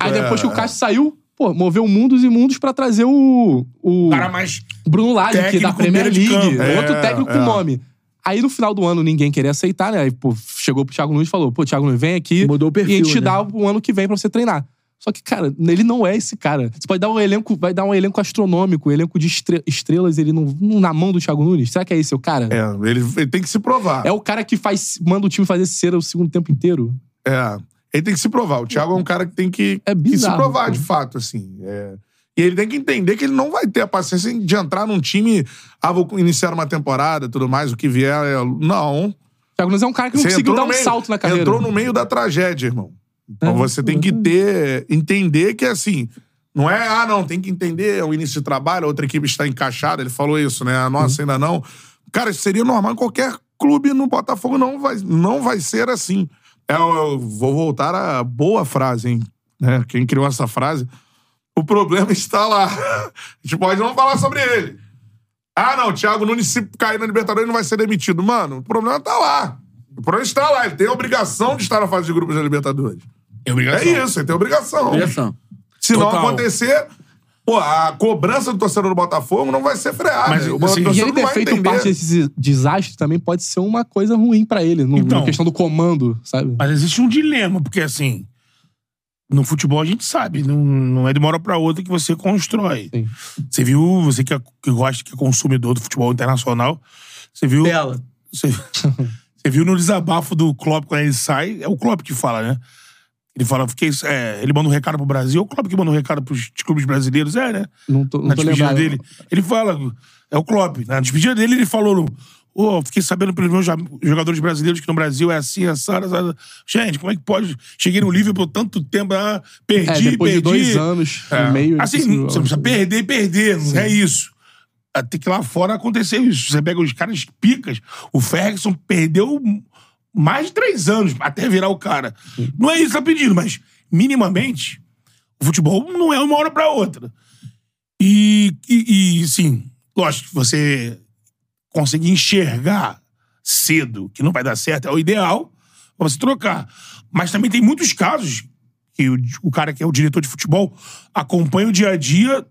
Aí
é.
depois que o Castro saiu, pô, moveu mundos e mundos pra trazer o. O
cara mais.
Bruno Lage, que é da
técnico,
Premier
meio de
League.
campo.
É, outro
É,
técnico
é.
com nome. Aí no final do ano ninguém queria aceitar, né? Aí, pô, chegou pro Thiago Nunes e falou: pô, Thiago Nunes, vem aqui. Mudou o
perfil,
E a gente te
né?
dá o ano que vem pra você treinar. Só que, cara, ele não é esse cara. Você pode dar um elenco, vai dar um elenco astronômico, um elenco de estre- estrelas, ele não, não na mão do Thiago Nunes. Será que é esse o cara?
É, ele, ele tem que se provar.
É o cara que faz, manda o time fazer cera o segundo tempo inteiro.
É. Ele tem que se provar. O Thiago é um cara que tem que, que se
bizarro,
provar,
pô.
de fato, assim. É. E ele tem que entender que ele não vai ter a paciência de entrar num time. Ah, vou iniciar uma temporada tudo mais, o que vier. É... Não. O
Thiago Nunes é um cara que não conseguiu dar um salto na carreira.
Entrou no meio da tragédia, irmão. Então você tem que ter. Entender que, assim. Não é, ah, não, tem que entender, é o início de trabalho, a outra equipe está encaixada, ele falou isso, né? A nossa ainda não. Cara, isso seria normal em qualquer clube no Botafogo, não vai, não vai ser assim. É, Eu, eu vou voltar à boa frase, hein? né? Quem criou essa frase? O problema está lá. A gente pode não falar sobre ele.
Ah, não, o Thiago Nunes, se cair na Libertadores, ele não vai ser demitido. Mano, o problema tá lá. O problema está lá. Ele tem a obrigação de estar na fase de grupos da Libertadores.
É obrigação.
É isso, ele tem obrigação.
Obrigação.
Se
Total.
não acontecer, pô, a cobrança do torcedor do Botafogo não vai ser freada.
Mas,
o
assim,
torcedor
e ele
não
ter
vai
feito
entender.
parte desse desastre também pode ser uma coisa ruim pra ele, no,
Então.
na questão do comando, sabe?
Mas existe um dilema, porque assim, no futebol a gente sabe, não, não é de uma hora pra outra que você constrói. Você viu, você que, é- que gosta, que é consumidor do futebol internacional, você viu.
É
Bela. Você, você viu no desabafo do Klopp quando ele sai, é o Klopp que fala, né? Ele fala, fiquei, é, ele manda um recado pro Brasil, é o Klopp que manda um recado pros clubes brasileiros, é, né?
Não tô, não
na
tô
despedida
lembrado.
dele. Ele fala, é o Klopp. Na despedida dele, ele falou: Ô, eu fiquei sabendo pelos meus am- jogadores brasileiros que no Brasil é assim, assado, assado. Gente, como é que pode? Cheguei no Liverpool tanto tempo, ah, perdi,
É, depois
perdi.
de dois anos e
É.
meio, é
Assim,
impossível.
você não precisa perder e perder, não é isso. Até que lá fora aconteceu isso. Você pega os caras picas, o Ferguson perdeu mais de três anos até virar o cara. Não é isso que tá pedindo, mas minimamente, o futebol não é uma hora pra outra. E, e, e, sim, lógico, que você conseguir enxergar cedo que não vai dar certo é o ideal pra você trocar. Mas também tem muitos casos que o, o cara que é o diretor de futebol acompanha o dia a dia,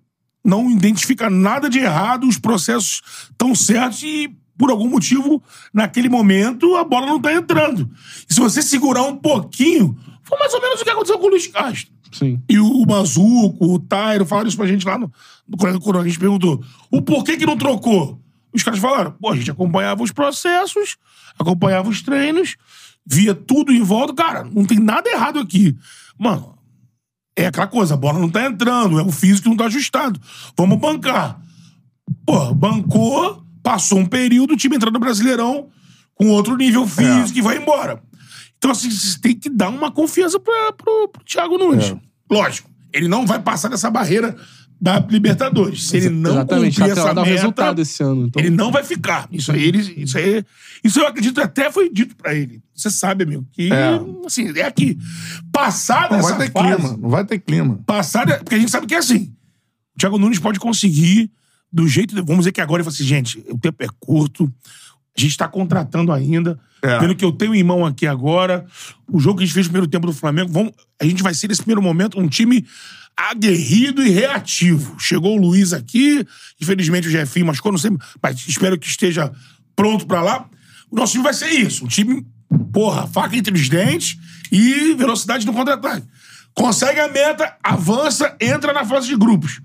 não identifica nada de errado, os processos estão certos e, por algum motivo, naquele momento, a bola não tá entrando. E se você segurar um pouquinho, foi mais ou menos o que aconteceu com o Luiz Castro.
Sim.
E o Mazuco, o Tairo falaram isso pra gente lá no, no Colégio do Coronel. A gente perguntou: o porquê que não trocou? Os caras falaram: pô, a gente acompanhava os processos, acompanhava os treinos, via tudo em volta. Cara, não tem nada errado aqui. Mano, é aquela coisa: a bola não tá entrando, é o físico que não tá ajustado. Vamos bancar. Pô, bancou, passou um período, o time entrando no Brasileirão com outro nível físico e vai embora. Então, assim, você tem que dar uma confiança pra, pro, pro Thiago Nunes.
É.
Lógico, ele não vai passar dessa barreira da Libertadores. Se ele não
Exatamente,
cumprir
até
essa
dar o
meta,
resultado esse ano. Então,
ele não vai ficar. Isso aí, ele, isso aí, isso eu acredito até foi dito pra ele. Você sabe, amigo, que
É.
assim, é aqui. Passada
Não
essa
vai ter
fase,
clima, não vai ter clima.
passada, porque a gente sabe que é assim. O Thiago Nunes pode conseguir do jeito, vamos dizer que agora ele fala assim, gente, o tempo é curto, a gente tá contratando ainda,
É.
pelo que eu tenho em mão aqui agora, o jogo que a gente fez no primeiro tempo do Flamengo, vamos, a gente vai ser nesse primeiro momento um time aguerrido e reativo. Chegou o Luiz aqui, infelizmente o Jefinho machucou, não sei, mas espero que esteja pronto pra lá. O nosso time vai ser isso, um time, porra, faca entre os dentes e velocidade no contra-ataque. Consegue a meta, avança, entra na fase de grupos.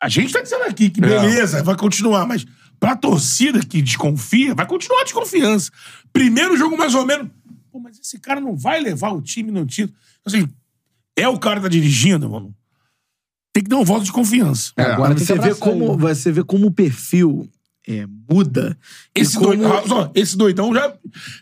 A gente tá dizendo aqui
É.
que beleza, vai continuar, mas pra torcida que desconfia, vai continuar a desconfiança. Primeiro jogo, mais ou menos. Pô, mas esse cara não vai levar o time no título. Assim, é o cara que tá dirigindo, mano. Tem que dar um voto de confiança.
Agora você vê como você vê como o perfil é, muda. e
Esse,
como...
doidão, só, esse doidão já.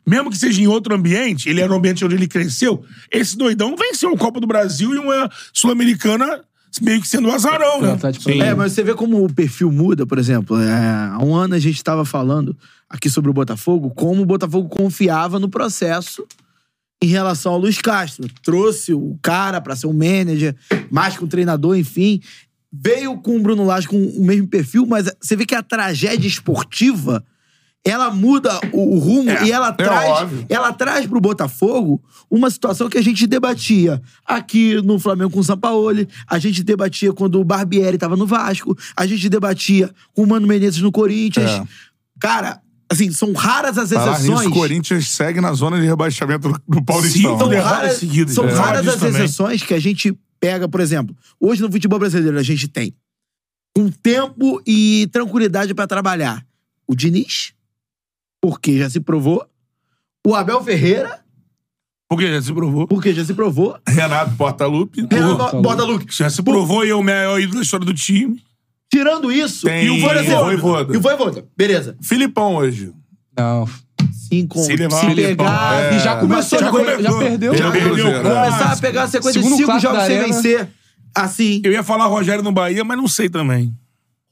Mesmo que seja em outro ambiente, ele era um ambiente onde ele cresceu. Esse doidão venceu o Copa do Brasil e uma Sul-Americana meio que sendo azarão, né?
É, mas você vê como o perfil muda, por exemplo. é, há um ano a gente estava falando aqui sobre o Botafogo, como o Botafogo confiava no processo em relação ao Luiz Castro. Trouxe o cara para ser um manager, mais que um treinador, enfim. Veio com o Bruno Lage com o mesmo perfil, mas você vê que a tragédia esportiva ela muda o, o rumo
É,
e ela
é
traz
óbvio.
ela traz pro Botafogo uma situação que a gente debatia aqui no Flamengo com o Sampaoli, a gente debatia quando o Barbieri tava no Vasco, a gente debatia com o Mano Menezes no Corinthians.
É.
Cara, assim, são raras as
Falar nisso,
exceções.
o Corinthians segue na zona de rebaixamento do- do
Sim,
Paulistão.
né?
são raras, são raras as exceções que a gente pega, por exemplo, hoje no futebol brasileiro a gente tem um tempo e tranquilidade pra trabalhar. O Diniz, porque já se provou. O Abel Ferreira,
Porque já se provou.
porque já se provou.
Renato Portaluppi.
Renato Porta- Portaluppi.
Já se provou e é o maior ídolo da história do time.
Tirando isso,
Tem
e o Voivoda.
Voivoda.
E o Voivoda. Beleza.
Filipão hoje.
Não.
Se, encon-
Se levar
se
o Filipão.
pegar.
É.
E já começou,
Já
já, come-
começou.
já perdeu.
Já
Já
perdeu,
perdeu.
cara.
Começar a pegar a sequência
Segundo
de cinco
quarto
jogos
da
sem
Arena.
vencer. Assim.
Eu ia falar Rogério no Bahia, mas não sei também.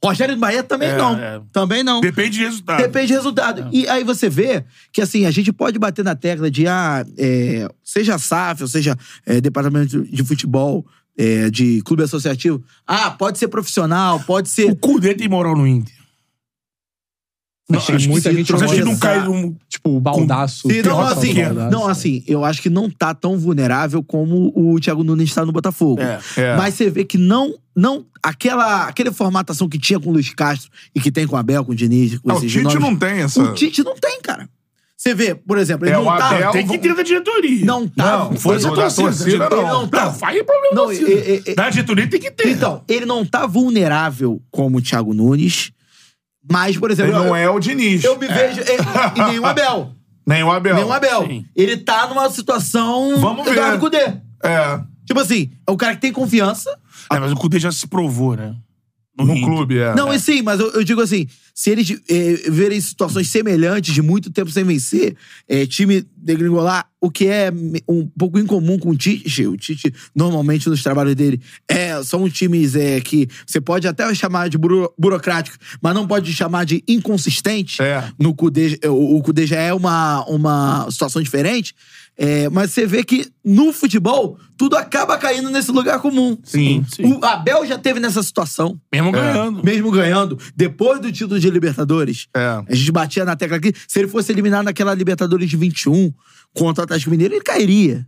Rogério do Bahia também
É,
não.
é.
Também não.
Depende É. de resultado.
Depende de resultado. E aí você vê que, assim, a gente pode bater na tecla de, ah, é, seja SAF, ou seja, é, departamento de futebol, é, de clube associativo, ah, pode ser profissional, pode ser.
O Cudê tem moral no Inter.
Não,
Achei
acho que
muito
se a gente
tropeçar-
não cai num-
Tipo, o baldaço.
Sim, não,
derrota
assim,
no baldaço.
não, assim, eu acho que não tá tão vulnerável como o Thiago Nunes está no Botafogo.
É, é.
Mas você vê que não. não aquela, aquela formatação que tinha com o Luiz Castro e que tem com o Abel, com o Diniz. Com
Ah, o
esses
Tite
nomes.
não tem essa-
O Tite não tem, cara. Você vê, por exemplo, ele
É,
não
o
tá.
Abel- Tem que ter
da diretoria.
Não tá.
Não, foi da torcida,
ele
não.
tá.
Não,
vai problema da torcida. Da diretoria tem que ter.
Então, ele não tá vulnerável como o Thiago Nunes, mas, por exemplo.
Ele não
eu-
é o Diniz.
Eu me
É.
vejo. E, e nem o Abel.
Nem o Abel.
Nem o Abel. Ele tá numa situação.
Vamos ver.
Eduardo Cudê.
É.
Tipo assim, é o cara que tem confiança.
É, mas o Cudê já se provou, né?
No, clube, é.
Não, e sim, mas eu, eu digo assim: se eles eh, verem situações semelhantes de muito tempo sem vencer, eh, time degringolar, o que é me- um pouco incomum com o Tite, o Tite, normalmente nos trabalhos dele, é, são times eh, que você pode até chamar de buro, burocrático, mas não pode chamar de inconsistente.
É.
No Cudê, o, o Cudê já é uma, uma situação diferente. eh, mas você vê que no futebol, tudo acaba caindo nesse lugar comum.
Sim, É,
O Abel já teve nessa situação.
Mesmo ganhando.
Mesmo ganhando. Depois do título de Libertadores. A gente batia na tecla aqui. Se ele fosse eliminado naquela Libertadores de 21 contra o Atlético Mineiro, ele cairia.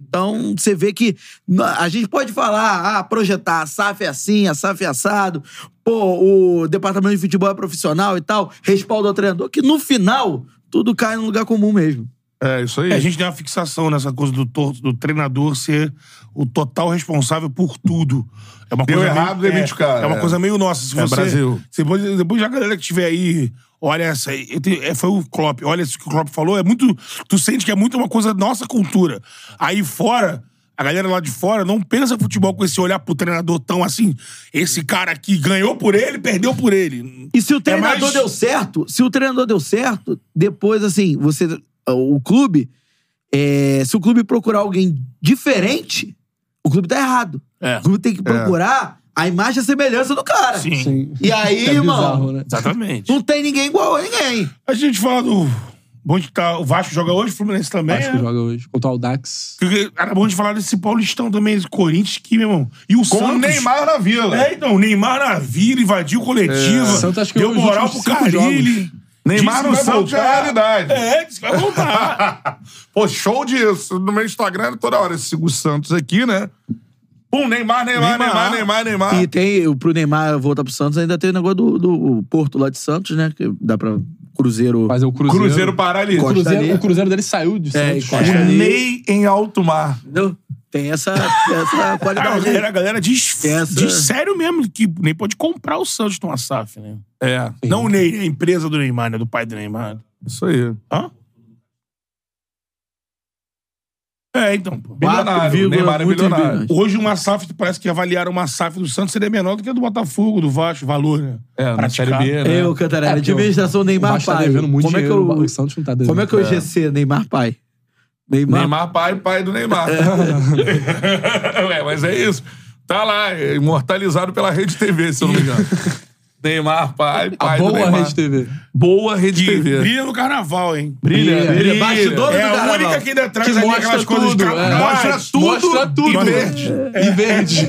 Então, você vê que na- a gente pode falar, ah, projetar, a SAF é assim, a SAF é assado, pô, o departamento de futebol é profissional e tal, respalda ao treinador, que no final, tudo cai num lugar comum mesmo.
É, isso aí.
a gente tem uma fixação nessa coisa do, tor- do treinador ser o total responsável por tudo. É uma
Deu
coisa
errado,
meio,
demite o cara,
É uma
é.
coisa meio nossa. Se
É
você,
Brasil.
se Depois, depois a galera que estiver aí, olha essa aí. Eu tenho- é, foi o Klopp. Olha isso que o Klopp falou. É muito. Tu sente que é muito uma coisa da nossa cultura. Aí fora. A galera lá de fora não pensa futebol com esse olhar pro treinador tão assim. Esse cara aqui ganhou por ele, perdeu por ele.
E se o
É
treinador
mais-
deu certo, se o treinador deu certo, depois, assim, você. O clube. é, se o clube procurar alguém diferente, o clube tá errado. O clube tem que procurar a imagem e a semelhança do cara.
É. Sim. Sim.
E aí,
É bizarro,
mano.
né? Exatamente.
Não tem ninguém igual a ninguém.
A gente fala do. Bom de tá, o Vasco joga hoje, o Fluminense também.
Acho que
né?
joga hoje. Contra o Aldax.
Porque Era bom de falar desse Paulistão também, esse Corinthians que, meu irmão. E o
Com
Santos.
o Neymar na vila.
É, então, o Neymar na vila, invadiu coletiva.
É. Santos, acho que
deu
os
moral pro
últimos cinco
Carilli.
jogos. Neymar
Disse
não
que
vai voltar à realidade.
É, disse que vai voltar.
Pô, show disso. No meu Instagram toda hora. Eu sigo o Santos aqui, né? Pum, Neymar, Neymar, Neymar, Neymar, Neymar.
E tem, pro Neymar voltar pro Santos, ainda tem o negócio do, do Porto lá de Santos, né? Que dá pra Cruzeiro. Fazer
o
Cruzeiro. Cruzeiro
O
paralisa.
Cruzeiro, o Cruzeiro dele saiu de
É,
Santos.
encosta ali.
em alto mar.
Entendeu? Tem essa, essa
A
qualidade.
galera, a galera diz,
Essa-
diz sério mesmo que o Ney pode comprar o Santos numa SAF, né? É. Não o Ney, né? a empresa do Neymar, né? Do pai do Neymar.
Isso aí.
Hã? É, então. pô.
Milionário, Neymar é
muito
milionário.
bilhões. Hoje uma SAF, parece que avaliaram uma SAF do Santos seria menor do que a do Botafogo, do Vasco, valor, né?
É, na
Praticado.
Série B, né?
Eu, Cantarelli,
É, porque
administração
o-
Neymar
o Vasco tá
pai.
devendo muito
como é que
dinheiro,
eu,
o Santos não tá devendo.
Como é que é o
É.
GC Neymar pai? Neymar,
Neymar pai, pai do Neymar. Ué, mas é isso. Tá lá, é imortalizado pela Rede TV, se eu não me engano. Neymar pai, pai do Neymar.
TV.
Boa Rede
Que
TV.
brilha no carnaval, hein?
Brilha, brilha.
Bastidor
É
do
a
carnaval.
única que ainda traz
Que
ali
mostra
aquelas coisas de
tudo,
carnaval.
é.
Mostra
Mostra
tudo,
tudo.
e verde.
E verde.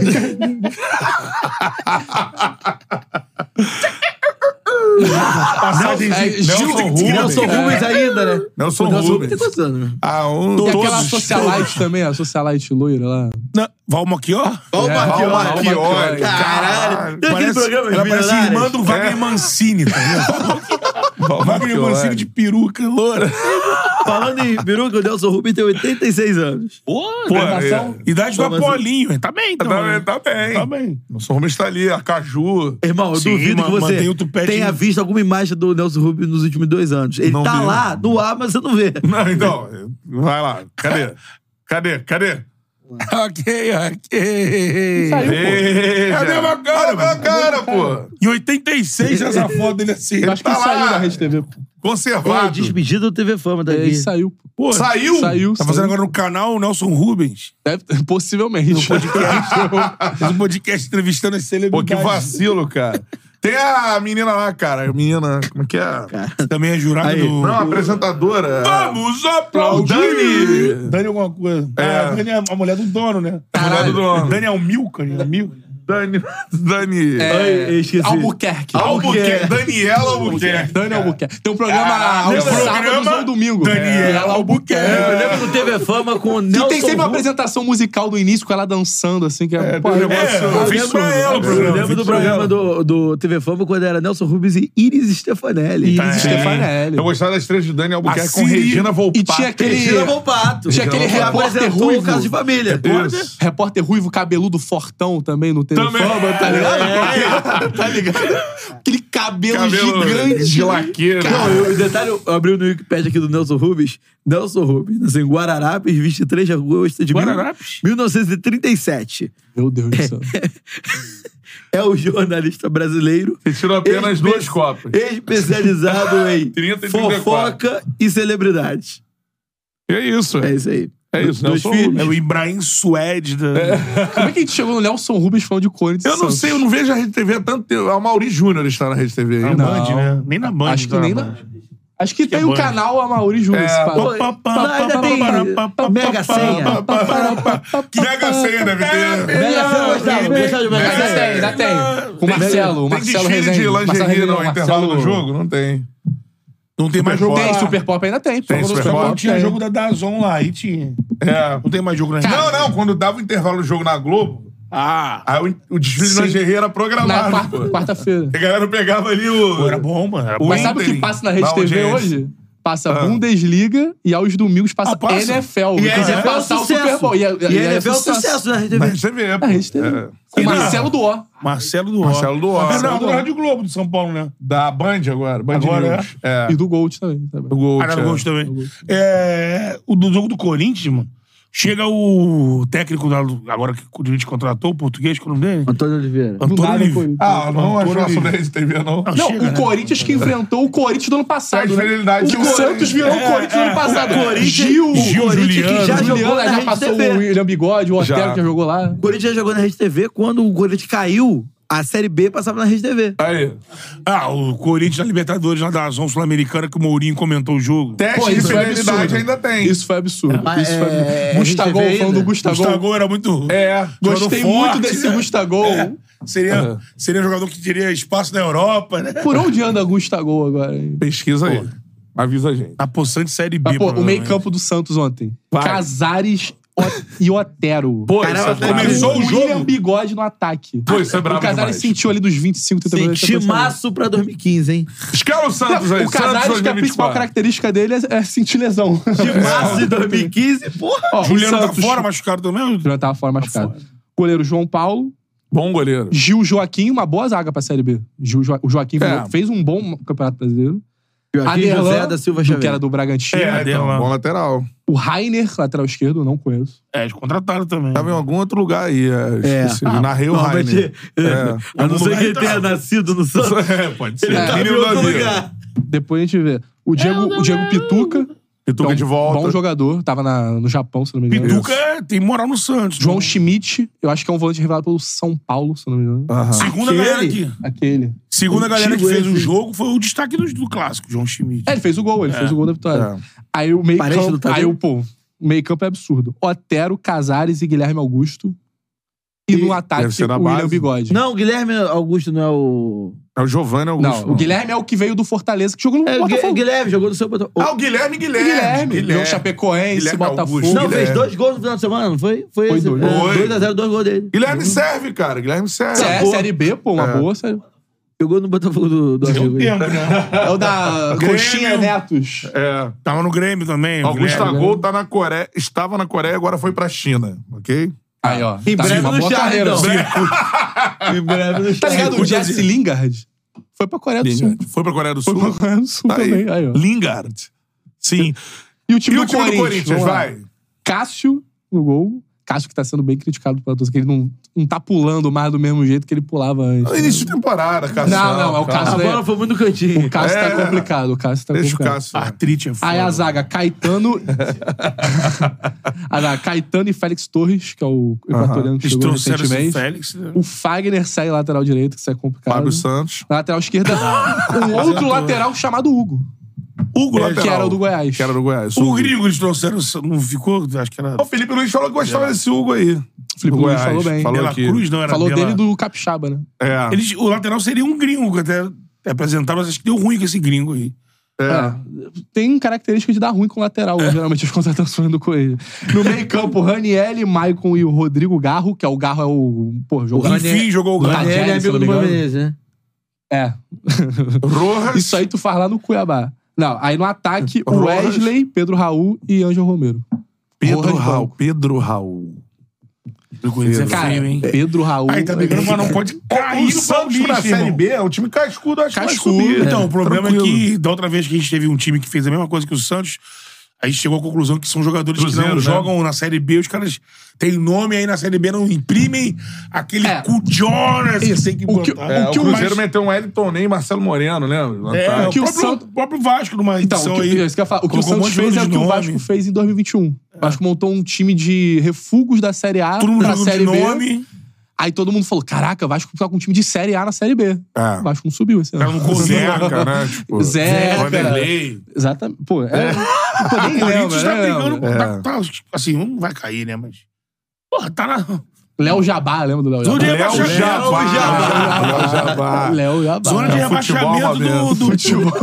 Passagem
É,
de
Gil- Nelson Rubens
ainda, né?
Nelson
O Nelson Rubens
Rubens.
tem
Ah, um,
E
todos,
aquela socialite também, a socialite loira lá.
Não, Valma Chior?
Valma
É,
Chior.
Valma
Valma Chior.
Caralho.
Tem aquele
Parece-
programa,
Ela
Os
parece a irmã
Milionários?
do Wagner Mancini, tá ligado? Wagner
Chior.
Mancini de peruca, loura.
Falando em peruca, o Nelson Rubens tem 86 anos.
Pô,
um-
é. Idade do
Formação.
Apolinho, hein? Tá bem, então.
Tá
né?
bem, tá bem.
Tá bem.
Nelson Rubens tá ali, a Caju.
Irmão, eu
Sim,
duvido
ma-
que você
mantém o tupete
tenha
em-
visto alguma imagem do Nelson Rubens nos últimos dois anos. Ele
Não
tá
vi.
lá, no ar, mas você não vê.
Não, então, vai lá. Cadê? Cadê? Cadê?
ok, ok.
Saiu, pô. Veja.
Cadê meu cara,
Cadê
mano?
meu cara, pô?
Em 86, essa foto dele assim.
Eu acho que
Tá lá.
ele saiu da Rede TV.
Conservado.
é Despedido do TV Fama tá
É,
daqui.
ele saiu. pô.
Pô,
Saiu?
Saiu,
Tá fazendo
saiu.
agora no canal o Nelson Rubens.
Deve- possivelmente.
No podcast. Fez um podcast entrevistando as
Pô, que
celebridades.
vacilo, cara. Tem a menina lá, cara. A menina, como é que é?
Você também é jurado
Aí.
do...
Não, a apresentadora.
Vamos aplaudir!
Dani.
Dani alguma coisa.
É.
Ah, Dani é a mulher do dono, né?
A mulher do dono.
Dani é o Milka, né? Milka.
Dani. Dani.
É,
Ai, esqueci.
Albuquerque.
Albuquerque. Daniela Albuquerque.
Dani Albuquerque. Tem um programa
Ah,
aos
lembra do
sábados
programa?
ou domingo. É,
Daniela
Albuquerque. né?
Eu
lembro do TV Fama com o Nelson
E tem sempre uma
Rubens.
apresentação musical do início com ela dançando, assim, que é... pô,
Eu lembro-
é,
eu
absurdo.
lembro-
né?
Eu lembro do programa do, do TV Fama quando era Nelson Rubens e Iris Stefanelli.
Tem. Eu gostava das três de Dani Albuquerque
A
com
Siri.
Regina Volpato.
E tinha aquele-
Regina
Volpato.
Tinha aquele
Regina Volpato
repórter
apresentou o
ruivo.
Caso de Família.
Repórter, repórter ruivo, cabeludo, fortão também no TV
Também.
Fama, tá ligado?
É.
tá ligado? Aquele cabelo, gigante.
né?
Não, eu, o detalhe, eu abri no Wikipedia aqui do Nelson Rubens. Nelson Rubens, nasceu em Guararapes, 23 de agosto de mil- 1937.
Meu Deus do céu.
É o jornalista brasileiro.
Ele tirou apenas
espe-
duas copas.
Especializado
30
em
e 34.
fofoca e celebridades.
É isso.
É isso aí.
É isso,
Dois
Nelson
filhos.
Rubens.
É o Ibrahim Suede. Da...
Como é que a gente chegou no Nelson Rubens falando de Corinthians?
É
e
Eu não
Santos?
sei, eu não vejo a Rede TV há tanto tempo. A Mauri Júnior está na Rede TV ainda.
Não. Band, né?
Nem na Band.
Acho que
tá
nem
na
na... Acho que tem
é
o
Band.
canal Amaury Júnior.
É,
esse pá.
pô, pô, pô,
Lá ainda
pô,
tem
pô,
Mega Senha.
Mega Senha deve ter.
Mega Senha, Gustavo. Gostava de Mega Senha? Ainda tem, ainda tem. Com o Marcelo, o
Tem
Marcelo
desfile de
Rezende. Marcelo
lingerie
Rezende,
no
não,
intervalo do
Marcelo-
jogo? Não tem.
Não tem mais jogo
Tem
lá.
Super Pop ainda tem.
Tem
Só quando
Super
o
Pop?
Não tinha
tem.
jogo da Dazon lá, aí tinha.
É.
Não tem mais jogo né? na
Tá.
Não, não, quando dava o intervalo do jogo na Globo,
Ah,
aí o, o desfile
Sim.
na Gerreira era
Na
programado.
quarta-
pô.
quarta-feira.
A galera pegava ali o.
Pô, era bom, mano. Era bom.
Mas sabe o que
Inter,
passa na Rede
na
TV
audiência. Ah.
hoje? Passa Bundesliga e aos domingos passa,
Ah, passa.
NFL.
E
que
a NFL
vai
é
passar o
sucesso.
Super Bowl.
E a NFL é sucesso na
Na
RTV.
Rede TV, pô.
Na Rede TV.
É.
Com Marcelo Duó.
Marcelo do
Marcelo do Ó.
É da
Duó.
Rádio Globo de São Paulo, né?
Da Band agora. Band
Agora
News. É.
E do Gold também. tá sabe?
Do Gold.
Ah, não,
é.
do Gold também. É, o do jogo do Corinthians, mano. Chega o técnico da, agora que o Corinthians contratou, o português, que é o nome dele?
Antônio Oliveira.
Do nada,
Antônio
o
Oliveira.
Corinthians.
Ah, não acho
Antônio
lá sobre a
Oliveira.
Rede TV, não.
Não,
chega,
o
né?
Corinthians que enfrentou o Corinthians do ano
As
passado. né?
fidelidades
O
do
Santos
Corinthians.
virou o
É,
Corinthians do ano passado.
O Corinthians-
Gil,
o Corinthians que já
Juliano,
jogou na
já
Rede
passou
TV.
o William Bigode, o Otero
Já.
que já jogou lá.
O Corinthians já jogou na Rede TV quando o Corinthians caiu, a Série B passava na Rede TV.
Aí.
Ah, o Corinthians na Libertadores, lá da Azon Sul-Americana, que o Mourinho comentou o jogo.
Teste
Pô,
de
isso é
fidelidade
absurdo.
ainda tem.
Isso foi absurdo.
Mas
Isso foi
é-
absurdo.
é
Gustavo,
RedeTV
falando do
ainda?
O
Gustavo.
Gustavo era muito.
É.
jogador
Gostei
forte,
muito desse
né?
Gustavo.
É. Seria, seria um jogador que teria espaço na Europa, né?
Por onde anda Gustavo agora? hein?
Pesquisa aí. Avisa a gente.
Na poção de Série B.
Mas, Ah, pô, o
provavelmente.
meio-campo do Santos ontem.
Vai.
Casares O- e Otero.
Pô,
Caramba,
isso é brabo.
começou
o
o jogo.
William Bigode no ataque.
Pô, isso é brabo
O Casares
demais.
sentiu ali dos 25, 30
Sim,
minutos. essa coisa.
timaço pra 2015, hein?
Escala o Santos aí.
O Casares,
Santos
que a principal
2024.
característica dele é, é sentir lesão.
Timaço de 2015, porra!
Ó, o
Juliano tá
Santos-
fora, machucado também.
O Juliano tava fora machucado. Goleiro João Paulo,
Bom goleiro.
Gil Joaquim, uma boa zaga pra Série B. Gil Jo- o Joaquim
É.
fez um bom campeonato brasileiro.
Joaquim
Aderlan,
José da Silva
do que era
Xavier.
do Bragantino.
É, Aderlan.
bom lateral.
O Rainer, lateral esquerdo, não conheço.
É, eles contrataram também.
Tava em algum outro lugar aí. É.
É.
Esqueci. Na Rio Rainer.
É. A não ser que ele tenha nascido no Santos.
É, pode ser.
Ele tá em
Menino da
outro
vida.
lugar.
Depois a gente vê. O Diego, o Diego Pituca.
Pituca
bom-
Então, de volta.
Bom jogador. Tava na- no Japão, se não me engano.
Pituca é, tem moral no Santos.
João
né?
Schmidt, eu acho que é um volante revelado pelo São Paulo, se não me engano.
Aham.
Segunda galera aqui.
Aquele.
Segunda galera que
Antigo
fez o
esse.
jogo foi o destaque do, do clássico, João Schmidt.
É, ele fez o gol, ele fez o gol da vitória.
É.
Aí o meio
Parede do
campo,
Tadeu?
aí o pô, o meio campo é absurdo. Otero, Casares e Guilherme Augusto. E, no ataque,
deve ser na
o William
base.
Bigode.
Não, o Guilherme Augusto não é o.
É o Giovanni
Não,
Augusto.
o Guilherme é o que veio do Fortaleza, que jogou no
É, o Gui-
Botafogo.
Guilherme jogou no seu Botafogo.
Ah, o Guilherme Guilherme.
Guilherme, um jogou Chapecoense,
Guilherme
Botafogo.
Augusto.
Não,
Guilherme.
fez dois gols no final de semana, não foi? Foi,
Foi
esse.
dois.
É,
Foi.
2 a 0 dois gols dele.
Guilherme serve, cara. Guilherme serve.
É,
boa.
Série B, pô, uma boa. Série...
Jogou no Botafogo do, do
Deu
amigo aí.
tempo, né?
É o da
Grêmio.
Coxinha Netos.
É.
Tava no Grêmio também. o
Augusto
Guilherme. né?
Agol tá na Coreia, estava na Coreia, agora foi pra China, ok?
Aí, ó.
Em
tá
breve
uma
no
boa
Charlton.
carreira.
Em breve-
Em breve no Tá ligado? O
Circuito
Jesse Lingard foi pra Coreia do Sul.
Foi pra Coreia do
Foi
Sul.
pra Coreia do Sul
Tá aí.
também. Aí, ó.
Lingard. Sim.
E o time,
E
do,
o time do
Corinthians,
Corinthians,
vamos lá.
vai.
Cássio no gol. Cássio que tá sendo bem criticado pela torcida, que ele não, não tá pulando mais do mesmo jeito que ele pulava antes.
No início de temporada, Cássio.
Não, não, é o
A
Cássio.
bola foi muito no cantinho.
O Cássio
É.
tá complicado. O Cássio tá
Deixa o
complicado.
Cássio.
Artrite é foda.
Aí a zaga, Caetano. a zaga, Caetano e Félix Torres, que é o equatoriano que
Eles
chegou
trouxeram o
recentemente.
Félix. né?
O Fagner sai lateral direito, que isso é complicado.
Fábio Santos.
Na lateral esquerda, um outro lateral chamado Hugo.
Hugo
É,
lateral.
que era o do Goiás.
Que era do Goiás.
O gringo eles trouxeram, não ficou? É. Acho que era...
O Felipe Luiz falou que gostava desse Hugo aí.
Felipe
Do
Luiz
Goiás.
falou bem.
Falou Bela aqui. Cruz, não era
Falou
Bela-
dele e do Capixaba, né?
É.
Eles, o lateral seria um gringo que até apresentaram, mas acho que deu ruim com esse gringo aí.
É. Tem característica de dar ruim com lateral, geralmente as contratações do Coelho. No meio-campo, Raniel, Maicon e o Rodrigo Garro, que é o Garro é o. Pô, jogou
Ranieri- Ranieri é amigo do Palmeiras, né?
É. Isso aí tu faz lá no Cuiabá. Não, aí no ataque, o
Rojas.
Wesley, Pedro Raul e Ângelo Romero.
Pedro
Rojas de
Raul. Pedro Raul. Do Corinthians
Cara,
feio, hein?
Pedro Raul. é
Aí tá brigando, mas não pode
cair
O
no
Santos
Paulista,
pra Série
irmão.
B é um time cascudo, acho que vai
Cascudo.
subir.
Então,
É,
o problema é
tranquilo.
que da outra vez que a gente teve um time que fez a mesma coisa que o Santos, a gente chegou à conclusão que são jogadores que
Cruzeiro,
não
né?
jogam na Série B, os caras têm nome aí na Série B, não imprimem aquele é. cujonas que tem que botar.
É, o, Cruzeiro meteu um Elton Ney e Marcelo Moreno, lembra?
É,
Tá.
o, próprio, o próprio Vasco numa
Então,
edição
o que,
aí.
isso que eu ia falar, o que o
colocou um
Santos
monte de
fez é o
jogo de
que o
nome.
Vasco fez em 2021. O Vasco montou um time de refugos da Série A
Todo mundo
pra
jogando de
Série B.
nome.
Aí todo mundo falou, caraca, o Vasco tá com um time de Série A na Série B.
É.
O Vasco não subiu esse ano.
Tá com o Zeca, né? Tipo,
Zeca.
Vanderlei.
Exatamente. Pô, é... Pô, nem
O Corinthians
lembra,
tá
né,
brigando. tá-
lembra?
tá, assim, não vai cair, né? Mas. Porra, tá na.
Léo Jabá, lembra do Léo Jabá?
Zona de rebaixamento.
Léo Jabá.
Léo Jabá.
Zona de
É o futebol
rebaixamento do,
moderno.
do futebol.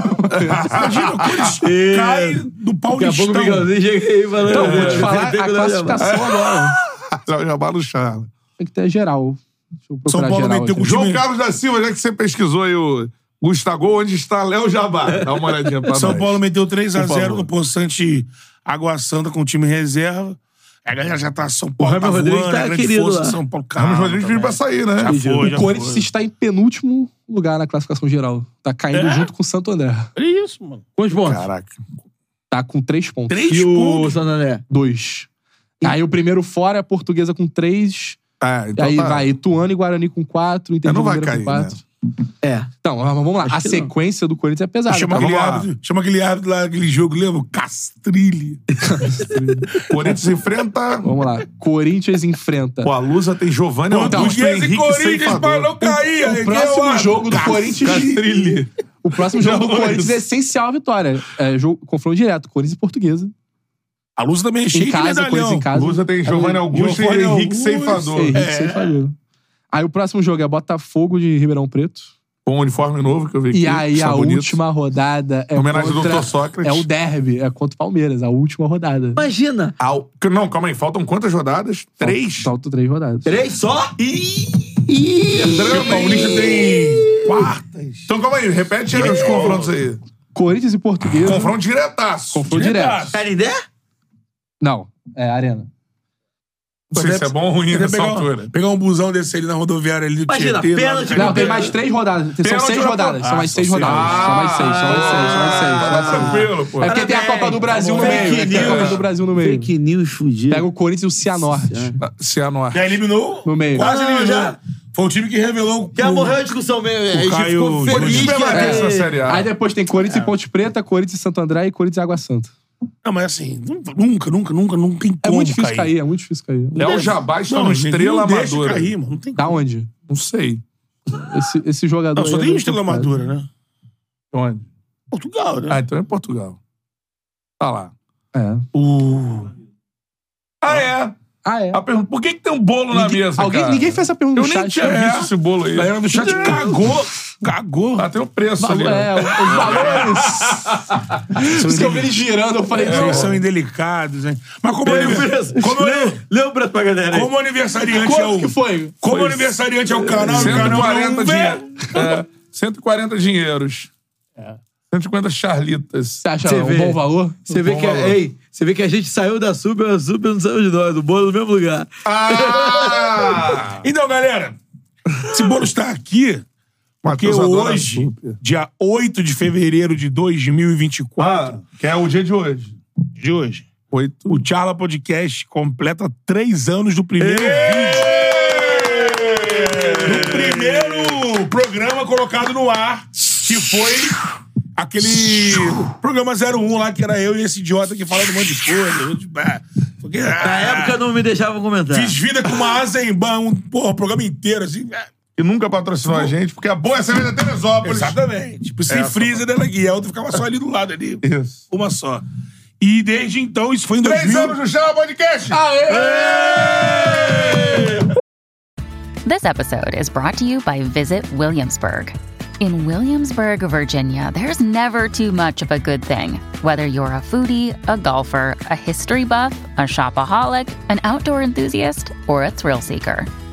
Imagina, o Corinthians cai do Paulistão.
Daqui a pouco o Miguelzinho chega aí falando.
Então, vou te falar
Tem
a
que levar.
classificação agora.
Léo Jabá no Charla.
Tem que ter geral. Deixa eu procurar
São Paulo
geral
meteu
aqui.
com o
João
time- é-
Carlos da Silva, já que você pesquisou aí o Gustavo, onde está Léo Jabá? Dá uma olhadinha pra
São
nós.
Paulo meteu 3 a
Por
0
favor.
no Poçante Água Santa com o time reserva. A galera já tá São Paulo,
Ramos
tá
Rodrigues
voando,
tá
a grande
querido
força
lá.
de São Paulo.
Ramos
Calma,
Rodrigues veio
também.
pra sair, né?
Já foi, já
O Corinthians
foi.
está em penúltimo lugar na classificação geral. Tá caindo
É?
junto com o Santo André.
Olha isso, mano.
Quantos pontos?
Caraca.
Tá com três pontos.
Três
E o
pontos.
Santo André?
Dois. Aí o primeiro fora é a portuguesa com três.
Ah, então
aí
tá.
vai Ituano e Guarani com quatro. Inter
É,
de
não vai
Limeira com
cair, né?
quatro.
É.
Então, mas vamos lá.
Acho
a
que não.
sequência do Corinthians é pesada.
Chama
tá?
aquele,
vamos lá.
árbitro, chama aquele árbitro lá, aquele jogo, lembra? O Castrilli.
Corinthians enfrenta.
Vamos lá. Corinthians enfrenta.
Pô, a Lusa tem Giovanni
Então,
Augusto
Portuguesa e
Henrique
Corinthians
Ceifador.
pra não cair. aí,
o próximo
que é o
jogo do Corinthians-
Castrilli.
O próximo jogo do
Não,
Corinthians
isso.
é essencial a vitória. É jogo, confronto direto. Corinthians e Portuguesa.
A luz também é cheia
em
de
casa, Corinthians
medalhão.
em casa.
Lusa tem Giovanni Augusto e
Giovanni
Henrique
Augusto.
Ceifador.
Henrique
É.
Ceifador. Aí o próximo jogo é Botafogo de Ribeirão Preto.
Com um uniforme novo que eu vi aqui.
E aí
está
a
bonito.
última rodada é
Homenagem ao
contra...
Dr. Sócrates.
É o derby, é contra o Palmeiras, a última rodada.
Imagina.
Ao- Não, calma aí. Faltam quantas rodadas? Três?
Faltam três rodadas.
Três só?
Drama, o Paulista tem quartas. Então calma aí, repete aí os confrontos aí.
Corinthians e Portuguesa.
Confronto diretaço.
Confronto direto.
Carindé?
Não, é Arena.
Não sei se é bom ou ruim
Quer
nessa
pegar,
altura.
Um, pegar um busão desse ali na rodoviária ali do
Imagina,
Tietê, lá
pênalti
no
Não,
Carioca.
tem mais três rodadas. São
Pênalti
seis
ou-
rodadas.
Ah,
São mais seis
são seis.
rodadas. São mais seis, são mais seis, são mais seis. São mais seis.
Tranquilo, pô.
É porque tem a Copa do Brasil no meio. é que Tem a Copa do Brasil no meio.
Fake news fudido.
Pega o Corinthians e o Cianorte
Ah, Cianorte.
Já eliminou?
no meio.
Quase
Não,
eliminou.
já.
Foi o time que revelou.
Já
o-
morreu a discussão mesmo. A gente
Caio
ficou feliz
Júnior.
que
Permanece na
era...
Série A.
Aí depois tem Corinthians e Ponte Preta, Corinthians e Santo André e Corinthians e Água Santa.
Não, mas assim, nu- nunca, nunca, nunca, nunca tem
É
como
muito difícil cair, é muito difícil cair.
Léo Jabá está
Não,
no
gente,
Estrela
não deixa
Amadora.
cair, mano. Não tem
Da onde?
Não sei.
Esse, esse jogador.
Não, só
aí é
tem
muito
Estrela
complicado.
Amadora, né?
Onde?
Portugal, né?
Ah, então é Portugal. Tá lá.
É.
O...
Ah, é?
Ah, é.
A pergunta, por que, que tem um bolo na
Ninguém-
mesa,
alguém-
cara?
ninguém fez essa pergunta
Eu
no
nem
chat,
tinha
né?
visto esse bolo aí.
A galera do chat cagou. Cagou.
Ah, tem o preço ali.
Valor, é, os valores. Os que eu vi ele girando, eu
É.
falei,
É.
Vocês
não.
são indelicados, hein? Mas como, anivers... como,
Lê- Lê o preço pra galera aí.
como aniversariante é o...
Quanto que foi?
Como aniversariante é o canal, o canal não
140 dinheiros. É, 140
vê.
dinheiros. 150 charlitas.
Você acha
é
Você
um
vê.
bom valor?
Você
Um
vê,
Bom
que, é,
valor.
ei, você vê que a gente saiu da sub, a sub não saiu de nós, do bolo no mesmo lugar.
Ah!
Então, galera, esse bolo está aqui porque
Matheus adora
hoje,
super.
dia 8 de fevereiro de 2024,
que é o dia de hoje.
de hoje,
Oito.
o Charla Podcast completa três anos do primeiro vídeo. Do primeiro programa colocado no ar, que foi aquele programa 01 lá, que era eu e esse idiota que falando um monte de coisa. Porque, ah,
Na época não me deixavam comentar.
Fiz
É.
vida com uma asa em ban, um, porra, o programa inteiro, assim. é,
Que nunca patrocinou a gente, porque a boa é cerveja Teresópolis. É,
Exatamente. Tipo, sem
Essa.
freezer dela aqui. A outra ficava só ali do lado ali.
Isso.
Uma só. E desde então, isso foi em 2000.
Três anos no Chama Podcast!
This episode is brought to you by Visit Williamsburg. In Williamsburg, Virginia, there's never too much of a good thing. Whether you're a foodie, a golfer, a history buff, a shopaholic, an outdoor enthusiast, or a thrill seeker,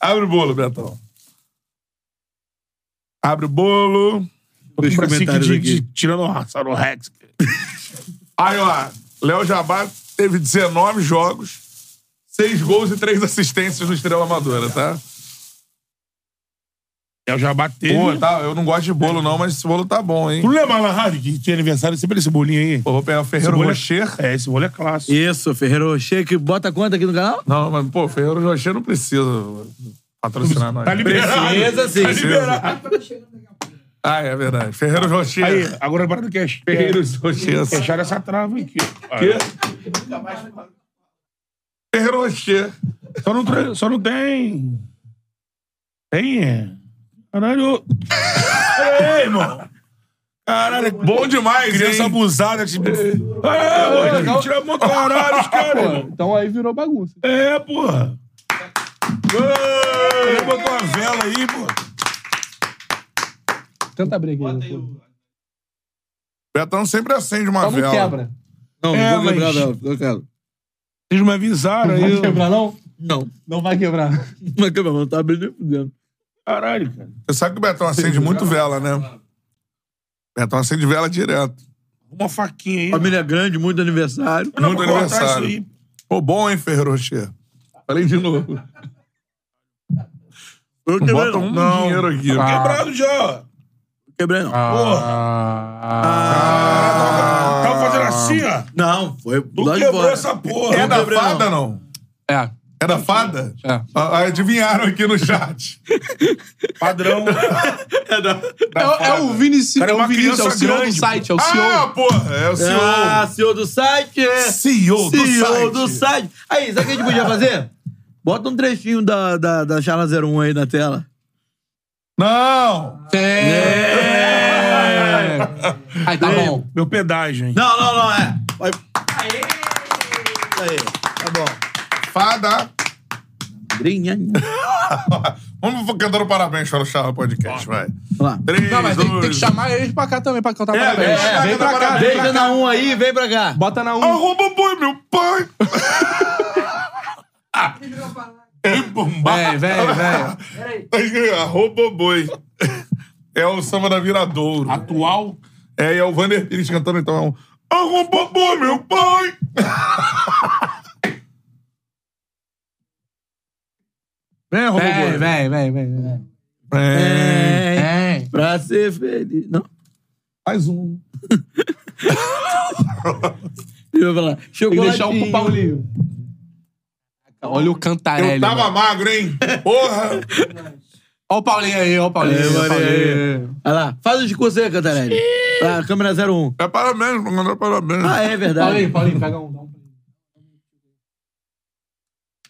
Abre o bolo, Betão. Abre o bolo.
Dois
Pra Sique
comentários
de-
aqui.
de- Tirando o Sarah Rex. Aí, ó. Léo Jabá teve 19 jogos, 6 gols e 3 assistências no Estrela Amadora, tá?
Eu já bateu.
Pô, tá, eu não gosto de bolo não, mas esse bolo tá bom, hein?
Tu lembra lá na rádio que tinha aniversário sempre esse bolinho aí?
Pô, vou pegar o Ferreiro Rocher.
É, esse bolo é clássico.
Isso, Ferreiro Rocher, que bota quanto aqui no canal?
Não, mas, pô, Ferreiro Rocher não precisa patrocinar nós.
Tá liberado.
Precisa, sim.
Tá liberado.
Ah, é verdade. Ferreiro Rocher.
Aí, agora a parada que é...
Ferreiros Rocher.
Fecharam essa trava aqui.
Ferreiro Rocher.
Só não, tra- só não tem... Tem, é... Caralho... Ei, irmão! Caralho, é
bom demais,
Criança
hein?
abusada, tipo... Ah, mano, tira a mão caralho, os caras, irmão.
Então aí virou bagunça.
É, porra. Ele botou uma vela aí, pô.
Tanta briga aí. pô.
Betão sempre acende uma
Só não
vela.
quebra.
Não,
É,
não vou quebrar,
mas-
não. Não quero.
Vocês me avisaram
Não vai
aí.
quebrar, não?
Não.
Não vai quebrar.
Não vai quebrar, mas não tá abrindo nem fudendo.
Caralho, cara.
Você sabe que o Betão acende muito vela, né? Betão acende vela direto.
Uma faquinha aí.
Família grande, muito aniversário.
Muito aniversário. Pô, bom, hein, Ferreiro Rocher? Falei de novo.
Eu
Não bota um dinheiro aqui.
Tá quebrado já, ó.
Quebrei, não.
Ah.
Tava fazendo assim, ó.
Não, foi
Tu
lá de
quebrou
fora.
essa porra.
É
Não
da
quebrei,
fada, não?
É.
É da fada?
É.
Ah, Adivinharam aqui no chat.
Padrão.
É, o- é o Vinicius.
Cara, é
é
uma
o Vinícius, é o
criança
CEO
grande,
do site, é o CEO.
Ah, porra, é o CEO.
Ah, CEO do site.
CEO do
CEO
site.
do site. Aí, sabe o que a gente podia fazer? Bota um trechinho da, da, da Charla 01 aí na tela.
Não!
É. Aí tá bom.
Meu pedágio, hein?
Não, não, não, é. Vai. Aí, tá bom.
Fada.
Brinha.
Vamos cantando parabéns para o Charla Podcast, vai.
Vamos lá.
Três,
Não, mas tem, tem que
dois-
chamar eles pra cá também, pra cantar
É,
parabéns.
vem pra cá,
vem pra
cantar
cá.
parabéns.
Vem.
Veja na 1 aí, vem pra cá.
Bota na um.
Arroba boi, meu pai!
Vem, vem, vem.
Tá escrito, Arroba boi. É o samba da Viradouro.
Atual.
É, e é o Vander Pires cantando, então é um. Arroba boi, meu pai! Vem, arroba
Vem,
boi.
É, vem, vem, vem, É. vem.
Vem.
Vem.
Pra ser feliz. Não.
Mais um.
Eu vou falar.
Tem que
Chegou
um
deixar o Paulinho. Olha o Cantarelli.
Eu tava
mano.
magro, hein? Porra!
Olha o Paulinho aí, olha o Paulinho.
É,
olha o Paulinho.
Olha lá. Faz o discurso aí, Cantarelli. Pra câmera 01.
É parabéns, vou mandar parabéns.
Ah, é verdade.
Paulinho, Paulinho, pega um. dá um.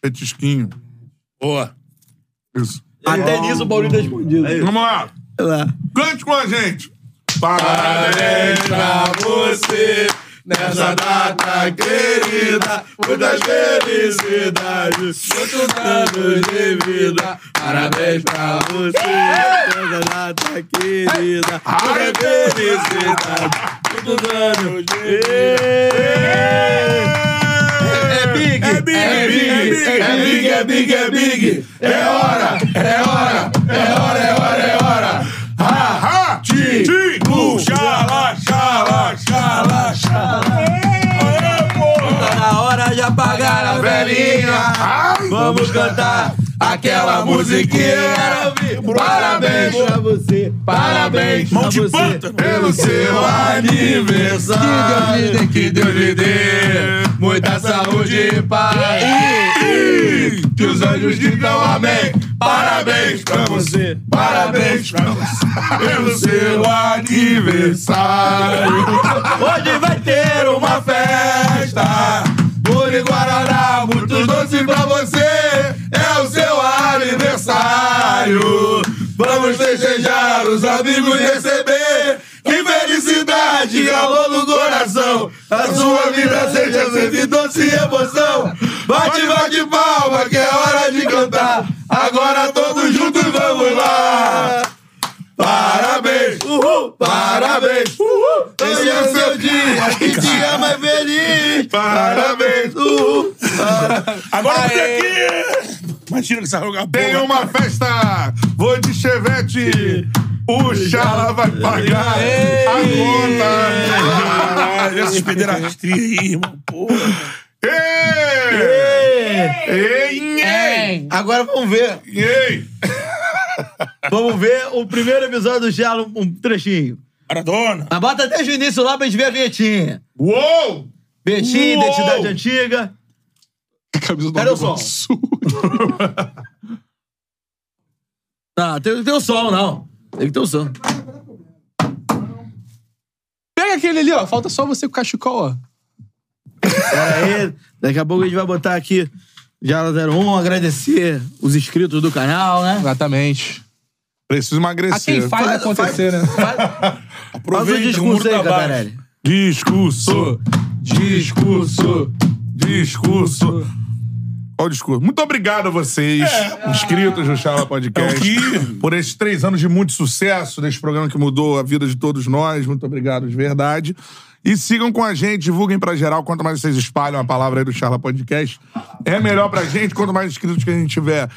Petisquinho.
Boa.
Isso.
Até nisso o Paulinho tá escondido.
Vamos lá.
Olha lá.
Cante com a gente. Parabéns pra você nessa data querida. Muitas felicidades, muitos anos de vida. Parabéns pra você.
Renata, querida.
Ai, felicidade.
Muitos anos.
É
big,
é big, é big, é big, é big, é big, é big. É hora, é hora, é hora, é hora, é hora. Ha, ha, ti, ti, bu, xalá, xalá, xalá, xalá.
Vamos cantar aquela musiquinha. Parabéns
pra você.
Parabéns Mão de panta pelo seu aniversário. Que Deus lhe dê, que Deus lhe dê muita saúde e paz. E Que os anjos digam amém. Parabéns pra você. Parabéns pra você pelo É seu aniversário. Hoje vai ter uma festa. Puro e Guaraná, muitos doces pra você. É o seu aniversário. Vamos festejar os amigos receber. Que felicidade, calor no coração. A sua vida seja sempre doce e emoção. Bate, bate palma, que é hora de cantar. Agora todos juntos vamos lá. Parabéns! Uhul! Parabéns! Uhul! Esse é o seu dia! Que dia mais feliz! Parabéns! Uhul!
Agora
Aê.
você aqui! Imagina que essa roga
Tem um- uma festa! Vou de chevette! O Xará vai pagar a conta!
Caralho, essas pederastrias aí, irmão.
Agora vamos ver.
Vamos ver o primeiro episódio do Gelo, um trechinho.
Maradona.
Mas bota desde o início lá pra gente ver a vinhetinha.
Uou!
Vinhetinha,
Uou!
identidade antiga. Cadê o som? Não, Tá, tem, tem o som, não. Tem que ter o som.
Pega aquele ali, ó. Falta só você com o cachecol, ó.
Pera aí, daqui a pouco a gente vai botar aqui Jala 01, agradecer os inscritos do canal, né?
Exatamente.
Preciso emagrecer.
A quem faz acontecer, né?
Aproveita
Aproveita
o
o muro
discurso aí,
tá baixo.
Catarelli.
Discurso, discurso, discurso. Olha o discurso. Muito obrigado a vocês, inscritos do Chala Podcast, por esses três anos de muito sucesso desse programa que mudou a vida de todos nós. Muito obrigado de verdade. E sigam com a gente, divulguem pra geral. Quanto mais vocês espalham a palavra aí do Charla Podcast, é melhor pra gente. Quanto mais inscritos que a gente tiver,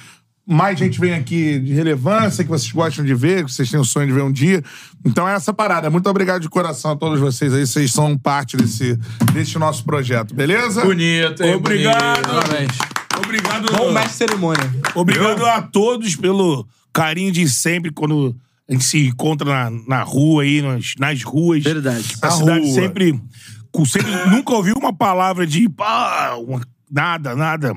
mais gente vem aqui de relevância, que vocês gostam de ver, que vocês têm o sonho de ver um dia. Então é essa parada. Muito obrigado de coração a todos vocês aí. Vocês são um parte desse, desse nosso projeto, beleza?
Bonito, hein? Obrigado.
Parabéns.
Obrigado.
Bom mestre de cerimônia.
Obrigado a todos pelo carinho de sempre quando a gente se encontra na, na rua aí, nas, nas ruas. Verdade. A
Na
cidade
rua.
sempre, com- sempre. Nunca ouvi uma palavra de. pá, uma- nada, nada.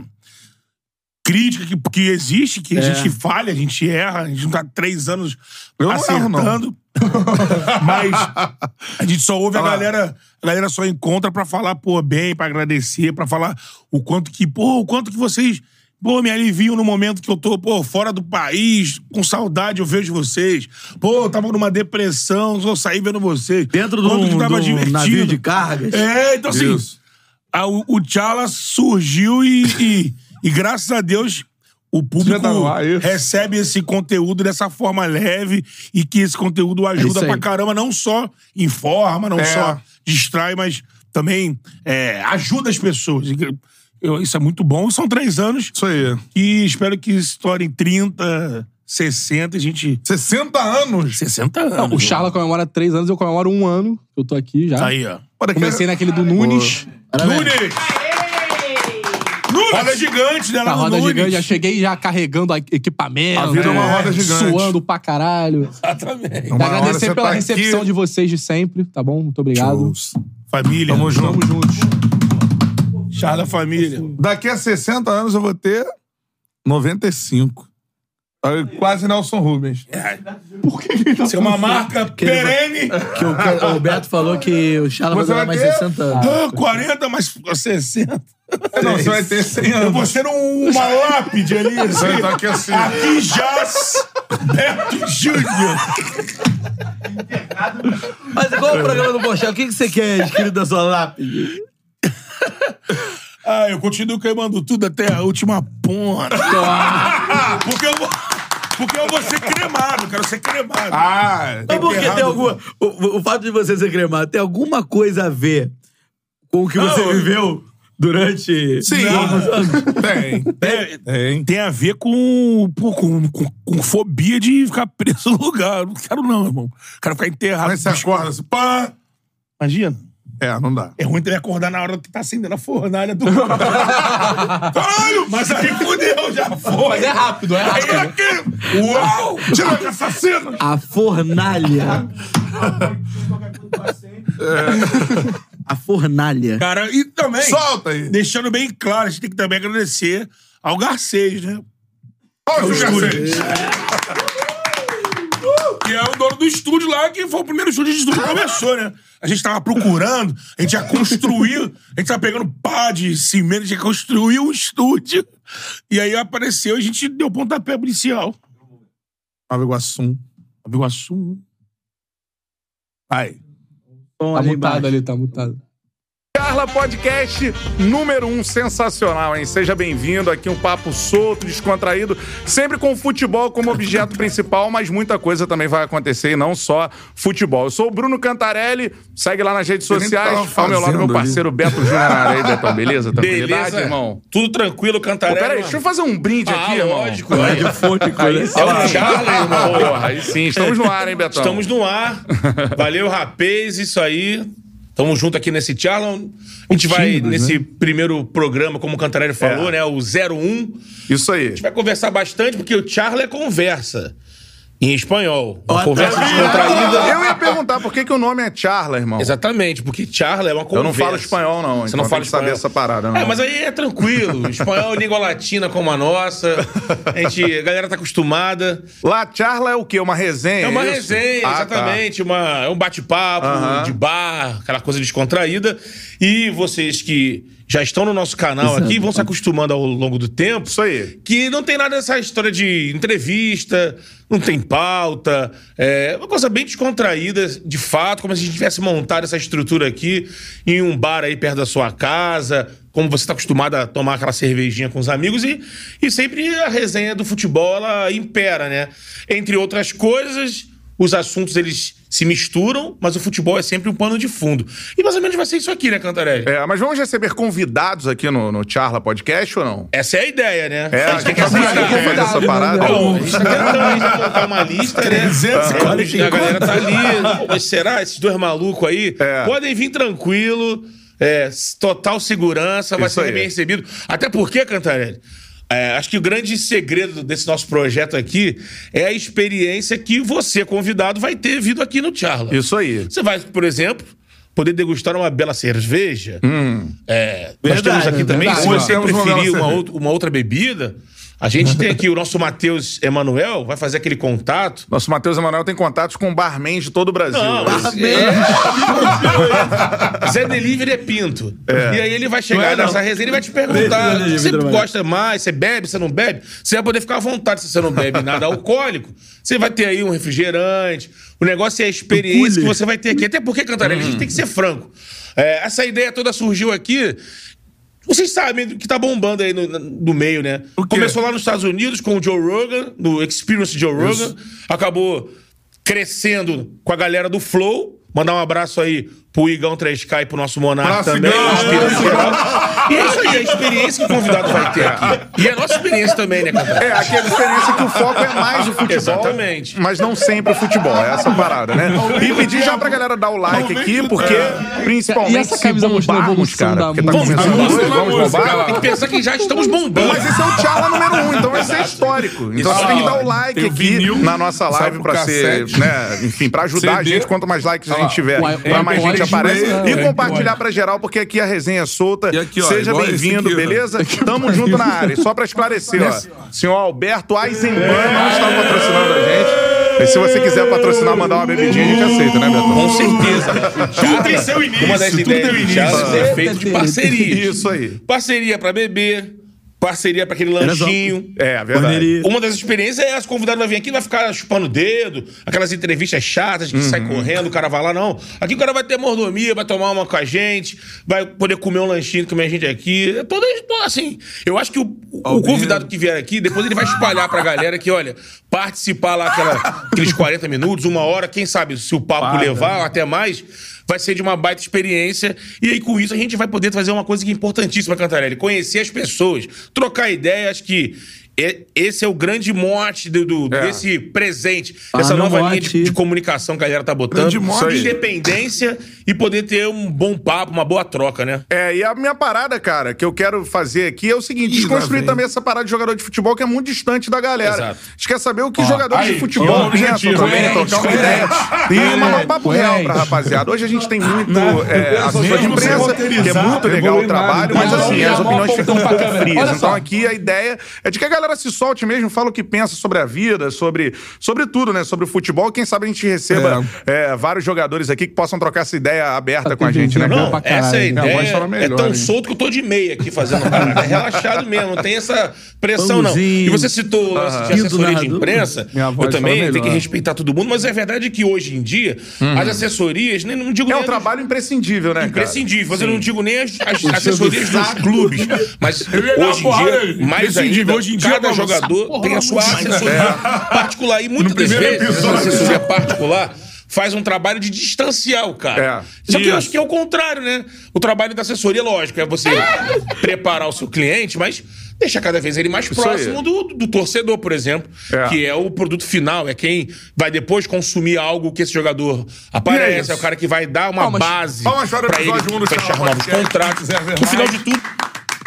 Crítica que, que existe, que a
É.
gente falha, a gente erra, a gente não tá três anos
Eu não erro, não.
acertando. Mas a gente só ouve a galera, a galera só encontra pra falar, pô, bem, pra agradecer, pra falar o quanto que, pô, o quanto que vocês, pô, me aliviam no momento que eu tô, pô, fora do país, com saudade eu vejo vocês. Pô, eu tava numa depressão, só saí vendo vocês. Dentro
de um- de um navio de cargas.
É, então assim,
Isso.
a- o, o Tchala surgiu e, e, e graças a Deus o público recebe esse conteúdo dessa forma leve e que esse conteúdo ajuda
isso aí.
pra caramba, não só informa, não
É.
só distrai, mas também é, ajuda as pessoas. Eu- isso é muito bom. São três anos.
Isso aí.
E espero que estourem 30, 60, a gente.
60 anos?
60 anos.
Não, o Charla comemora três anos, eu comemoro um ano. Eu tô aqui
né?
já.
Tá Aí, ó.
Comecei naquele do Nunes.
Nunes! Nunes! Tá Roda gigante, né?
Na
Lá no
roda
Nunes.
gigante, já cheguei já carregando a- equipamento.
A vida é uma
né?
roda gigante. é
Suando pra caralho.
Exatamente.
E agradecer
tá
pela recepção de vocês de sempre, tá bom? Muito obrigado.
Família.
Tamo junto.
Tamo junto.
Charla Família.
Daqui a 60 anos eu vou ter 95. Olha, Quase Nelson Rubens.
Por que que ele tá
É. Isso é uma marca
Que ele-
perene.
Que o, que o Roberto falou que o Charla vai
Você
durar
vai
mais
ter
60 anos.
ah, 40 mais 60.
É, Não, você vai ter 100 anos.
Eu vou ser um- uma lápide ali.
Você vai estar aqui assim.
Aqui jaz Beto Júnior.
Mas igual o programa do Bochel, o que, que você quer escrito da sua lápide?
Ah, eu continuo queimando tudo até a última ponta. Ah, porque eu vou... Porque eu vou ser cremado, eu quero ser cremado.
Ah,
tá
Mas por que tem alguma. O, o fato de você ser cremado tem alguma coisa a ver com o que você
Não.
viveu durante.
Sim.
Tem.
Tem, É, tem a ver com, pô, com, com, com fobia de ficar preso no lugar. Eu Não quero, não, irmão. Quero ficar enterrado.
Mas você acorda assim, pá!
Imagina.
É, não dá.
É ruim também acordar na hora que tá acendendo a fornalha do. Caralho! Mas aí fudeu, já foi.
Mas é rápido, é rápido.
Aí aqui, uau! Tirou de assassino!
A fornalha.
É.
A fornalha.
Cara, e também.
Solta aí.
Deixando bem claro, a gente tem que também agradecer ao Garcês, né?
Olha
o
o
Garcês. Que é o dono do estúdio lá, que foi o primeiro estúdio de estúdio que começou, né? A gente tava procurando, a gente ia construir, a gente tava pegando pá de cimento, a gente ia construir um estúdio. E aí apareceu, a gente deu pontapé policial.
Nova Iguaçu.
Nova Iguaçu. Aí.
Tá mutado ali, tá mutado.
Carla Podcast número 1, um, sensacional, hein? Seja bem-vindo aqui, um papo solto, descontraído, sempre com o futebol como objeto principal, mas muita coisa também vai acontecer e não só futebol. Eu sou o Bruno Cantarelli, segue lá nas redes
Eu nem tava
sociais, ao meu lado
fazendo né?
meu parceiro Beto Júnior aí, Betão, beleza? Tranquilidade,
Beleza.
irmão?
Tudo tranquilo,
Pô,
Cantarelli.
peraí, deixa eu fazer um brinde
Ah,
aqui, irmão.
lógico, é. Aí sim.
Olha lá.
Charla, irmão.
Porra, aí sim, estamos no ar, hein, Betão?
É, Estamos no ar. Valeu, rapaz, isso aí. Tamo junto aqui nesse Charlon. A gente vai
Tímidos,
nesse
né? É.
primeiro programa, como o Cantarelli falou, né? O 01.
Isso aí. A
gente vai conversar bastante, porque o Charla é conversa. Em espanhol. Uma
Ó,
conversa
tá vendo?
descontraída.
Eu ia perguntar por que, que o nome é Charla, irmão.
Exatamente, porque Charla é uma
Eu
conversa.
não falo espanhol, não.
Você
então
não
tem
fala
que saber
espanhol.
essa parada, não.
É, mas aí é tranquilo. Espanhol é língua latina como a nossa. A, gente, a galera tá acostumada.
Lá, charla é o quê? Uma resenha?
É uma
isso?
resenha,
Ah, tá.
exatamente. Uma, é um bate-papo
Aham.
de bar, aquela coisa descontraída. E vocês que já estão no nosso canal
Exato.
aqui vão se acostumando ao longo do tempo. Isso aí. Que não tem nada dessa história de entrevista, não tem pauta. É uma coisa bem descontraída, de fato, como se a gente tivesse montado essa estrutura aqui em um bar aí perto da sua casa. Como você está acostumado a tomar aquela cervejinha com os amigos e, e sempre a resenha do futebol ela impera, né? Entre outras coisas, os assuntos eles se misturam, mas o futebol é sempre um pano de fundo. E mais ou menos vai ser isso aqui, né, Cantarelli?
É, mas vamos receber convidados aqui no, no Charla Podcast ou não?
Essa é a ideia, né?
É,
a gente tem que acertar
né, essa parada.
Bom, a gente tá tentando a gente montar uma lista, né?
340.
A galera tá ali. Mas será? Esses dois malucos aí?
É.
Podem vir tranquilo. é, s- total segurança, vai
Isso
ser
aí.
bem recebido. Até porque, Cantarelli, é, acho que o grande segredo desse nosso projeto aqui é a experiência que você, convidado, vai ter vindo aqui no Charla.
Isso aí.
Você vai, por exemplo, poder degustar uma bela cerveja.
Hum.
É, nós
Verdade,
temos aqui
é
também,
verdade.
se
Sim,
você
temos uma
preferir
bela
uma,
cerveja.
outra- uma outra bebida, a gente tem aqui o nosso Matheus Emanuel, vai fazer aquele contato.
Nosso Matheus Emanuel tem contatos com barman de todo o Brasil.
Não,
Barman.
é- Zé Delivery é pinto.
É.
E aí ele vai chegar
Não é,
nessa
não.
resenha e vai te
Beijo,
perguntar:
Delivery,
você
trabalho.
gosta mais? Você bebe? Você não bebe? Você vai poder ficar à vontade se você não bebe nada alcoólico. Você vai ter aí um refrigerante. O negócio é a experiência que você vai ter aqui. Até porque, Cantarelli, a
Hum.
gente tem que ser franco. É, essa ideia toda surgiu aqui vocês sabem do que tá bombando aí no, no meio, né? Começou lá nos Estados Unidos com o Joe Rogan, no Experience Joe Rogan.
Isso.
Acabou crescendo com a galera do Flow. Mandar um abraço aí pro Igão 3K e pro nosso
Abraço,
Monarca também.
Igão!
Experience Geral. E é isso aí, a experiência que o convidado vai ter aqui. E é a nossa experiência também, né, cara?
É, aquela experiência que o foco é mais o futebol.
Exatamente.
Mas não sempre o futebol, é essa parada, né? E pedir já pra galera dar o like aqui, porque principalmente
E essa camisa
se
mostrando a
bombarmos,
evolução
cara,
da
porque tá
música.
começando
Vamos
hoje,
bombar a
vamos
música,
bombar.
cara.
Tem que pensar que já estamos bombando.
Mas esse é o Tchala número um, então esse é histórico. Então
Isso. Ah,
você tem que dar o
Tem
like
o
aqui
vinil,
na nossa
sabe,
live
o
pra ser,
cassete.
né, enfim, pra ajudar
CD.
a gente, quanto mais likes a
Ah lá,
gente tiver,
o i-
pra
o
mais gente
iPod
aparece.
mesmo,
E
né?
compartilhar pra geral, porque aqui a resenha é solta.
ó,
Seja
igual esse
bem-vindo,
aqui, é ó.
beleza? Tamo junto na área. E Só pra esclarecer, ó, senhor Alberto Eisenbahn não está patrocinando a gente. E se você quiser patrocinar, mandar uma bebidinha, a gente aceita, né, Beto?
Com certeza. Tudo tem seu início. Uma das
tudo
ideias
tem
do
início.
Charles é feito de parceria.
Isso aí.
Parceria pra beber, parceria pra aquele
Era só-
lanchinho.
É, verdade. Corneria.
Uma das experiências é essa, o convidado vai vir aqui, vai ficar chupando o dedo, aquelas entrevistas chatas que sai correndo, o cara vai lá, não. Aqui o cara vai ter mordomia, vai tomar uma com a gente, vai poder comer um lanchinho com a gente aqui. É todo, todo assim. Eu acho que o, o convidado que vier aqui, depois ele vai espalhar pra galera que, olha, participar lá aquela, aqueles 40 minutos, uma hora, quem sabe se o papo
Para,
levar,
né?
até mais, vai ser de uma baita experiência. E aí, com isso, a gente vai poder fazer uma coisa que é importantíssima, Cantarelli: conhecer as pessoas, trocar ideias que. e- esse é o grande mote do, do-
É.
desse presente,
Ah,
essa
meu
nova linha
mote.
de, de comunicação que a galera tá botando.
Grande mote. Isso aí.
Independência e poder ter um bom papo, uma boa troca, né?
É, e a minha parada, cara, que eu quero fazer aqui é o seguinte:
Ih, lá
desconstruir
vem.
também essa parada de jogador de futebol que é muito distante da galera.
Exato.
A gente quer saber o que
Ó,
jogadores
aí,
de futebol
tem um
pensam
objetivo,
também,
coerente,
trocar uma ideia.
coerente,
E mandar um papo
coerente.
real pra rapaziada. Hoje a gente tem muito
Não,
é,
mesmo
assunto de
sem
imprensa, que é
roteirizar,
muito legal o
evolui nada.
trabalho, mas
Não,
assim,
não,
as
não,
opiniões
apontam
ficam
pra
muito
câmera.
frias.
Olha
Então
só.
aqui a ideia é de que a galera se solte mesmo, fala o que pensa sobre a vida, sobre, sobre tudo, né? Sobre o futebol. Quem sabe a gente receba é, vários jogadores aqui que possam trocar essa ideia aberta com a gente, né?
Não,
cara?
essa é a
Não,
ideia
pode falar
é
melhor,
tão
hein?
solto que eu tô de meia aqui fazendo a parada. É relaxado mesmo, não tem essa pressão,
Pãozinho.
não. E você citou o lance de
Aham.
assessoria de
Narrador.
imprensa.
Minha voz
Eu também
fala
tenho que
melhor.
respeitar todo mundo, mas é verdade que hoje em dia
Uhum.
as assessorias, nem, não digo
É um
nem a dos
trabalho imprescindível, né, cara?
Imprescindível. Mas eu
Sim.
não digo nem as, as
Puxando
assessorias dos
saco.
clubes. Mas
Eu ia dar
hoje em
uma porrada,
dia, mais ainda,
imprescindível. Hoje em dia,
cada
mano,
jogador
essa porra
tem a sua
não existe.
assessoria particular. E muitas das
primeiro
vezes, essa
episódio.
assessoria particular faz um trabalho de distanciar o cara. Só que eu
Isso.
acho que é o contrário, né? O trabalho da assessoria, lógico, é você preparar o seu cliente, mas deixar cada vez ele mais
Isso
próximo
aí.
do, do torcedor, por exemplo,
É.
que é o produto final, é quem vai depois consumir algo que esse jogador aparece, é,
isso.
o cara que vai dar uma
Palmas-
base
palmas para o
pra ele
episódio um do
fechar
Charla
novos
Podcast.
contratos.
Quiser ver
No final
mais.
de tudo,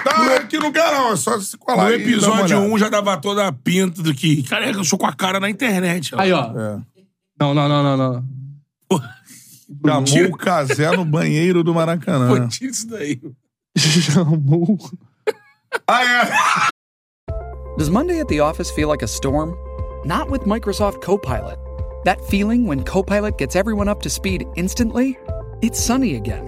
Tá, aqui não quer não, é só se colar. aí
No
e dar uma
episódio
olhada.
1 já dava toda a pinta do que. Careca, eu sou com a cara na internet.
Aí, ó. Não, não, não, não, não.
um,
Chamou o Casé no banheiro do Maracanã.
Pô, tira isso daí.
Chamou.
Ah, é.
Does Monday at the office feel like a storm? Not with Microsoft Copilot. That feeling when Copilot gets everyone up to speed instantly? It's sunny again.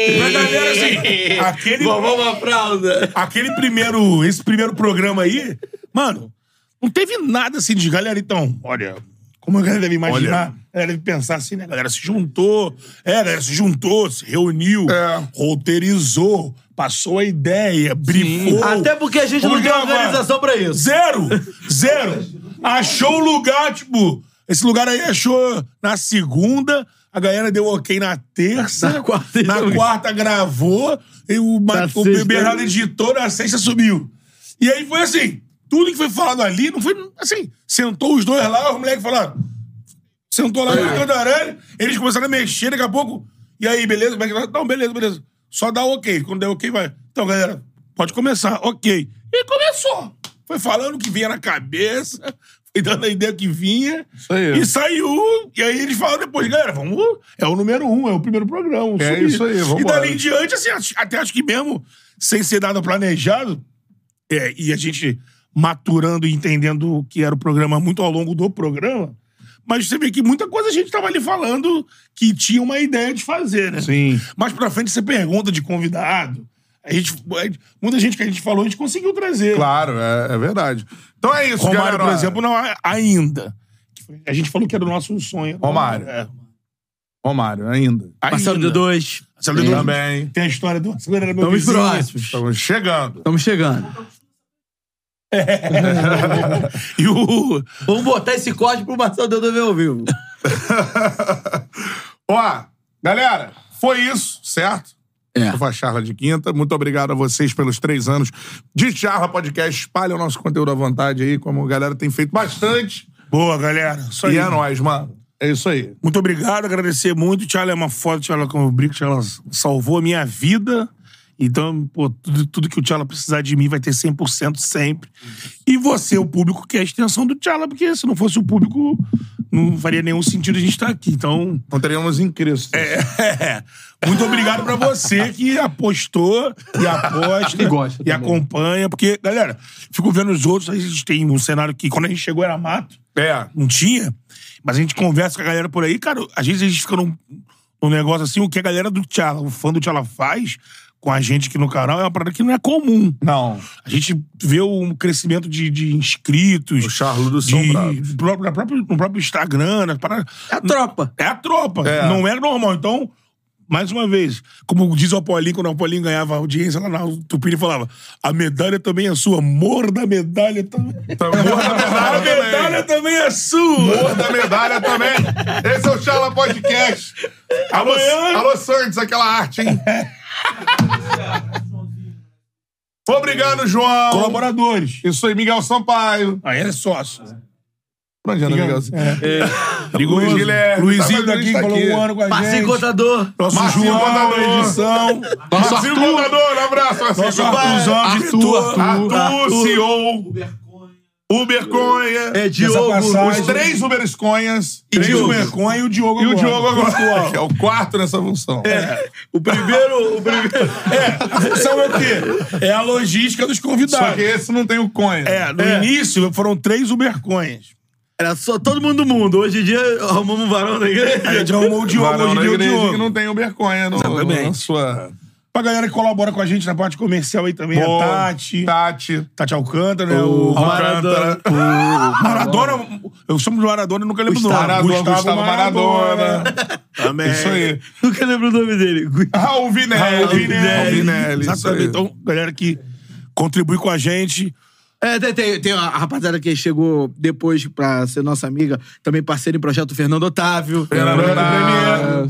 Mas, galera, assim, aquele. uma fralda. Aquele primeiro. Esse primeiro programa aí, mano, não teve nada assim de galera, então, olha. Como a galera deve imaginar, a galera deve pensar assim, né? A galera se juntou, é, a galera se juntou, se reuniu, roteirizou, passou a ideia, brifou.
Até porque a gente não
Vamos
tem
gravar.
organização pra isso.
Zero! Zero! Achou o lugar, tipo. Esse lugar aí achou na segunda, a galera deu ok na terça. Na quarta, gravou, e o, Ma- o
sexta-
Bernardo editou, na sexta subiu. E aí foi assim: tudo que foi falado ali, não foi assim. Sentou os dois lá, os moleques falaram. Sentou lá no canto da aranha, eles começaram a mexer, daqui a pouco. E aí, beleza? Como é que vai? Não, beleza, beleza. Só dá ok. Quando der ok, vai. Então, galera, pode começar. Ok. E começou. Foi falando o que vinha na cabeça, foi dando a ideia que vinha.
aí.
E saiu. E aí eles falaram depois, galera, vamos. É o número um, é o primeiro programa.
É
subir.
isso aí,
E
vambora.
dali em diante, assim, acho- até acho que mesmo sem ser nada planejado, é, e a gente maturando e entendendo o que era o programa muito ao longo do programa, mas você vê que muita coisa a gente tava ali falando que tinha uma ideia de fazer, né? Sim. Mais pra frente você pergunta de convidado. A gente, a gente- muita gente que a gente falou, a gente conseguiu trazer.
Claro, é, é verdade. Então é isso,
Romário,
galera.
por exemplo, não é ainda. A gente falou que era o nosso sonho.
Romário.
É.
Romário, ainda.
Marcelo
né?
Ainda.
D2. Marcelo D2.
Também.
Tem a história do Marcelo era meu
Estamos
vizinho.
próximos. Estamos chegando.
Estamos chegando.
e o...
Vamos botar esse corte pro Marcelo Dedo ver ao vivo.
Ó, galera, foi isso, certo? É. Foi a charla de quinta. Muito obrigado a vocês pelos três anos de charla podcast. Espalha o nosso conteúdo à vontade aí, como a galera tem feito bastante.
Boa, galera. Isso aí.
E é nóis, mano. É isso aí.
Muito obrigado, agradecer muito. Tchala é uma foto, Tchala como eu brinco, Tchala salvou a minha vida. Então, pô, tudo, tudo que o Tchala precisar de mim vai ter 100% sempre. E você, o público, que é a extensão do Tchala, porque se não fosse o público, não faria nenhum sentido a gente estar aqui. Então.
Não teríamos incríveis.
É. Muito obrigado pra você que apostou e aposta e, acompanha, porque, galera, fico vendo os outros, a gente tem um cenário que quando a gente chegou era mato.
É.
Não tinha. um Mas a gente conversa com a galera por aí, cara. Às vezes a gente fica num, num negócio assim, o que a galera do Tchala, o fã do Tchala faz, com a gente aqui no canal é uma parada que não é comum.
Não.
A gente vê um crescimento de, de inscritos. O
Charludo
de, pró- na própria- No próprio Instagram. na parada- É a tropa. É a tropa.
É.
Não é normal. Então, mais uma vez, como diz o Apolinho, quando o Apolinho ganhava audiência lá na o Tupini, falava: a medalha também é sua. Morda a medalha também.
A
medalha também é sua.
Morda a medalha também. Esse é o Chala Podcast. Alô,
Amanhã-
alô Santos, aquela arte, hein? Obrigado, João.
Colaboradores.
Isso aí, Miguel Sampaio.
Aí é sócio.
Pra onde anda,
Miguel?
Miguelzinho? É.
Luiz Guilherme. Luizinho
Tá, mas
daqui
tá
falou um ano com a gente.
Marcinho
Contador. Nosso
Marcinho
João,
Contador.
edição.
Nosso
Marcinho
Arthur.
Contador, um abraço. Marcinho.
Nosso
Vai.
Arthurzão de
Arthur,
Arthur,
Arthur,
Arthur,
Arthur.
CEO. Uberconha.
É, Diogo. Nessa passagem.
Os três Ubersconhas.
E
Três
Diogo.
Uberconha
e o Diogo
E o
agora.
Diogo agora.
Virtual.
Que é o quarto nessa função.
É.
O primeiro... O primeiro...
É, são é o quê? É a logística dos convidados.
Só que esse não tem o conha.
É, no início foram três Uberconhas.
Era só todo mundo do mundo. Hoje em dia arrumamos um varão na igreja.
A gente arrumou É, então, o Diogo,
Varão
hoje em
na
dia é o
igreja
Diogo.
que não tem Uberconha no,
Exatamente.
na sua...
Pra galera que colabora com a gente na parte comercial aí também,
Boa.
a Tati.
Tati.
Tati Alcântara, né?
O
o Maradona.
Alcântara.
O Maradona. Eu chamo de Maradona e nunca lembro o nome.
Maradona, Gustavo Maradona.
Também.
Isso aí.
Nunca lembro o nome dele.
Raul Vinelli. Raul Vinelli, isso
Exatamente.
aí.
Então, galera que contribui com a gente.
É, tem, tem, tem a rapaziada que chegou depois pra ser nossa amiga, também parceira em projeto Fernando Otávio. É,
Fernando Otávio.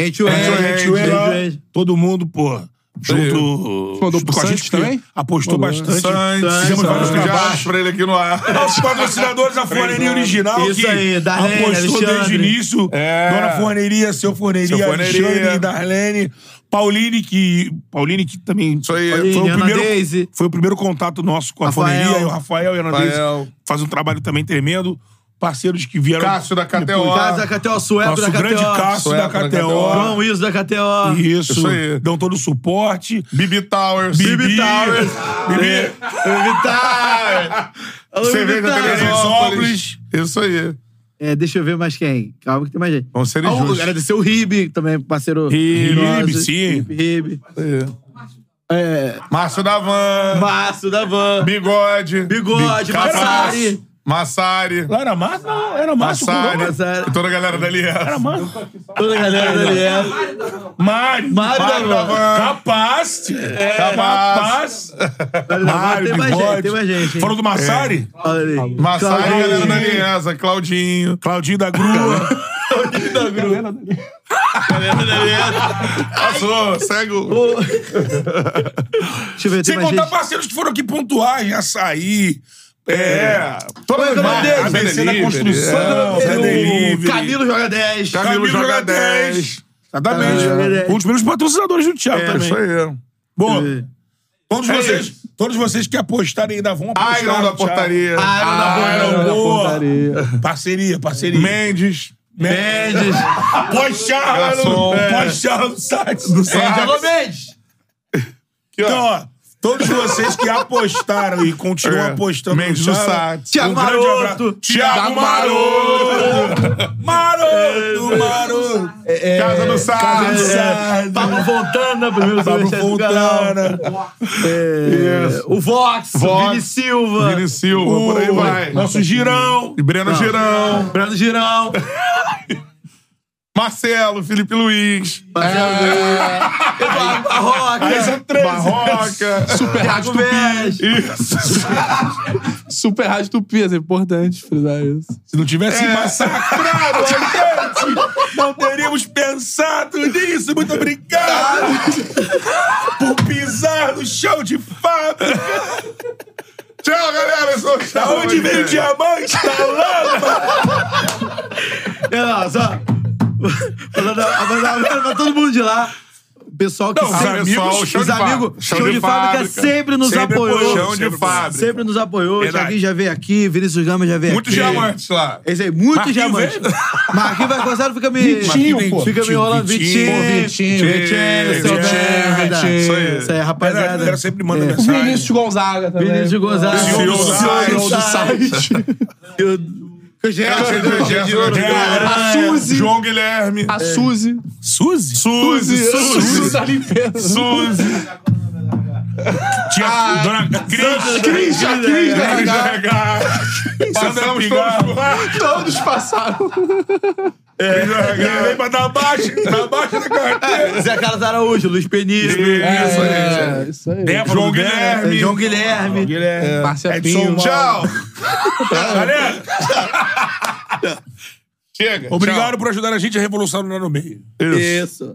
Gente, o
End to end, Todo mundo, pô. Junto,
Mandou
junto
pro
com a
Santos
gente
também?
também? apostou
Mandou, né?
bastante.
Santos,
Fizemos vários
Santos.
trabalhos.
Já pra ele aqui no ar.
Os patrocinadores da forneria original
Isso
que
aí, Darlene,
apostou desde
Alexandre.
o início.
É.
Dona Forneria, seu Forneria,
Seu Forneria.
Alexandre, Darlene. Pauline, que. Pauline, que também. Isso
aí,
foi,
Pauline,
o primeiro,
Hernandez.
foi o primeiro contato nosso com a
Rafael.
forneria. E o Rafael Hernandez
Rafael.
faz um trabalho também tremendo. Parceiros que vieram.
Cássio da
depois.
KTO.
Cássio
Cássio da KTO, Sueco
Nosso
da KTO.
grande Cássio
Sueco
da
da
KTO.
KTO. João
Wilson da KTO.
Isso.
Isso aí.
Dão todo o suporte.
Bibi Towers.
Bibi
Towers.
Bibi.
Bibi
Towers.
Alô,
Cerveja
Bibi Towers.
Teresópolis. Isso aí.
É, deixa eu ver mais quem. Calma que tem mais gente.
Vamos ser
Ah,
injustos.
o- Agradecer o Ribe, também parceiro.
Ribe,
nosso.
sim.
Ribe, Ribe. É.
Márcio da Van.
Márcio da Van.
Bigode.
Bigode,
Capaz.
Massari.
Massari.
Lá era Márcio? Não, era Márcio.
Massari.
Coroa.
E toda a galera dali.
Era Márcio.
Toda a galera dali é.
Mário.
Mário da Van.
Capaz. É.
Capaz.
Capaz. Mário,
Tem mais gente, tem mais gente. hein?
Falou
É.
do Massari?
Olha aí.
Massari,
Claudinho.
galera da Aliança. Claudinho.
Claudinho da Grua.
Passou, segue o.
Ô. Deixa eu ver, tem
Sem
mais
contar
gente.
parceiros que foram aqui pontuar, em açaí. É.
Todas as marcas.
ABC da
Delivery,
Construção,
é.
Zé Delivery.
Camilo joga 10.
Camilo joga 10.
Exatamente.
Camilo joga
Um dos primeiros patrocinadores do Thiago
É
também.
isso aí.
Bom,
É.
todos
É
vocês, todos vocês que apostarem ainda vão apostar.
Iron
no
da
Thiago.
portaria.
Iron
da
boa.
portaria.
Parceria, parceria.
Mendes.
Mendes.
Garçom.
Pós-charla,
É.
pós-charla do site. Do
Sax.
Alô, Mendes.
Então, ó, todos vocês que apostaram e continuam
É.
apostando
Mendes do
no Charla,
Sax.
Thiago
um grande
Maroto.
abraço. Thiago Maroto! Maroto, Maroto!
É.
É,
Casa do
Casa do
Sá.
Sax.
Pablo Fontana, primeiro
Pablo
superchat do canal.
Fontana.
É, O Vox,
Vox,
Vini Silva.
Vini É. Silva, por aí vai.
Nosso girão.
E Breno Girão.
Brando Girão.
Marcelo, Felipe Luiz.
Eduardo Barroca.
é Barroca.
Super
Thiago
Rádio Tupi.
Vélez.
Super Rádio Tupi, é importante frisar isso.
Se não tivesse massacrado a gente, não teríamos pensado nisso. Muito obrigado por pisar no chão de fábrica.
Tchau, galera. Eu sou o
Da
Thiago.
onde veio o diamante da lama?
É, não, só. Mandar um abraço pra todo mundo de lá. O pessoal que
Não, os amigos, chão
os
de fábrica.
amigos,
Chão
chão,
de
de fábrica,
fábrica.
sempre nos
Sempre
apoiou.
apoiou, chão de
Sempre
fábrica.
Sempre nos apoiou. O
Verdade.
Thiaguinho já veio aqui, Vinícius Gama já veio
Muitos
aqui.
diamantes lá.
Esse aí, muito
Marquinho
diamante.
veio?
Marquinhos vai gostar, fica me.
Vitinho, pô.
Fica me enrolando. Vitinho.
Vitinho,
Vitinho,
Vitinho,
seu
Vitinho,
merda.
Vitinho. Isso aí.
Isso aí,
A galera
rapaziada. É.
sempre manda
O
mensagem.
Vinícius Gonzaga também.
Vinícius Gonzaga.
O senhor do site.
do site. Eu-
Gerson,
Gerson,
Gerson,
Gerson.
Gerson,
A Suzy.
João Guilherme.
A Suzy.
É. Suzy?
Suzy. Suzy.
da limpeza.
Suzy.
Tinha Dona Cris.
Ah. Cris, a Cris da
RH.
Passamos
todos. Todos passaram. É, ele veio pra dar baixa, dar baixa da carteira.
Zé Carlos Araújo, Luiz Penido.
Isso, é,
isso aí.
Débora,
João
Guilherme.
Guilherme. João Guilherme.
Guilherme.
Márcia
Edson,
Pinho.
tchau. Galera,
Chega.
obrigado por ajudar a gente a revolucionar no meio.
Isso.